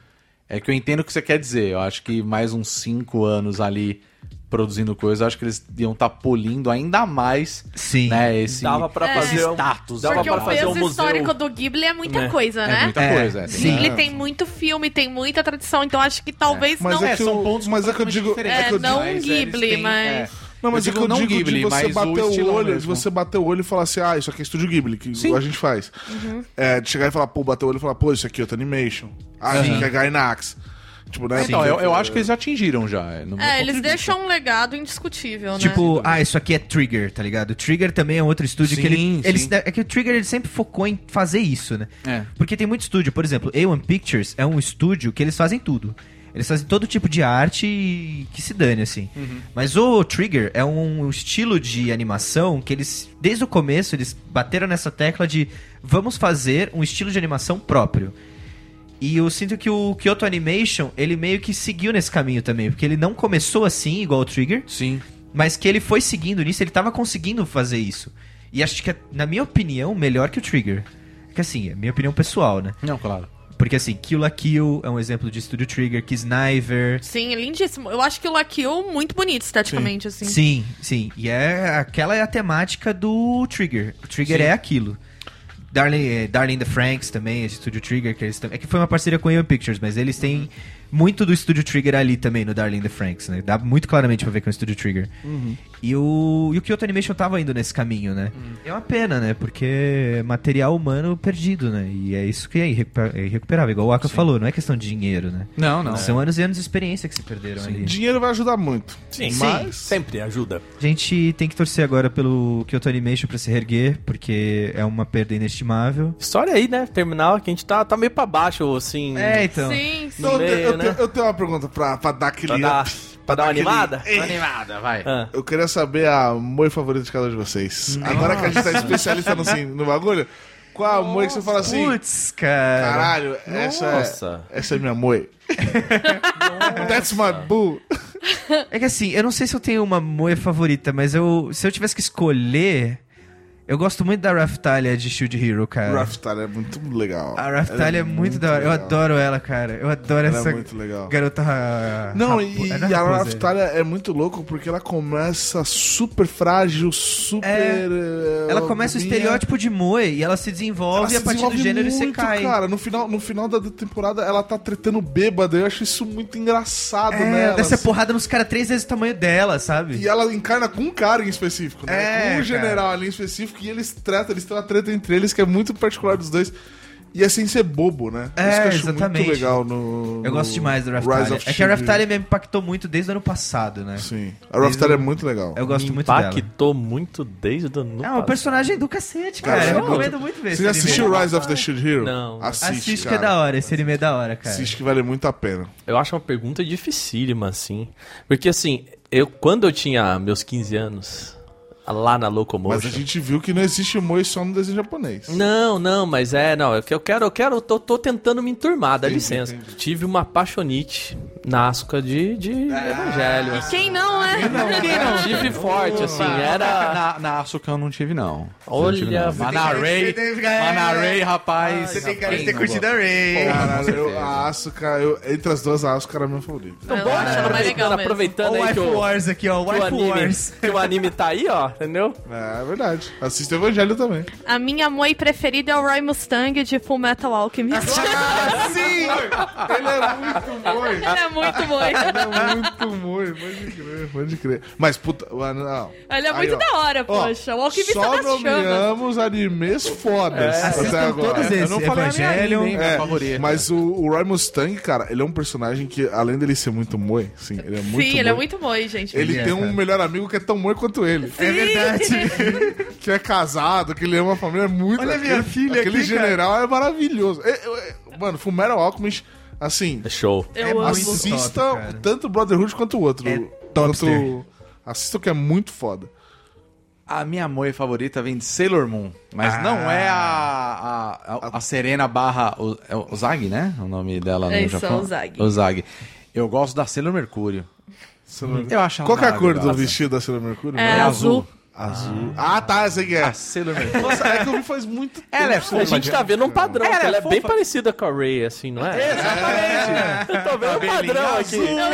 Speaker 6: É que eu entendo o que você quer dizer, eu acho que mais uns cinco anos ali produzindo coisa, eu acho que eles iam estar polindo ainda mais,
Speaker 5: Sim.
Speaker 6: né, esse...
Speaker 9: Dava pra
Speaker 7: É.
Speaker 9: fazer um-
Speaker 6: status,
Speaker 9: dava
Speaker 7: Porque
Speaker 9: pra
Speaker 7: o
Speaker 9: fazer
Speaker 7: peso
Speaker 9: um museu.
Speaker 7: histórico do Ghibli é muita
Speaker 9: É.
Speaker 7: coisa,
Speaker 6: É
Speaker 7: né?
Speaker 6: muita
Speaker 5: É,
Speaker 6: coisa, é, tem
Speaker 5: sim.
Speaker 7: Ghibli tem muito filme, tem muita tradição, então acho que talvez
Speaker 8: Mas
Speaker 7: não.
Speaker 8: é que
Speaker 6: são
Speaker 8: eu-
Speaker 6: pontos
Speaker 8: mas é que eu
Speaker 6: completamente
Speaker 8: digo-
Speaker 6: diferentes.
Speaker 8: é que eu
Speaker 7: É, não digo- Ghibli,
Speaker 6: eles têm-
Speaker 7: mas-
Speaker 6: é.
Speaker 8: Não, mas
Speaker 6: Eu
Speaker 8: é que
Speaker 6: digo
Speaker 8: eu digo de você bater o,
Speaker 6: estilo é
Speaker 8: olho, de
Speaker 6: mesmo.
Speaker 8: você bater o olho e falar assim, ah, isso aqui é estúdio Ghibli, que a gente faz.
Speaker 6: Uhum.
Speaker 8: É, de chegar e falar, pô, bater o olho e falar, pô, isso aqui é Kyoto Animation. Ah, isso aqui é Gainax. Tipo, né?
Speaker 6: Então,
Speaker 8: porque-
Speaker 6: eu, eu acho que eles já atingiram já. no meu
Speaker 7: É,
Speaker 6: ponto
Speaker 7: eles
Speaker 6: de vista.
Speaker 7: deixam um legado indiscutível, né?
Speaker 5: Tipo, ah, isso aqui é Trigger, tá ligado? Trigger também é outro estúdio
Speaker 6: Sim,
Speaker 5: que ele,
Speaker 6: sim.
Speaker 5: ele se- É que o Trigger ele sempre focou em fazer isso, né?
Speaker 6: É.
Speaker 5: Porque tem muito estúdio, por exemplo, A1 Pictures é um estúdio que eles fazem tudo. Eles fazem todo tipo de arte e que se dane, assim.
Speaker 6: Uhum.
Speaker 5: Mas o Trigger é um estilo de animação que eles, desde o começo, eles bateram nessa tecla de vamos fazer um estilo de animação próprio. E eu sinto que o Kyoto Animation, ele meio que seguiu nesse caminho também, porque ele não começou assim, igual o Trigger,
Speaker 6: Sim.
Speaker 5: mas que ele foi seguindo nisso, ele tava conseguindo fazer isso. E acho que, na minha opinião, melhor que o Trigger. Que assim, é minha opinião pessoal, né?
Speaker 6: Não, claro.
Speaker 5: Porque assim, Kill la Kill é um exemplo de estúdio Trigger, que Sniver.
Speaker 7: Sim, é lindíssimo. Eu acho que o Lakiu muito bonito esteticamente, assim.
Speaker 5: Sim, sim. E é aquela é a temática do Trigger. O Trigger
Speaker 6: Sim.
Speaker 5: é aquilo. Darling, eh, Darling the Franks também, é de estúdio Trigger, que eles tam- É que foi uma parceria com a Pictures, mas eles têm muito do estúdio Trigger ali também, no Darling the Franks, né? Dá muito claramente pra ver que é um estúdio Trigger.
Speaker 6: Uhum.
Speaker 5: E, o, e o Kyoto Animation tava indo nesse caminho, né? É uma pena, né? Porque é material humano perdido, né? E é isso que é irrecu- é irrecuperável, igual o Aka falou, não é questão de dinheiro, né?
Speaker 6: Não, não.
Speaker 5: São anos e anos de experiência que se perderam ali. né?
Speaker 8: Dinheiro vai ajudar muito.
Speaker 9: Sim,
Speaker 8: mas...
Speaker 9: sempre ajuda.
Speaker 5: A gente tem que torcer agora pelo Kyoto Animation pra se reerguer, porque é uma perda inestimável.
Speaker 9: História aí, né? Terminal, que a gente tá, tá meio pra baixo, assim.
Speaker 5: É, então.
Speaker 7: Sim, sim.
Speaker 8: Então, eu,
Speaker 9: No meio,
Speaker 8: eu- eu-
Speaker 9: né?
Speaker 8: eu tenho uma pergunta pra, pra dar aquele...
Speaker 9: Pra dar,
Speaker 8: up.
Speaker 9: pra dar uma
Speaker 8: aquele-
Speaker 9: animada.
Speaker 6: Animada, vai.
Speaker 9: Ah.
Speaker 8: Eu queria saber a moi favorita de cada um de vocês. Agora que a gente tá especialista no, assim, no bagulho, qual a moi que você fala assim...
Speaker 5: Putz, cara.
Speaker 8: Caralho, essa
Speaker 9: Nossa.
Speaker 8: é, essa é
Speaker 5: (laughs)
Speaker 8: minha moi. That's my boo.
Speaker 5: É que assim, eu não sei se eu tenho uma moe favorita, mas eu. Se eu tivesse que escolher. Eu gosto muito da Raftalia de Shield Hero, cara.
Speaker 8: Raftalia é muito legal.
Speaker 5: A Raftalia é, muito da hora. Eu
Speaker 8: legal.
Speaker 5: adoro ela, cara. Eu adoro
Speaker 8: Ela é
Speaker 5: essa
Speaker 8: muito legal.
Speaker 5: garota. ra-
Speaker 8: Não,
Speaker 5: rapo-
Speaker 8: e,
Speaker 5: é,
Speaker 8: e
Speaker 5: não é
Speaker 8: a
Speaker 5: raposa.
Speaker 8: Raftalia é muito louco porque ela começa super frágil, super.
Speaker 5: É.
Speaker 8: eh,
Speaker 5: Ela começa o
Speaker 8: novinha.
Speaker 5: estereótipo de moe e ela se desenvolve
Speaker 8: Ela
Speaker 5: e
Speaker 8: se
Speaker 5: a partir do
Speaker 8: desenvolve
Speaker 5: gênero você
Speaker 8: muito,
Speaker 5: cai.
Speaker 8: Cara, no final, no final da temporada ela tá tretando bêbada. Eu acho isso muito engraçado,
Speaker 5: É,
Speaker 8: né?
Speaker 5: desce a porrada nos caras três vezes o tamanho dela, sabe?
Speaker 8: E ela encarna com um cara em específico,
Speaker 5: É,
Speaker 8: né? com
Speaker 5: cara.
Speaker 8: um general ali em específico, e eles tratam, eles têm uma treta entre eles que é muito particular dos dois. E é sem ser bobo, né?
Speaker 5: É,
Speaker 8: Isso que eu acho
Speaker 5: exatamente.
Speaker 8: muito legal no.
Speaker 5: Eu gosto
Speaker 8: no
Speaker 5: demais da
Speaker 8: Rise
Speaker 5: Raftalia.
Speaker 8: of
Speaker 5: É que a
Speaker 8: Shield.
Speaker 5: Raftalia me impactou muito desde o ano passado, né?
Speaker 8: Sim. A Raftalia é muito legal.
Speaker 5: Eu gosto muito dela.
Speaker 9: Impactou muito desde o ano
Speaker 5: É um
Speaker 9: passado.
Speaker 5: personagem do cacete, cara.
Speaker 8: Cara,
Speaker 5: eu
Speaker 8: é muito-
Speaker 5: recomendo muito ver
Speaker 8: Você já
Speaker 5: esse anime.
Speaker 8: assistiu Rise of the Shield Hero?
Speaker 9: Não.
Speaker 8: Assiste,
Speaker 5: Assiste, que
Speaker 8: cara.
Speaker 5: é da hora. Esse anime é da hora, cara.
Speaker 8: Assiste que vale muito a pena.
Speaker 9: Eu acho uma pergunta dificílima, assim. Porque, assim, eu quando eu tinha meus 15 anos, lá na
Speaker 8: Mas
Speaker 9: Locomotion.
Speaker 8: a gente viu que não existe moe só no desenho japonês.
Speaker 9: Não, não, mas é, não, é que eu quero, eu quero, eu tô, tô tentando me enturmar, dá licença. Tive uma paixonite na Asca de, de Evangelho, assim.
Speaker 7: Quem não, né?
Speaker 9: Tive forte, assim, era...
Speaker 6: Na, na Asuka eu não tive, não.
Speaker 9: Olha,
Speaker 6: Eu não tive, não.
Speaker 9: você
Speaker 6: Mas
Speaker 9: tem
Speaker 6: na
Speaker 5: cara de-
Speaker 6: Ray,
Speaker 5: você tem-
Speaker 6: mas na Ray, rapaz.
Speaker 5: Você tem
Speaker 6: rapaz,
Speaker 5: cara de ter
Speaker 6: não
Speaker 5: curtido a Ray.
Speaker 8: Caralho, eu, a Asuka, eu- entre as duas, a Asuka era meu favorito.
Speaker 7: Eu acho ela mais legal mesmo.
Speaker 9: Aproveitando, aproveitando
Speaker 5: Olha o
Speaker 9: aí que
Speaker 5: Wife
Speaker 9: o,
Speaker 5: Wars aqui, ó.
Speaker 9: que o
Speaker 5: Wife
Speaker 9: anime,
Speaker 5: Wars.
Speaker 9: que o anime tá aí, ó, entendeu?
Speaker 8: É, é verdade. Assista o Evangelho também.
Speaker 7: A minha mãe preferida é o Roy Mustang de Full Metal Alchemist.
Speaker 8: Ah, sim! Ele é muito moe.
Speaker 7: (laughs) Ela é muito boa.
Speaker 8: É muito moe, pode crer, pode crer. Mas, puta, ah, não.
Speaker 7: Ela é
Speaker 8: Aí,
Speaker 7: muito
Speaker 8: ó.
Speaker 7: da hora,
Speaker 8: Ó,
Speaker 7: poxa. O tá Alquimista
Speaker 8: Só
Speaker 7: das Chamas.
Speaker 8: nomeamos animes fodas. até
Speaker 5: É, Assistam
Speaker 8: agora.
Speaker 5: todos
Speaker 6: Eu
Speaker 5: esses.
Speaker 6: não falei a minha
Speaker 5: Evangelion.
Speaker 6: anime, hein,
Speaker 8: É,
Speaker 6: minha favorita.
Speaker 8: mas o, o Roy Mustang, cara, ele é um personagem que, além dele ser muito moe, sim, ele é muito
Speaker 7: Sim, ele é
Speaker 8: moe.
Speaker 7: muito bom, gente.
Speaker 8: Ele
Speaker 5: Ele é,
Speaker 8: tem um
Speaker 5: cara.
Speaker 8: melhor amigo que é tão moe quanto ele.
Speaker 5: É verdade.
Speaker 8: (laughs) que é casado, que ele ama a família é muito.
Speaker 5: Olha a minha filha
Speaker 8: Aquele
Speaker 5: aqui, cara.
Speaker 8: general é maravilhoso. É, é, é, mano, Fullmetal Alchemist, assim,
Speaker 9: Show.
Speaker 5: é
Speaker 7: Eu amo.
Speaker 5: muito
Speaker 8: assista
Speaker 5: top, cara.
Speaker 8: tanto o Brotherhood quanto o outro.
Speaker 5: É topster.
Speaker 8: tanto, assista que é muito foda.
Speaker 6: A minha moe favorita vem de Sailor Moon, mas não é a, a, a- a Serena barra o- é o- Ozag, né? O nome dela no
Speaker 7: É isso,
Speaker 6: Japão.
Speaker 7: Ozag.
Speaker 6: Ozag. Eu gosto da Sailor Mercúrio. Eu acho ela
Speaker 8: Qual que é a cor do
Speaker 6: maravilhosa.
Speaker 8: vestido da Sailor Mercúrio?
Speaker 7: É azul.
Speaker 8: Azul. Ah, tá, essa
Speaker 5: (laughs)
Speaker 8: aqui é.
Speaker 6: A Sailor Mercúrio.
Speaker 8: Nossa, é que eu vi faz muito tempo.
Speaker 6: Ela é
Speaker 9: A
Speaker 6: fofa.
Speaker 9: gente tá vendo um padrão,
Speaker 6: Ela
Speaker 9: que
Speaker 6: é
Speaker 9: ela é bem
Speaker 6: fofa.
Speaker 9: parecida com a Ray, assim, não é?
Speaker 6: Exatamente.
Speaker 9: Eu tô vendo um
Speaker 6: Cabelinho
Speaker 9: padrão aqui.
Speaker 6: azul,
Speaker 9: É,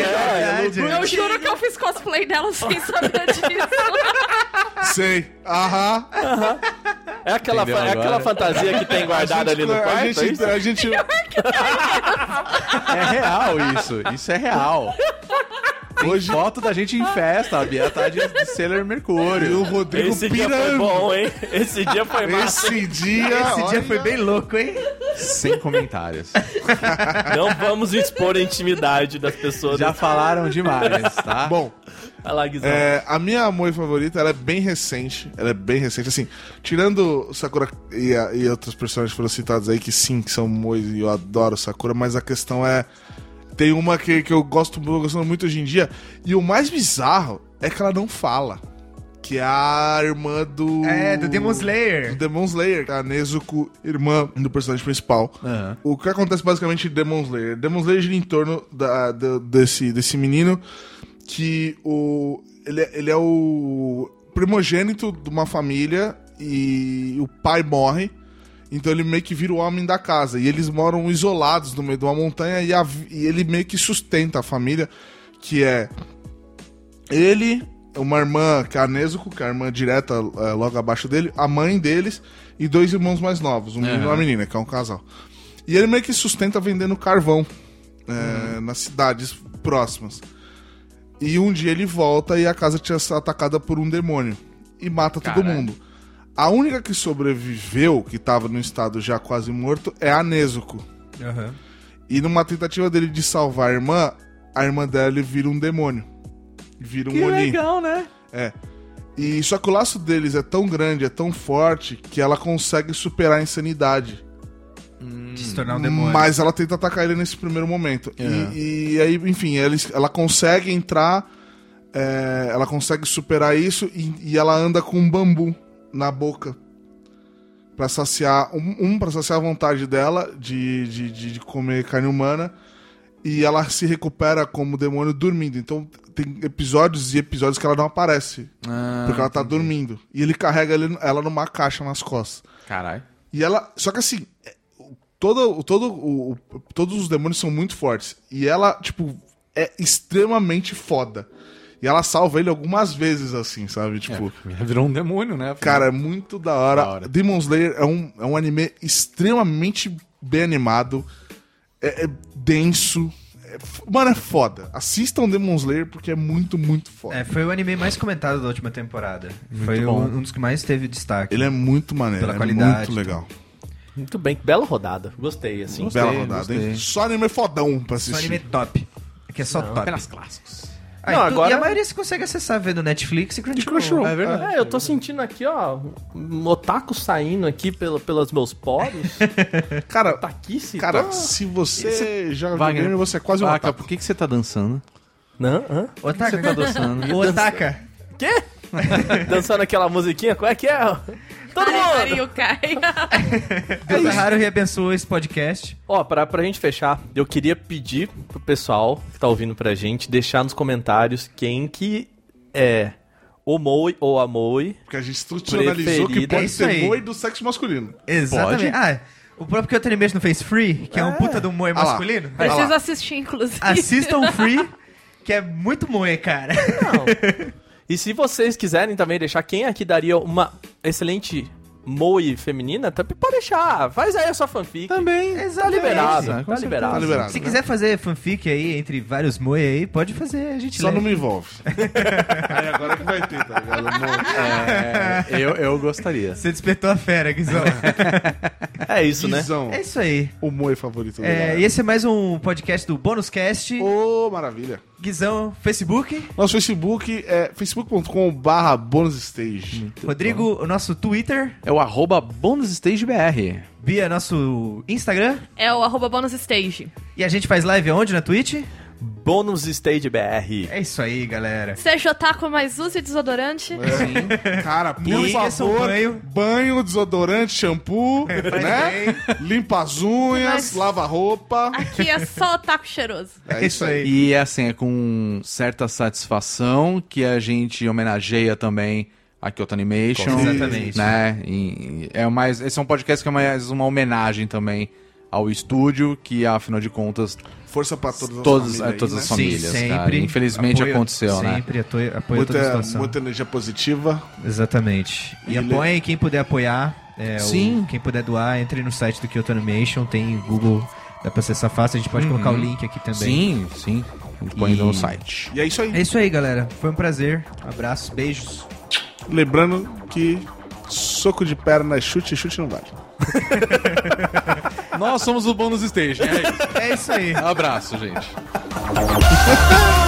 Speaker 5: verdade.
Speaker 7: Eu juro que eu fiz cosplay dela sem saber disso.
Speaker 8: Sei. Aham.
Speaker 9: é aquela,
Speaker 6: Entendeu
Speaker 9: fa- é
Speaker 6: agora?
Speaker 9: aquela fantasia que tem guardada ali no quarto,
Speaker 8: a
Speaker 9: é
Speaker 8: gente,
Speaker 9: isso?
Speaker 5: (laughs)
Speaker 8: a gente,
Speaker 6: É real isso. Isso é real. Hoje... foto da gente em festa. A Bia tá de, de Sailor
Speaker 8: E o
Speaker 6: Mercúrio.
Speaker 8: Rodrigo
Speaker 9: Esse dia foi
Speaker 8: pirando.
Speaker 9: bom, hein? Esse dia
Speaker 6: (laughs)
Speaker 9: foi massa.
Speaker 8: Esse dia.
Speaker 5: Esse dia
Speaker 8: olha,
Speaker 5: foi bem louco, hein?
Speaker 6: Sem comentários.
Speaker 9: Não vamos expor a intimidade das pessoas.
Speaker 6: Já falaram demais,
Speaker 5: Ah.
Speaker 6: tá?
Speaker 8: Bom,
Speaker 9: Olha lá, Guizão.
Speaker 8: é, a minha amor favorita, ela é bem recente. Ela é bem recente. Assim, tirando o Sakura e, a- e outros personagens que foram citados aí, que sim, que são mois e eu adoro Sakura, mas a questão é. Tem uma que, que eu gosto eu gostando muito hoje em dia. E o mais bizarro é que ela não fala. Que é a irmã do.
Speaker 5: É, do Demon
Speaker 8: do
Speaker 5: Slayer.
Speaker 8: Demon Slayer, é a Nezuko, irmã do personagem principal.
Speaker 6: Aham.
Speaker 8: O que acontece basicamente em Demon Slayer? Demon Slayer gira em torno da- da- desse, desse menino que o, ele, é- ele é o primogênito de uma família e o pai morre. Então ele meio que vira o homem da casa. E eles moram isolados no meio de uma montanha e, a vi- e ele meio que sustenta a família, que é ele, uma irmã, que é a Nezuko, que é a irmã direta é, logo abaixo dele, a mãe deles e dois irmãos mais novos, um menino e uma menina, que é um casal. E ele meio que sustenta vendendo carvão é, nas cidades próximas. E um dia ele volta e a casa tinha sido atacada por um demônio e mata todo
Speaker 6: Caralho.
Speaker 8: mundo. A única que sobreviveu, que estava num estado já quase morto, é a Nezuko.
Speaker 5: Aham.
Speaker 8: E numa tentativa dele de salvar a irmã, a irmã dela vira um demônio. Vira um
Speaker 6: Que
Speaker 8: olhinho.
Speaker 6: legal, né?
Speaker 8: E só que o laço deles é tão grande, é tão forte, que ela consegue superar a insanidade.
Speaker 5: De se tornar um demônio.
Speaker 8: Mas ela tenta atacar ele nesse primeiro momento. E-
Speaker 6: É.
Speaker 8: E, aí, enfim, eles- ela consegue entrar, é, ela consegue superar isso e, e ela anda com um bambu na boca. Pra saciar, um, um pra saciar a vontade dela de, de, de- de comer carne humana. E ela se recupera como demônio dormindo. Então tem episódios e episódios que ela não aparece.
Speaker 6: Ah,
Speaker 8: Porque ela tá dormindo. E ele carrega ele- ela numa caixa nas costas.
Speaker 6: Caralho.
Speaker 8: E ela. Só que assim. é- o- Todo, o- todo, o- o- todos os demônios são muito fortes. E ela, tipo, é extremamente foda. E ela salva ele algumas vezes, assim, sabe? Tipo.
Speaker 6: Virou um demônio, né?
Speaker 8: Cara, é muito da hora.
Speaker 6: Da hora.
Speaker 8: Demon Slayer é um, é um anime extremamente bem animado. É, é denso. é f- mano, é foda. Assistam Demon Slayer porque é muito, muito foda.
Speaker 5: É, foi o anime mais comentado da última temporada. foi
Speaker 6: bom.
Speaker 5: um, um dos que mais teve destaque.
Speaker 8: Ele é muito maneiro.
Speaker 5: Pela
Speaker 8: é
Speaker 5: qualidade,
Speaker 8: muito
Speaker 5: tudo.
Speaker 8: legal.
Speaker 9: Muito bem, que bela rodada. Gostei, assim.
Speaker 8: Bela
Speaker 6: Gostei,
Speaker 8: rodada, hein?
Speaker 6: gostei.
Speaker 8: Só anime fodão pra
Speaker 5: Só
Speaker 8: assistir.
Speaker 5: um anime top. Que é só top.
Speaker 6: Apenas clássicos.
Speaker 5: Ah,
Speaker 9: Não,
Speaker 5: e tu-
Speaker 9: agora-
Speaker 5: E a maioria você consegue acessar vendo Netflix e Crunchyroll.
Speaker 6: É verdade.
Speaker 9: É, eu tô sentindo aqui, ó, um otaku saindo aqui pelo, pelos meus
Speaker 6: (laughs)
Speaker 9: poros.
Speaker 8: Cara,
Speaker 9: Taquice.
Speaker 8: cara
Speaker 9: tô-
Speaker 8: se você joga
Speaker 6: Wagner,
Speaker 8: videogame, você é quase um
Speaker 6: Vaca,
Speaker 8: otaku.
Speaker 6: por que, que você tá dançando?
Speaker 9: Não, hã?
Speaker 5: Otaka.
Speaker 6: Você tá dançando.
Speaker 5: O Otaka.
Speaker 9: Quê? Dançando aquela musiquinha, qual é que é? Todo
Speaker 7: Ai,
Speaker 9: mundo!
Speaker 7: Mario Kai.
Speaker 5: Deus é raro reabençoa esse podcast.
Speaker 9: Ó, pra, pra gente fechar, eu queria pedir pro pessoal que tá ouvindo pra gente deixar nos comentários quem que é o Moi ou a Moi.
Speaker 8: Porque a gente institucionalizou que
Speaker 9: Preferida.
Speaker 8: pode
Speaker 5: É isso
Speaker 8: ser
Speaker 5: aí.
Speaker 8: boi do sexo masculino. Tá
Speaker 5: Exatamente. Ah, o próprio que eu tenho mesmo não fez Free, que é, um puta do moe
Speaker 8: lá.
Speaker 5: masculino.
Speaker 8: Olha
Speaker 7: Preciso
Speaker 8: lá.
Speaker 7: assistir, inclusive.
Speaker 5: Assistam Free, que é muito moe, cara.
Speaker 9: E se vocês quiserem também deixar quem aqui daria uma excelente Moi feminina, também pode deixar. Faz aí a sua fanfic.
Speaker 6: Também.
Speaker 9: Tá liberado,
Speaker 6: Exatamente.
Speaker 9: tá liberado.
Speaker 8: Tá liberado.
Speaker 5: Se
Speaker 8: né?
Speaker 5: quiser fazer fanfic aí, entre vários moe aí, pode fazer, a gente
Speaker 8: Só
Speaker 5: lê.
Speaker 8: não me envolve. (laughs) Aí agora que vai ter, tá ligado?
Speaker 6: É, eu, eu gostaria.
Speaker 5: Você despertou a fera, Guizão.
Speaker 8: (laughs)
Speaker 9: É isso, né?
Speaker 8: Visão.
Speaker 5: é isso aí.
Speaker 8: O Moe favorito do
Speaker 5: É,
Speaker 8: Lara.
Speaker 5: e esse é mais um podcast do Bônus Cast.
Speaker 8: Ô, maravilha.
Speaker 5: Guizão, Facebook.
Speaker 8: Nosso Facebook é facebook.com/barra bonusstage.
Speaker 5: Rodrigo, o nosso Twitter.
Speaker 6: É o arroba BonusStageBR.
Speaker 5: Bia, nosso Instagram.
Speaker 7: É o arroba bonus stage.
Speaker 5: E a gente faz live onde? Na Twitch?
Speaker 9: Bônus Stage BR.
Speaker 5: É isso aí, galera.
Speaker 7: Seja otaku, mas use desodorante.
Speaker 8: É. (laughs) Cara, por
Speaker 5: Não esqueçam
Speaker 8: favor,
Speaker 5: banho.
Speaker 8: banho. desodorante, (laughs) shampoo, né? Limpa as unhas,
Speaker 7: Mas-
Speaker 8: lava a roupa.
Speaker 7: Aqui é só otaku cheiroso.
Speaker 5: É isso aí.
Speaker 6: E assim, é com certa satisfação que a gente homenageia também a Kyoto Animation.
Speaker 5: Exatamente.
Speaker 6: Né? E- e é mais, esse é um podcast que é mais uma homenagem também ao estúdio, que afinal de contas,
Speaker 8: Força pra todas as
Speaker 6: todas,
Speaker 8: famílias
Speaker 6: é, todas
Speaker 8: aí,
Speaker 6: as
Speaker 8: né?
Speaker 6: famílias. cara. Infelizmente
Speaker 5: Apoio-
Speaker 6: aconteceu, né?
Speaker 5: sempre apoio, apoio toda a
Speaker 8: Muita,
Speaker 5: situação.
Speaker 8: muita energia positiva.
Speaker 5: Exatamente. E,
Speaker 8: E le-
Speaker 5: apoiem quem puder apoiar. é, o-
Speaker 6: Sim.
Speaker 5: quem puder doar, entre no site do Kyoto Animation, tem Google, dá pra acessar fácil, a gente pode colocar o link aqui também.
Speaker 6: Uhum. Sim, sim. A gente põe ainda no
Speaker 5: E-
Speaker 6: site.
Speaker 8: E é isso aí.
Speaker 5: É isso aí, galera. Foi um prazer. Abraços, beijos.
Speaker 8: Lembrando que soco de perna é chute, chute não vale.
Speaker 5: né?
Speaker 6: (laughs) Nós somos o Bônus Stage. É isso.
Speaker 5: É isso aí.
Speaker 6: Abraço, gente.
Speaker 9: Uh,